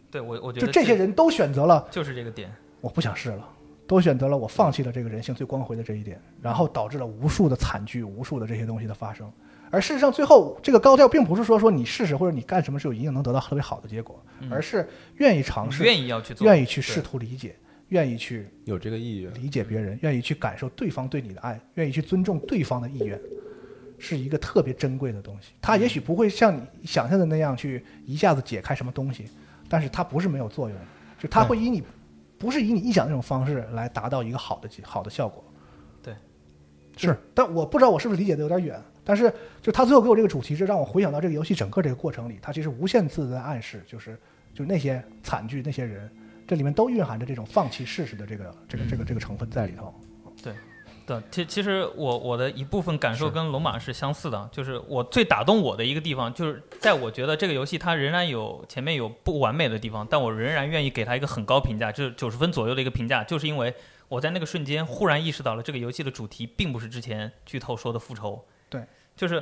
C: 对我我觉
B: 就
C: 得
B: 这些人都选择了
C: 就是这个点，
B: 我不想试了，都选择了我放弃了这个人性最光辉的这一点，然后导致了无数的惨剧、无数的这些东西的发生。而事实上，最后这个高调并不是说说你试试或者你干什么是有一定能得到特别好的结果，而是愿意尝
C: 嗯你
B: 试、
C: 愿意要去做，
B: 愿意去试
C: 对，
B: 图理解，愿意去
A: 有这个意愿，
B: 理解别人，愿意去感受对方对你的爱，愿意去尊重对方的意愿，是一个特别珍贵的东西。它也许不会像你想象的那样去一下子解开什么东西，但是它不是没有作用的，就它会以你不是以你臆想那种方式来达到一个好的结好的效果。
C: 对，
B: 是，但我不知道我是不是理解的有点远，但是就他最后给我这个主题，就让我回想到这个游戏整个这个过程里，他其实无限次的在暗示，就是就是那些惨剧那些人。这里面都蕴含着这种放弃试试的这个这个这个这个成分在里头。
C: 对，其其实我我的一部分感受
B: 是
C: 跟龙马是相似的，就是我最打动我的一个地方，就是在我觉得这个游戏它仍然有前面有不完美的地方，但我仍然愿意给它一个很高评价，就是九十分左右的一个评价，就是因为我在那个瞬间忽然意识到了这个游戏的主题并不是之前剧透说的复仇，
B: 对，
C: 就是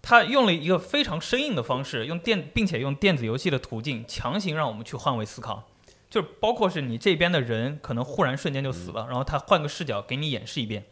C: 他用了一个非常生硬的方式，用电并且用电子游戏的途径强行让我们去换位思考。就是包括是你这边的人可能忽然瞬间就
B: 嗯
C: 死了，然后他换个视角给你演示一遍，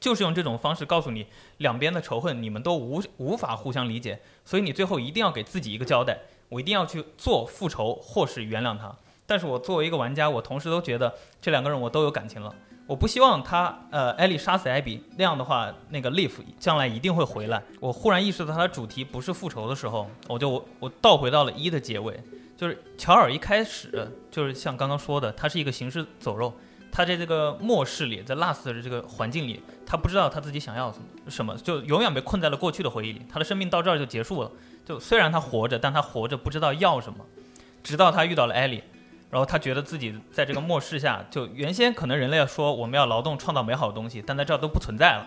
C: 就是用这种方式告诉你，两边的仇恨你们都无无法互相理解，所以你最后一定要给自己一个交代，我一定要去做复仇或是原谅他。但是我作为一个玩家，我同时都觉得这两个人我都有感情了，我不希望他呃艾莉杀死艾比，那样的话那个 Leaf 将来一定会回来。我忽然意识到他的主题不是复仇的时候，我就我我倒回到了一的结尾，就是乔尔一开始就是像刚刚说的，他是一个行尸走肉，他在这个末世里，在 Last 的这个环境里，他不知道他自己想要什么，什么就永远被困在了过去的回忆里。他的生命到这儿就结束了。就虽然他活着，但他活着不知道要什么，直到他遇到了艾莉，然后他觉得自己在这个末世下，就原先可能人类说我们要劳动创造美好的东西，但在这儿都不存在了。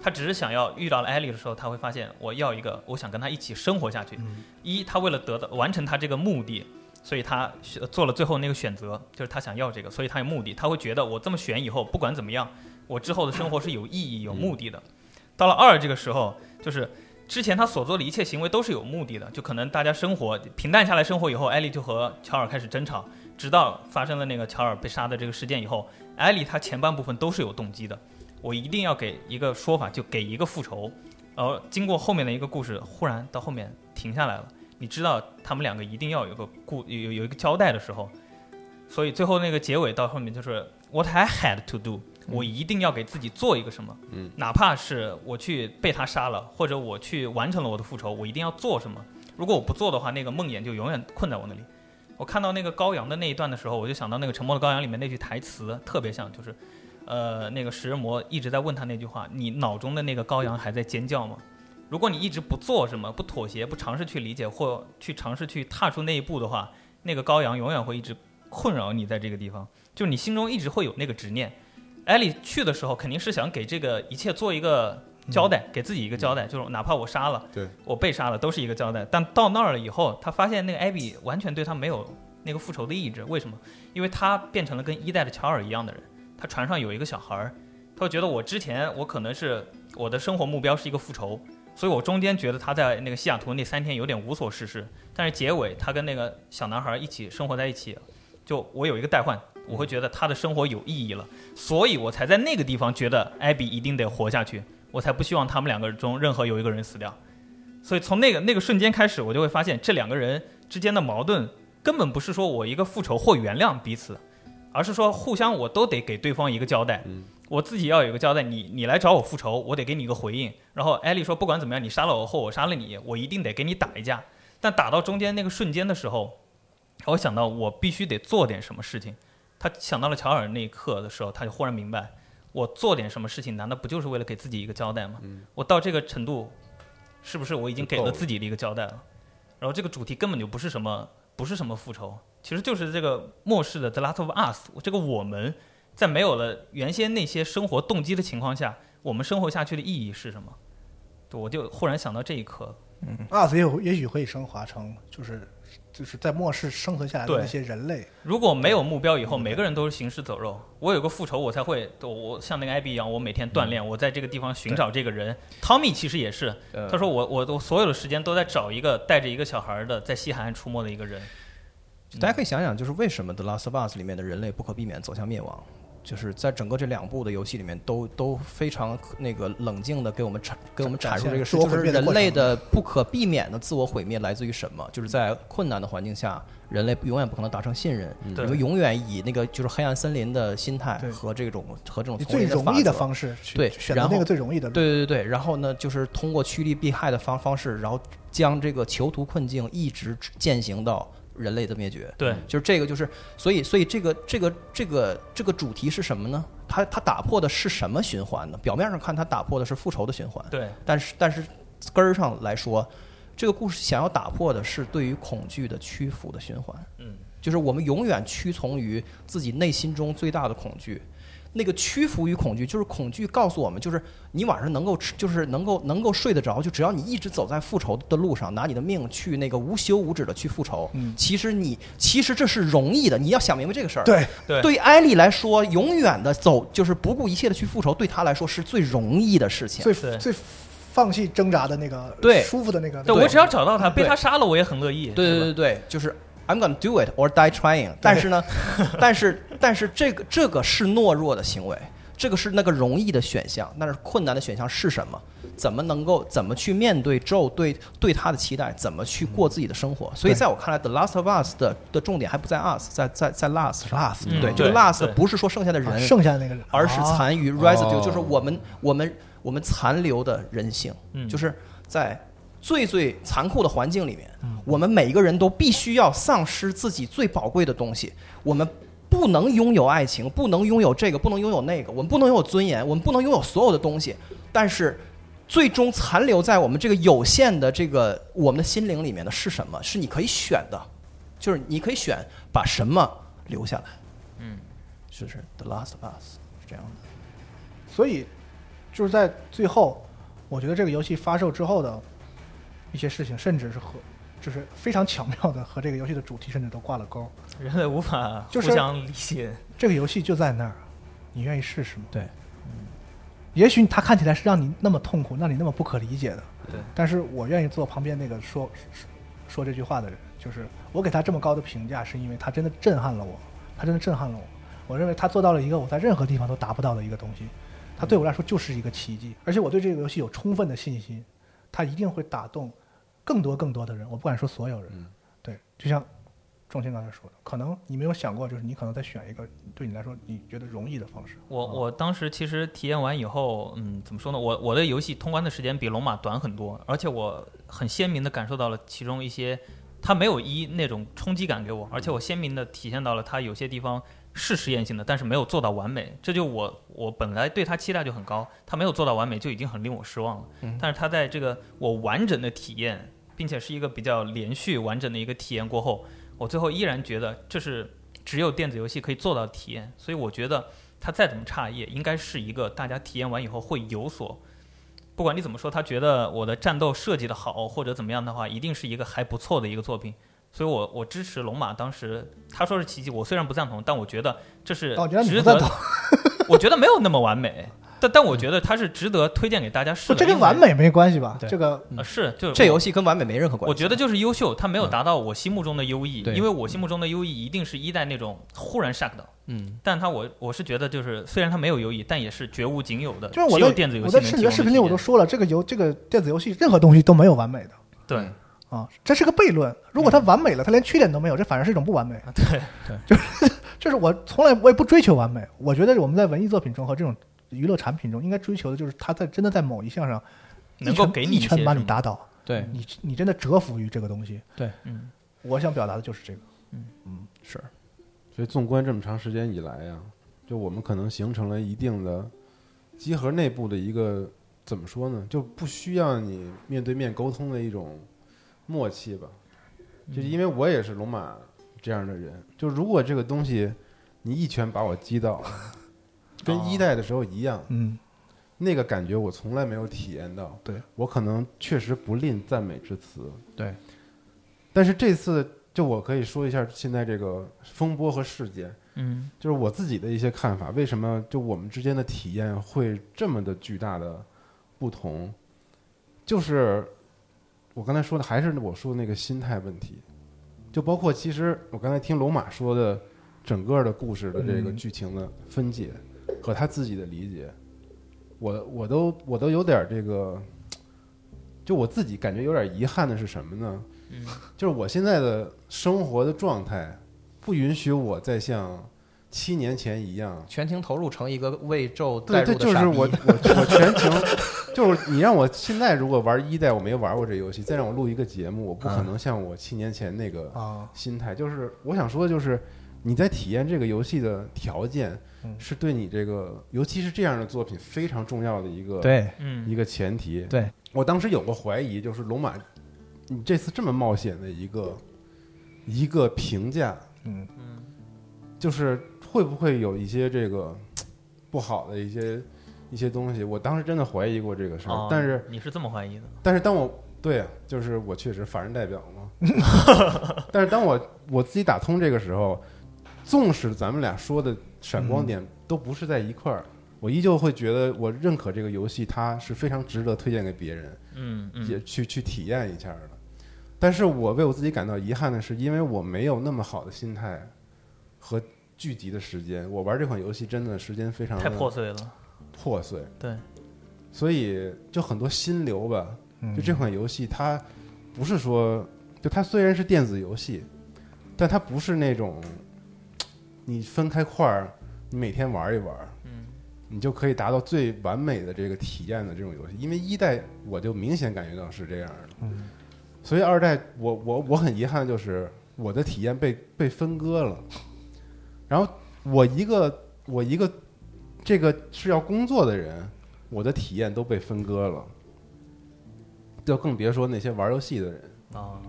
C: 他只是想要遇到了艾莉的时候，他会发现我要一个，我想跟他一起生活下去。一，他为了得到完成他这个目的，所以他选做了最后那个选择，就是他想要这个，所以他有目的，他会觉得我这么选以后，不管怎么样，我之后的生活是有意义、有目的的。到了二这个时候，就是之前他所做的一切行为都是有目的的，就可能大家生活平淡下来，生活以后，艾莉就和乔尔开始争吵，直到发生了那个乔尔被杀的这个事件以后，艾莉她前半部分都是有动机的，我一定要给一个说法，就给一个复仇。然后经过后面的一个故事，忽然到后面停下来了。你知道他们两个一定要有个固有有一个交代的时候，所以最后那个结尾到后面就是 What I had to do，我一定要给自己做一个什么，
A: 嗯
C: 哪怕是我去被他杀了，或者我去完成了我的复仇，我一定要做什么。如果我不做的话，那个梦魇就永远困在我那里。我看到那个羔羊的那一段的时候，我就想到那个《沉默的羔羊》里面那句台词特别像，就是，呃，那个食人魔一直在问他那句话：“你脑中的那个羔羊还在尖叫吗？”如果你一直不做什么，不妥协，不尝试去理解或去尝试去踏出那一步的话，那个羔羊永远会一直困扰你在这个地方，就是你心中一直会有那个执念。艾莉去的时候肯定是想给这个一切做一个交代，给自己一个交代，就是哪怕我杀了，
A: 对
C: 我被杀了都是一个交代。但到那儿了以后，他发现那个艾比完全对他没有那个复仇的意志，为什么？因为他变成了跟一代的乔尔一样的人，他船上有一个小孩儿，他会觉得我之前我可能是我的生活目标是一个复仇，所以我中间觉得他在那个西雅图那三天有点无所事事，但是结尾他跟那个小男孩一起生活在一起，就我有一个代换，我会觉得他的生活有意义了，所以我才在那个地方觉得哎艾比一定得活下去，我才不希望他们两个中任何有一个人死掉。所以从那个那个瞬间开始，我就会发现这两个人之间的矛盾根本不是说我一个复仇或原谅彼此，而是说互相我都得给对方一个交代。
A: 嗯
C: 我自己要有一个交代，你你来找我复仇，我得给你一个回应。然后艾丽说，不管怎么样，你杀了我或我杀了你，我一定得给你打一架。但打到中间那个瞬间的时候，我想到我必须得做点什么事情。他想到了乔尔那一刻的时候，他就忽然明白，我做点什么事情，难道不就是为了给自己一个交代吗？
A: 嗯
C: 我到这个程度，是不是我已经给
A: 就够
C: 了
A: 了
C: 自己的一个交代了？然后这个主题根本就不是什么，不是什么复仇，其实就是这个末世的《The Last of Us》，这个我们在没有了原先那些生活动机的情况下，我们生活下去的意义是什么？对我就忽然想到这一刻，
D: 嗯
B: ，US 也啊有也许会升华成就是就是在末世生存下来的
C: 对
B: 那些人类，
C: 如果没有目标，以后每个人都是行尸走肉。
D: 嗯
C: 我有个复仇，我才会，我我像那个艾比一样，我每天锻
D: 嗯
C: 炼，我在这个地方寻找这个人。汤米其实也是，
D: 呃
C: 他说我我我所有的时间都在找一个带着一个小孩的在西海岸出没的一个人。
B: 嗯
D: 大家可以想想，就是为什么《The Last of Us》里面的人类不可避免走向灭亡，就是在整个这两部的游戏里面都都非常那个冷静的给我们阐给我们阐述这个
B: 自
D: 事，
B: 我
D: 就
B: 毁
D: 是
B: 灭的
D: 人
B: 过程
D: 类的不可避免的自我毁灭来自于什么？就是在困难的环境下，人类永远不可能达成信任，
C: 对
D: 你们永远以那个就是黑暗森林的心态
B: 嗯对
D: 和这种和这种
B: 以
D: 丛
B: 最
D: 林
B: 容易的
D: 法则
B: 方式去
D: 对
B: 选
D: 然
B: 择
D: 后
B: 那个最容易的路。
D: 对对对，对然后呢，就是通过趋利避害的方方式，然后将这个囚徒困境一直践行到人类的灭绝。
C: 对，
D: 就是这个，就是所以，所以这个这个这个这个主题是什么呢？它它打破的是什么循环呢？表面上看，它打破的是复仇的循环，
C: 对，
D: 但是但是根儿上来说，这个故事想要打破的是对于恐惧的屈服的循环。
C: 嗯，
D: 就是我们永远屈从于自己内心中最大的恐惧。那个屈服于恐惧，就是恐惧告诉我们，就是你晚上能够吃，就是能够能够睡得着，就只要你一直走在复仇的路上，拿你的命去那个无休无止的去复仇。
B: 嗯
D: 其实你其实这是容易的，你要想明白这个事儿。
B: 对，
C: 对
D: 对于艾丽来说，永远的走就是不顾一切的去复仇，对她来说是最容易的事情。
B: 最
C: 对
B: 最放弃挣扎的那个
D: 对
B: 舒服的那个。
C: 对
D: 对
C: 我只要找到他，
D: 对
C: 被他杀了我也很乐意。
D: 对对
C: 是
D: 对
C: 吧，
D: 对，就是 I'm gonna do it or die trying。但是呢， 但是但是这个这个是懦弱的行为，这个是那个容易的选项，但是困难的选项是什么？怎么能够怎么去面对 Joe 对对他的期待？怎么去过自己的生活？所以在我看来，《The Last of Us 的》的重点还不在 us，在在在 last last、
C: 嗯对
D: 对，这个 last
C: 对
D: 不是说剩下的人，
B: 啊剩下的那个人，
D: 而是
B: 啊
D: 残余 residue，、
A: 哦
D: 就是我们我们我们残留的人性，
C: 嗯
D: 就是在最最残酷的环境里面，
C: 嗯
D: 我们每一个人都必须要丧失自己最宝贵的东西，我们。不能拥有爱情，不能拥有这个，不能拥有那个，我们不能拥有尊严，我们不能拥有所有的东西，但是最终残留在我们这个有限的这个我们的心灵里面的是什么？是你可以选的，就是你可以选把什么留下来。
C: 嗯，
D: 是不是 The Last of Us 是这样的。
B: 所以就是在最后，我觉得这个游戏发售之后的一些事情，甚至是和就是非常巧妙的和这个游戏的主题甚至都挂了钩。
C: 人类无法互
B: 就是
C: 相理解。
B: 这个游戏就在那儿，你愿意试试吗？
D: 对，
B: 也许它看起来是让你那么痛苦，让你那么不可理解的，
C: 对，
B: 但是我愿意做旁边那个说说说这句话的人，就是我给他这么高的评价，是因为他真的震撼了我，他真的震撼了我。我认为他做到了一个我在任何地方都达不到的一个东西，他对我来说就是一个奇迹，而且我对这个游戏有充分的信心，他一定会打动更多更多的人，我不敢说所有人，
A: 嗯
B: 对，就像仲卿刚才说的，可能你没有想过，就是你可能在选一个对你来说你觉得容易的方式。
C: 我
B: 啊
C: 我当时其实体验完以后，嗯，怎么说呢？我我的游戏通关的时间比龙马短很多，而且我很鲜明的感受到了其中一些，它没有一那种冲击感给我，而且我鲜明的体现到了它有些地方是实验性的，但是没有做到完美。这就我我本来对它期待就很高，它没有做到完美就已经很令我失望了。
D: 嗯
C: 但是它在这个我完整的体验，并且是一个比较连续完整的一个体验过后，我最后依然觉得这是只有电子游戏可以做到的体验，所以我觉得。它再怎么差也应该是一个大家体验完以后会有所，不管你怎么说，他觉得我的战斗设计的好或者怎么样的话，一定是一个还不错的一个作品。所以我，我支持龙马。当时他说是奇迹，我虽然不赞同，但我觉得这是
B: 哦，我觉得你
C: 值
B: 不赞
C: 得
B: 同，，
C: 我觉得没有那么完美，但但我觉得它是值得推荐给大家试
B: 不，
C: 的。
B: 这跟
C: 因为
B: 完、美没关系吧？
D: 对
B: 这个
C: 呃、是就是
D: 嗯这
C: 我
D: 游戏跟完美没任何关系。啊
C: 我觉得就是优秀，它没有
D: 嗯
C: 达到我心目中的优异，
D: 对
C: 因为我心目中的优异一定是一代那种忽然 shock 到。
D: 嗯，
C: 但他我我是觉得就是虽然他没有游戏，但也是绝无仅有的，
B: 就是我
C: 呃只有
B: 在
C: 电子游
B: 我
C: 戏
B: 在
C: 能
B: 视
C: 提
B: 觉
C: 供
B: 视
C: 的
B: 频里我
C: 体
B: 都
C: 验
B: 说了，这个游这个电子游戏任何东西都没有完美的
C: 对
D: 嗯
B: 啊，这是个悖论。如果它完美了，它连缺点都没有，这反而是一种不完美。
C: 嗯啊对
B: 就是我从来我也不追求完美，我觉得我们在文艺作品中和这种娱乐产品中应该追求的就是它在真的在某一项上
C: 能够
B: 一拳
C: 给
B: 一
C: 你一些
B: 拳把
C: 什
B: 你
C: 么
B: 打倒，
D: 对，
B: 你你真的折服于这个东西。
C: 嗯
B: 我想表达的就是这个。
D: 是
A: 所以纵观这么长时间以来呀、就我们可能形成了一定的集合内部的一个怎么说呢，就不需要你面对面沟通的一种默契吧。就是因为我也是龙马这样的人，就如果这个东西你一拳把我击倒，跟一代的时候一样，
B: 嗯，
A: 那个感觉我从来没有体验到。
B: 对
A: 我可能确实不吝赞美之词，
D: 对。
A: 但是这次就我可以说一下现在这个风波和事件，
C: 嗯
A: 就是我自己的一些看法，为什么就我们之间的体验会这么的巨大的不同？就是我刚才说的，还是我说的那个心态问题，就包括其实我刚才听龙马说的整个的故事的这个
B: 嗯
A: 剧情的分解和他自己的理解，我我都我都有点这个，就我自己感觉有点遗憾的是什么呢？
C: 嗯
A: 就是我现在的生活的状态不允许我再像七年前一样，
D: 全情投入成一个为纣代
A: 对对，
D: 入的
A: 就是
D: 傻逼
A: 我我我全程，就是你让我现在如果玩一代，我没玩过这游戏，再让我录一个节目，我不可能像我七年前那
D: 嗯
A: 个
B: 啊，
A: 心态。就是我想说的就是，你在体验这个游戏的条件
B: 嗯，
A: 是对你这个，尤其是这样的作品非常重要的一个
D: 对
A: 一
C: 嗯
A: 个前提。
D: 对，
A: 我当时有过怀疑，就是龙马，你这次这么冒险的一个一个评价，
B: 嗯，
C: 嗯
A: 就是会不会有一些这个不好的一些一些东西？我当时真的怀疑过这个事儿，
C: 哦
A: 但是
C: 你是这么怀疑的？
A: 但是当我对啊，就是我确实法人代表 嘛，但是当我我自己打通这个时候，纵使咱们俩说的闪
C: 嗯
A: 光点都不是在一块儿。我依旧会觉得，我认可这个游戏，它是非常值得推荐给别人，
C: 嗯
A: 也
C: 嗯
A: 去去体验一下的。但是我为我自己感到遗憾的是，因为我没有那么好的心态和聚集的时间，我玩这款游戏真的时间非常
C: 太
A: 地
C: 破碎了。
A: 破碎，
C: 对，
A: 所以就很多心流吧。
B: 嗯
A: 就这款游戏，它不是说，就它虽然是电子游戏，但它不是那种你分开块儿，你每天玩一玩，
C: 嗯，
A: 你就可以达到最完美的这个体验的这种游戏。因为一代我就明显感觉到是这样的，
B: 嗯
A: 所以二代我我我很遗憾，就是我的体验被被分割了。然后我一个我一个这个是要工作的人，我的体验都被分割了，就更别说那些玩游戏的人，
C: 啊，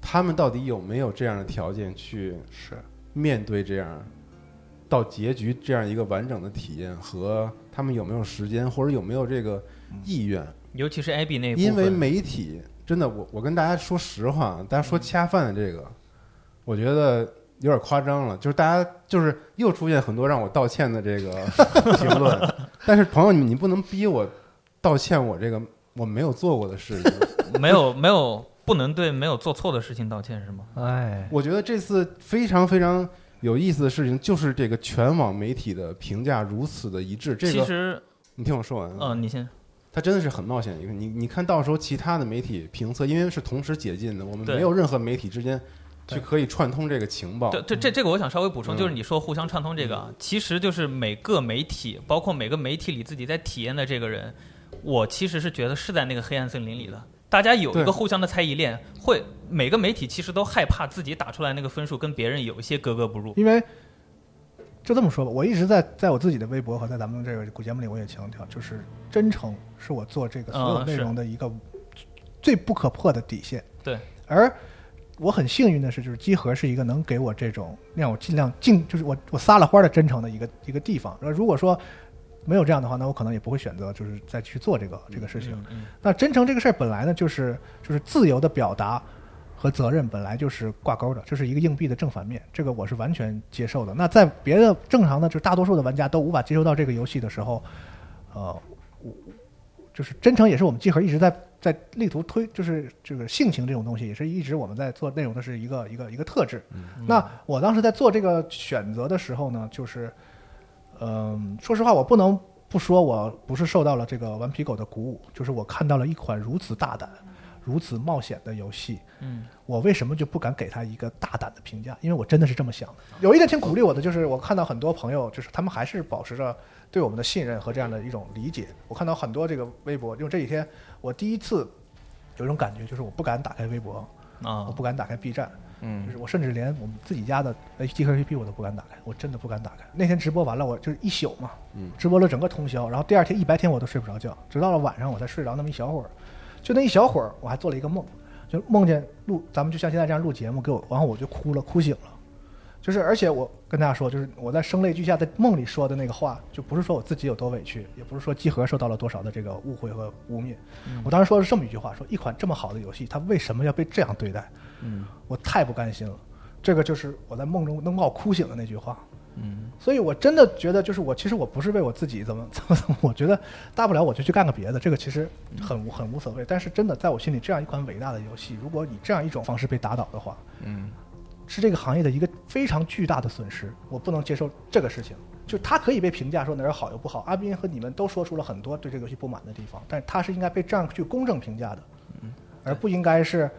A: 他们到底有没有这样的条件去
B: 是
A: 面对这样到结局这样一个完整的体验，和他们有没有时间或者有没有这个意愿？
C: 尤其是 Abby 嗯那一部分，
A: 因为媒体真的，我我跟大家说实话，啊大家
C: 嗯
A: 说恰饭的这个，我觉得有点夸张了。就是大家就是又出现很多让我道歉的 这个评论，但是朋友你你不能逼我道歉我这个我没有做过的事情。
C: 没有没有不能对没有做错的事情道歉是吗？
D: 哎，
A: 我觉得这次非常非常有意思的事情就是这个全网媒体的评价如此的一致，这
C: 其
A: 个
C: 实，
A: 你听我说完啊。
C: 嗯、你先，
A: 它真的是很冒险一个。你你看到时候其他的媒体评测，因为是同时解禁的，我们
C: 对
A: 没有任何媒体之间
B: 对
A: 去可以串通这个情
B: 哦
A: 报。
C: 对，这这这个我想稍微补
A: 嗯
C: 充，就是你说互相串通这个
B: 嗯
C: 啊，其实就是每个媒体，包括每个媒体里自己在体验的这个人，我其实是觉得是在那个黑暗森林里的。大家有一
A: 对
C: 个互相的猜疑链，会每个媒体其实都害怕自己打出来那个分数跟别人有一些格格不入。
B: 因为就这么说吧，我一直在在我自己的微博和在咱们这个古节目里，我也强调，就是真诚是我做这个所有
C: 嗯
B: 内
C: 是
B: 容的一个最不可破的底线。
C: 对，
B: 而我很幸运的是，就是集合是一个能给我这种让我尽量尽就是我我撒了欢儿的真诚的一个一个地方。然后如果说没有这样的话，那我可能也不会选择就是再去做这个这个事情。
C: 嗯
B: 那真诚这个事儿本来呢，就是就是自由的表达和责任本来就是挂钩的，这是一个硬币的正反面，这个我是完全接受的。那在别的正常的，就是大多数的玩家都无法接受到这个游戏的时候，呃，我就是真诚也是我们集合一直在在力图推，就是这个性情这种东西，也是一直我们在做内容的是一个一个一个特质。那我当时在做这个选择的时候呢，就是，嗯，说实话，我不能不说我不是受到了这个顽皮狗的鼓舞，就是我看到了一款如此大胆、如此冒险的游戏，
C: 嗯
B: 我为什么就不敢给他一个大胆的评价？因为我真的是这么想的。有一点挺鼓励我的，就是我看到很多朋友，就是他们还是保持着对我们的信任和这样的一种理解。我看到很多这个微博，因为这几天我第一次有一种感觉，就是我不敢打开微博，
C: 嗯啊
B: 我，不敢打开 B 站，
D: 嗯
B: 就是我甚至连我们自己家的 HD 和 APP 我都不敢打开，我真的不敢打开。那天直播完了，我就是一宿嘛，
A: 嗯
B: 直播了整个通宵，然后第二天一白天我都睡不着觉，直到了晚上我才睡着那么一小会儿，就那一小会儿我还做了一个梦，就梦见录咱们就像现在这样录节目，给我，然后我就哭了，哭醒了。就是，而且我跟大家说，就是我在声泪俱下在梦里说的那个话，就不是说我自己有多委屈，也不是说集合受到了多少的这个误会和污蔑。我当时说的是这么一句话：说一款这么好的游戏，它为什么要被这样对待？
D: 嗯
B: 我太不甘心了。这个就是我在梦中能把我哭醒的那句话。
D: 嗯
B: 所以我真的觉得，就是我其实我不是为我自己怎么 怎么怎么，我觉得大不了我就去干个别的，这个其实很无很无所谓。但是真的，在我心里，这样一款伟大的游戏，如果以这样一种方式被打倒的话，
D: 嗯
B: 是这个行业的一个非常巨大的损失，我不能接受这个事情。就它可以被评价说哪儿好又不好，阿斌和你们都说出了很多对这个游戏不满的地方，但是它是应该被这样去公正评价的，而不应该是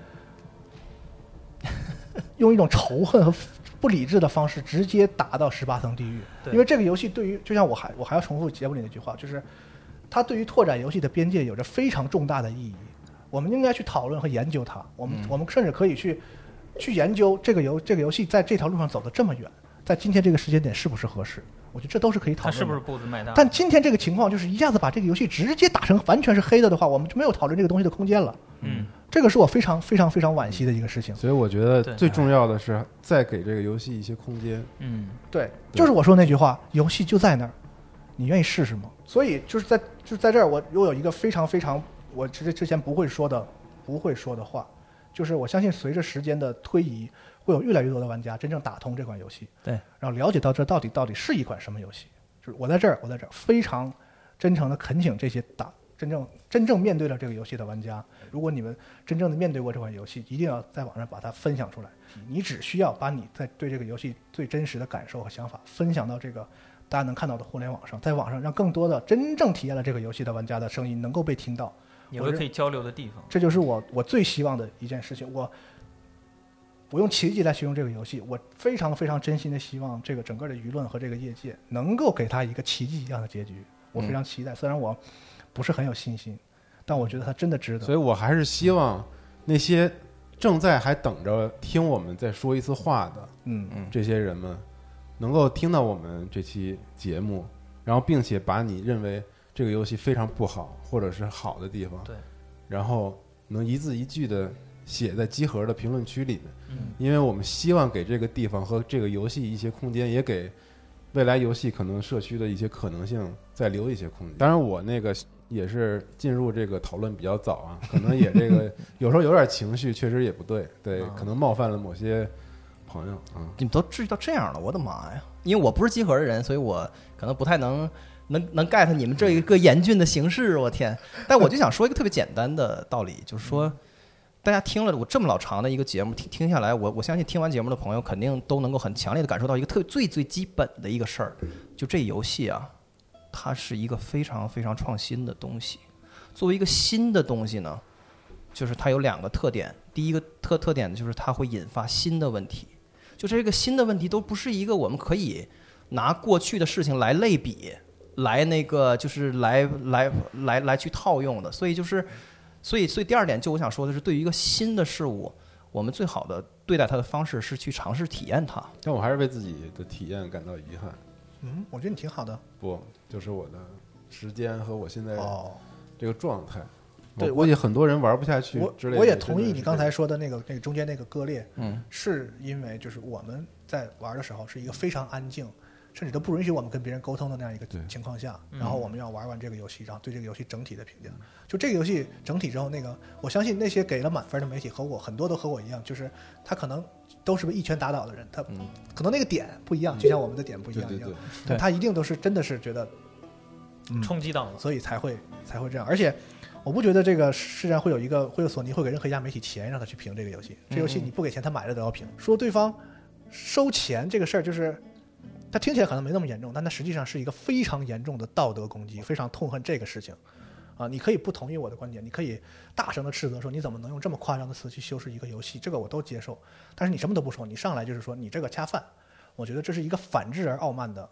B: 用一种仇恨和不理智的方式直接打到十八层地狱。
C: 对
B: 因为这个游戏对于，就像我还我还要重复节目里那句话，就是它对于拓展游戏的边界有着非常重大的意义。我们应该去讨论和研究它，我们、
C: 嗯
B: 我们甚至可以去去研究这个游这个游戏在这条路上走得这么远，在今天这个时间点是不是合适？我觉得这都是可以讨
C: 他
B: 论的。
C: 是不是步子迈大？
B: 但今天这个情况就是一下子把这个游戏直接打成完全是黑的的话，我们就没有讨论这个东西的空间了。
C: 嗯，
B: 这个是我非常非常非常惋惜的一个事情。
A: 所以我觉得
C: 对
A: 最重要的是再给这个游戏一些空间。
C: 嗯
B: 对，就是我说那句话，游戏就在那儿，你愿意试试吗？所以就是在就是在这儿，我我有一个非常非常我之之前不会说的不会说的话，就是我相信随着时间的推移，会有越来越多的玩家真正打通这款游戏，
D: 对，
B: 然后了解到这到底到底是一款什么游戏。就是我在这儿，我在这儿非常真诚的恳请这些打真正真正面对了这个游戏的玩家，如果你们真正的面对过这款游戏，一定要在网上把它分享出来。你只需要把你在对这个游戏最真实的感受和想法分享到这个大家能看到的互联网上，在网上让更多的真正体验了这个游戏的玩家的声音能够被听到。
C: 有
B: 我
C: 个
B: 是
C: 可以交流的地方。
B: 这就是我我最希望的一件事情。我不用奇迹来形容这个游戏，我非常非常真心的希望这个整个的舆论和这个业界能够给他一个奇迹一样的结局。我
A: 嗯
B: 非常期待，虽然我不是很有信心，但我觉得它真的值
A: 所
B: 得。
A: 以我还是希望那些正在还等着听我们再说一次话的
B: 嗯，
A: 这些人们，能够听到我们这期节目，然后并且把你认为这个游戏非常不好或者是好的地
B: 嗯
A: 方，
C: 对，
A: 然后能一字一句的写在集合的评论区里面，
C: 嗯
A: 因为我们希望给这个地方和这个游戏一些空间，也给未来游戏可能社区的一些可能性再留一些空间。当然，我那个也是进入这个讨论比较早 啊，可能也这个有时候有点情绪，确实也不对，对，可能冒犯了某些朋友啊。
D: 你们都至于到这样了，我的妈呀！因为我不是集合的人，所以我可能不太能能能 get 你们这一个严峻的形势。我天！但我就想说一个特别简单的道理，就是说，大家听了我这么老长的一个节目，听听下来，我我相信听完节目的朋友肯定都能够很强烈的感受到一个特最最基本的一个事儿，就这游戏啊，它是一个非常非常创新的东西。作为一个新的东西呢，就是它有两个特点。第一个特特点就是它会引发新的问题，就这个新的问题都不是一个我们可以拿过去的事情来类比，来那个就是来来来来去套用的。所以就是，所以所以第二点就我想说的是，对于一个新的事物，我们最好的对待它的方式是去尝试体验它。
A: 但我还是为自己的体验感到遗憾。
B: 嗯，我觉得你挺好的
A: 不，就是我的时间和我现在
B: 哦。
A: 这个状态。
B: 对
A: 我估计很多人玩不下去
B: 我
A: 之类的。
B: 我也
A: 真的
B: 同意
A: 是
B: 你
A: 这
B: 刚才
A: 样
B: 说的那个那个中间那个割裂，
D: 嗯，
B: 是因为就是我们在玩的时候是一个非常安静，甚至都不允许我们跟别人沟通的那样一个
A: 对
B: 情况下，然后我们要玩完这个游戏，然后对这个游戏整体的评价。就这个游戏整体之后，那个我相信那些给了满分的媒体和我很多都和我一样，就是他可能都是被一拳打倒的人，他
D: 嗯
B: 可能那个点不一样，就像我们的点不一
A: 对
B: 样一
A: 对对
B: 样，，
D: 对
B: 他一定都是真的是觉得嗯
C: 冲击到了。
B: 所以才会才会这样。而且，我不觉得这个世上会有一个会有索尼会给任何一家媒体钱让他去评这个游戏。这游戏你不给钱，他买了都要评。说对方收钱这个事儿，就是他听起来可能没那么严重，但他实际上是一个非常严重的道德攻击，非常痛恨这个事情。啊，你可以不同意我的观点，你可以大声的斥责说你怎么能用这么夸张的词去修饰一个游戏，这个我都接受。但是你什么都不说，你上来就是说你这个恰饭，我觉得这是一个反制而傲慢的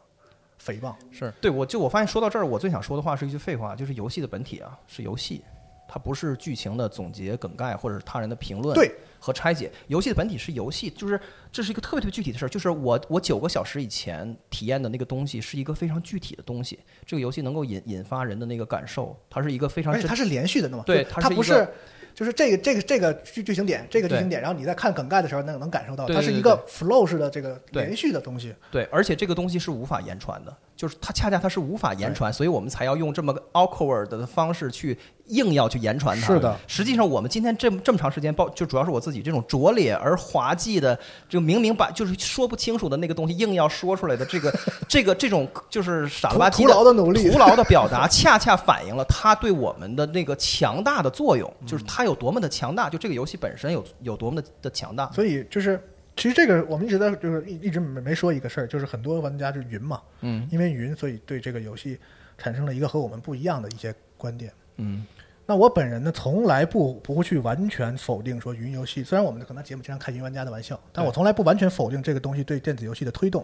B: 诽谤。
D: 是对我就我发现说到这儿，我最想说的话是一句废话，就是游戏的本体啊是游戏，它不是剧情的总结、梗概或者是他人的评论
B: 对
D: 和拆解。游戏的本体是游戏，就是这是一个特别特别具体的事儿。就是我我九个小时以前体验的那个东西是一个非常具体的东西，这个游戏能够引引发人的那个感受，它是一个非常
B: 而且
D: 真
B: 它是连续的的嘛，
D: 对
B: 就
D: 它
B: 它
D: 是一
B: 不
D: 个
B: 是，就是这个这个这个剧剧情点，这个剧
D: 对
B: 情点，然后你在看梗概的时候能能感受到，
D: 对
B: 它
D: 对
B: 是
D: 对
B: 一个 flow 式的这个
D: 对
B: 连续的东西。
D: 对，而且这个东西是无法言传的，就是它恰恰它是无法言传，所以我们才要用这么个 awkward 的方式去硬要去言传它。
B: 是的，
D: 实际上我们今天这么这么长时间，包就主要是我自己这种拙劣而滑稽的，这个明明把就是说不清楚的那个东西硬要说出来的这个这个这种就是傻了吧唧
B: 徒劳的努力
D: 徒劳的表达，恰恰反映了它对我们的那个强大的作用，就是它有多么的强大，就这个游戏本身有有多么的的强大。
B: 所以就是，其实这个我们一直在就是一一直没没说一个事儿，就是很多玩家就云嘛，
D: 嗯
B: 因为云，所以对这个游戏产生了一个和我们不一样的一些观点。
D: 嗯
B: 那我本人呢，从来不不会去完全否定说云游戏，虽然我们可能节目经常开云玩家的玩笑，但我从来不完全否定这个东西对电子游戏的推动，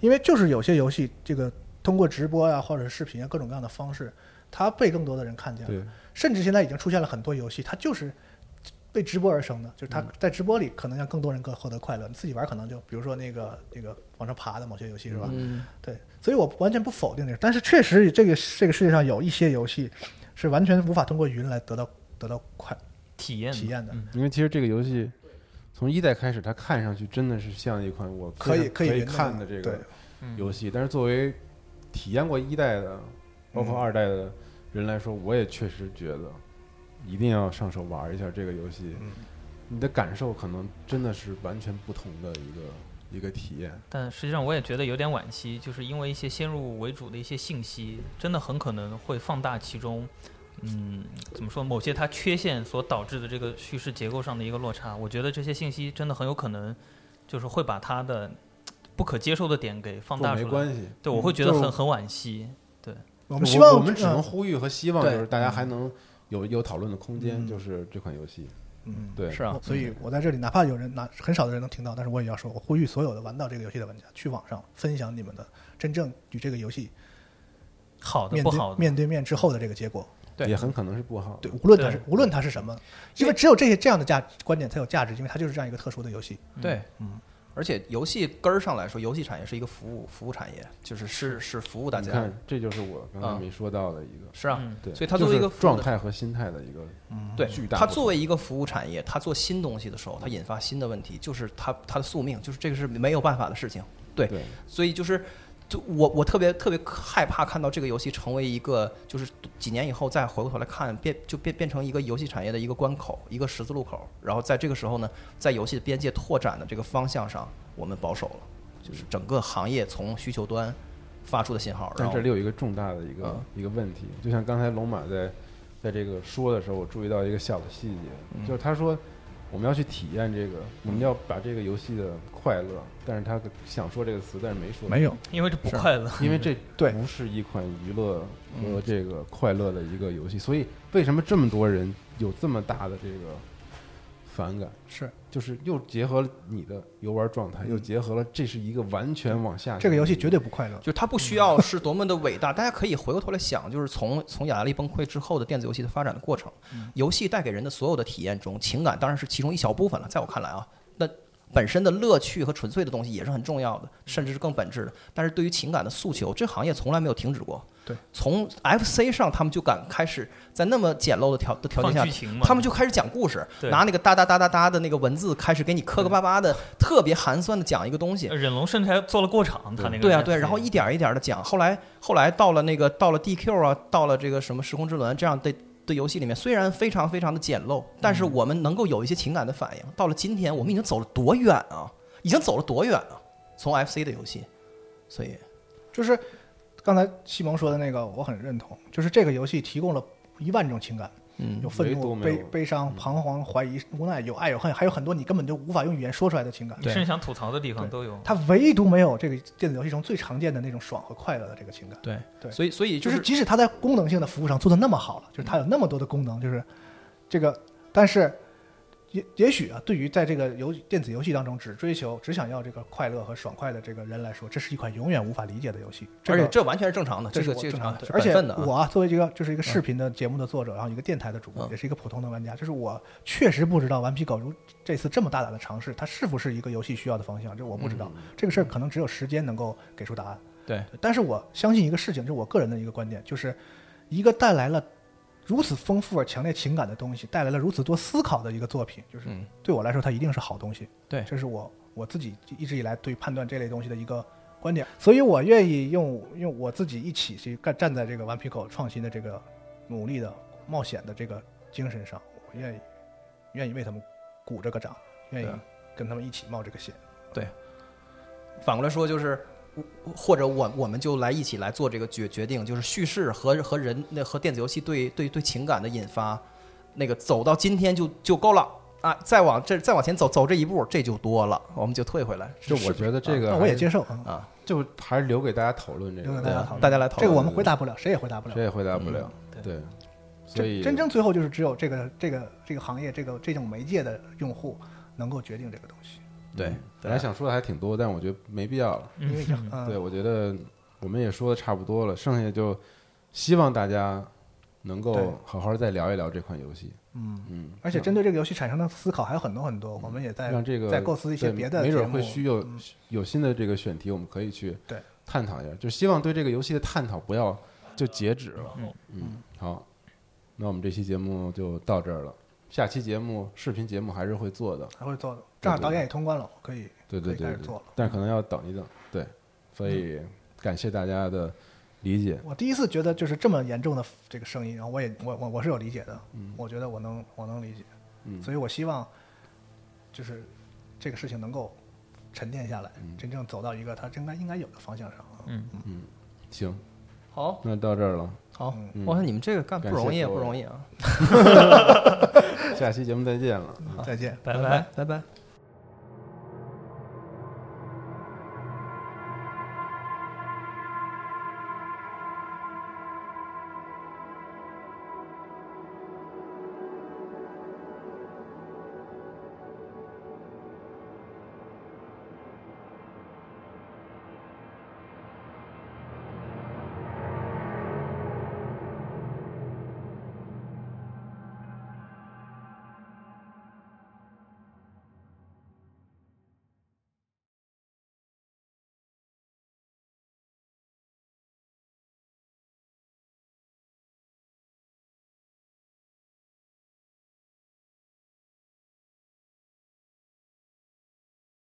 B: 因为就是有些游戏这个通过直播呀、或者是视频啊各种各样的方式，它被更多的人看见
A: 对
B: 了，甚至现在已经出现了很多游戏，它就是为直播而生的，就是它在直播里可能让更多人更获得快乐，你自己玩可能就比如说那个那个往上爬的某些游戏是吧？
D: 嗯，
B: 对，所以我完全不否定这个，但是确实这个这个世界上有一些游戏是完全无法通过云来得到得到快
C: 体验嗯
B: 体验的。
A: 因为其实这个游戏从一代开始，它看上去真的是像一款我
B: 可以
A: 可
B: 以
A: 以
B: 云
A: 看的
B: 的
A: 这
B: 对
A: 个游戏，但是作为体验过一代的，包括二代的人来说，我也确实觉得一定要上手玩一下这个游戏，
B: 嗯
A: 你的感受可能真的是完全不同的一个一个体验。
C: 但实际上我也觉得有点惋惜，就是因为一些先入为主的一些信息，真的很可能会放大其中，嗯，怎么说某些它缺陷所导致的这个叙事结构上的一个落差。我觉得这些信息真的很有可能就是会把它的不可接受的点给放
A: 这
C: 大
A: 没
C: 出来。
A: 关系，嗯
C: 对，我会觉得
A: 就
C: 很
A: 是
C: 很惋惜。
B: 我
A: 我
B: 们希望
A: 我们只能
B: 嗯
A: 呼吁和希望，
D: 对
A: 就是大家还
C: 嗯
A: 能有有讨论的空间，
B: 嗯
A: 就是这款游戏。
B: 嗯，
A: 对，
D: 是啊
B: 我，所以我在这里，哪怕有人哪很少的人能听到，但是我也要说，我呼吁所有的玩到这个游戏的玩家，去网上分享你们的真正与这个游戏
C: 好的
B: 面
C: 不好
B: 对
C: 的，
B: 面对面之后的这个结果。
D: 对
A: 也很可能是不好。
B: 对，无论它
C: 对
B: 是无论它是什么，因为只有这些这样的价观点才有价值，因为它就是这样一个特殊的游戏。
D: 对，
B: 嗯，
D: 而且游戏根儿上来说，游戏产业是一个服务服务产业，就是是是服务大
A: 你
D: 家
A: 看，，这就是我刚才
D: 啊
A: 没说到的一个，
D: 是啊，
C: 嗯
A: 对，
D: 所以它
A: 就
D: 作为一
A: 是
D: 个服务
A: 状
D: 的
A: 态和心态的一个，
D: 对
A: 巨，大
D: 它
A: 不
D: 作为一个服务产业，它做新东西的时候，它引发新的问题，就是它它的宿命，就是这个是没有办法的事情。对，
A: 对，
D: 所以就是。就我我特别特别害怕看到这个游戏成为一个，就是几年以后再回过头来看，变就变变成一个游戏产业的一个关口，一个十字路口。然后在这个时候呢，在游戏的边界拓展的这个方向上，我们保守了，就是整个行业从需求端发出的信号。然
A: 但
D: 后
A: 这里有一个重大的一个、
D: 嗯
A: 一个问题，
D: 嗯
A: 就像刚才龙马在在这个说的时候，我注意到一个小的细节，就是他说我们要去体验这个，我们要把这个游戏的快乐，但是他想说这个词，但是没说，
B: 没有，
C: 因为这不
B: 是
C: 快乐。
A: 因为 这
B: 对
A: 不是一款娱乐
D: 嗯
A: 和这个快乐的一个游戏，所以为什么这么多人有这么大的这个反感？
B: 是
A: 就是又结合了你的游玩状态，又结合了这是一个完全往下
B: 嗯这个游戏绝对不快乐。
D: 就它不需要是多么的伟大，大 家可以回过头来想，就是从从雅达利崩溃之后的电子游戏的发展的过程，
C: 嗯
D: 游戏带给人的所有的体验中，情感当然是其中一小部分了。在我看来啊，那本身的乐趣和纯粹的东西也是很重要
C: 嗯
D: 的，甚至是更本质的。但是对于情感的诉求，这行业从来没有停止过。
B: 对，
D: 从 FC 上他们就敢开始在那么简陋的条的条
C: 放
D: 件下
C: 剧情嘛，
D: 他们就开始讲故事，
C: 对
D: 拿那个哒哒哒哒哒的那个文字开始给你磕磕巴巴的、特别寒酸的讲一个东西。
C: 呃忍龙甚至还做了过场，他那个
D: 对啊，
C: 是
D: 对，然后一点儿一点的讲，后来后来到了那个到了 DQ 啊，到了这个什么时空之轮这样的的游戏里面，虽然非常非常的简陋，但是我们能够有一些情感的反应。到了今天，我们已经走了多远啊？已经走了多远啊？从 FC 的游戏，所以
B: 就是刚才西蒙说的那个，我很认同，就是这个游戏提供了一万种情感，
D: 嗯
B: 有愤
A: 唯独
B: 怒、
A: 没有
B: 悲悲伤、彷徨、怀疑、无奈，有爱有恨，还有很多你根本就无法用语言说出来的情感
C: 你。甚至想吐槽的地方
B: 对
C: 都有。
B: 它唯独没有这个电子游戏中最常见的那种爽和快乐的这个情感。
D: 对
B: 对
D: 所以所以
B: 就
D: 就是是
B: 即使它在功能性的服务上做的那么好了，就是它有那么多的功能，就是这个，但是也也许啊，对于在这个游电子游戏当中只追求只想要这个快乐和爽快的这个人来说，这是一款永远无法理解的游戏。这
D: 而
B: 个
D: 且这完全是正常的，
B: 这
D: 这个
B: 我
D: 这个
B: 正常的
D: 是
B: 而
D: 本
B: 且
D: 分的啊
B: 我啊作为一个就是一个视频的节目的作者，然后一个电台的主播，
D: 嗯
B: 也是一个普通的玩家，就是我确实不知道顽皮狗如这次这么大胆的尝试，它是不是一个游戏需要的方向，这我不知道。
D: 嗯
B: 这个事儿可能只有时间能够给出答案。
D: 对，
B: 但是我相信一个事情，这是我个人的一个观点，就是一个带来了如此丰富而强烈情感的东西，带来了如此多思考的一个作品，就是
D: 嗯
B: 对我来说，它一定是好东西。
D: 对
B: 这是我我自己一直以来对判断这类东西的一个观点，所以我愿意用用我自己一起去干站在这个顽皮狗创新的这个努力的冒险的这个精神上，我愿意愿意为他们鼓这个掌，愿意
D: 对啊
B: 跟他们一起冒这个险。
D: 反过来说就是。或者我我们就来一起来做这个决决定，就是叙事和和人那和电子游戏对对对情感的引发，那个走到今天就就够了啊！再往这再往前走走这一步，这就多了，我们就退回来。
A: 就是我觉得这个
B: 那
A: 还
B: 我也接受啊，
D: 啊，
A: 就还是留给大家讨论这
B: 留给
A: 个，
D: 对
B: 大家
D: 啊
B: 讨论
D: 大家来讨
B: 这
D: 论
B: 个我们回答不了，谁也回答不了
A: 谁。也回答不了。对，所以
B: 真真正最后就是只有这个这个这个行业这个这种媒介的用户能够决定这个东西，
D: 对，
A: 本来想说的还挺多，但我觉得没必要了。
B: 因为已经嗯
A: 对，我觉得我们也说的差不多了，剩下就希望大家能
B: 对
A: 够好好再聊一聊这款游戏，
B: 嗯
A: 嗯
B: 而且针对这个游戏产生的思考还有很多很多，我们也在
A: 让这个
B: 在构思一些
A: 对
B: 别的
A: 没
B: 节
A: 准
B: 目嗯
A: 会。需要有新的这个选题，我们可以去
B: 对
A: 探讨一下。就希望对这个游戏的探讨不要就截止了。
C: 嗯
A: 嗯，好，那我们这期节目就到这儿了。下期节目视频节目还是会做的，
B: 还会做的，正好
A: 对对
B: 导演也通关了，我可以
A: 对对
B: 可以
A: 对
B: 开始
A: 对
B: 做了，嗯
A: 但可能要等一等，对，所以感谢大家的理解。
B: 我第一次觉得就是这么严重的这个声音，然后我也我我我是有理解的，我觉得我能我能理解，
A: 嗯
B: 所以我希望就是这个事情能够沉淀下来，
A: 嗯
B: 真正走到一个它应该应该有的方向上。
C: 嗯，
A: 行，
D: 好
A: 那到这儿了，
D: 好
A: 嗯，
D: 我看你们这个干不
A: 感谢
D: 容易，啊
A: 各位
D: 不容易啊！
A: 嗯下期节目再见了。
B: 再见。
C: 拜
D: 拜拜拜。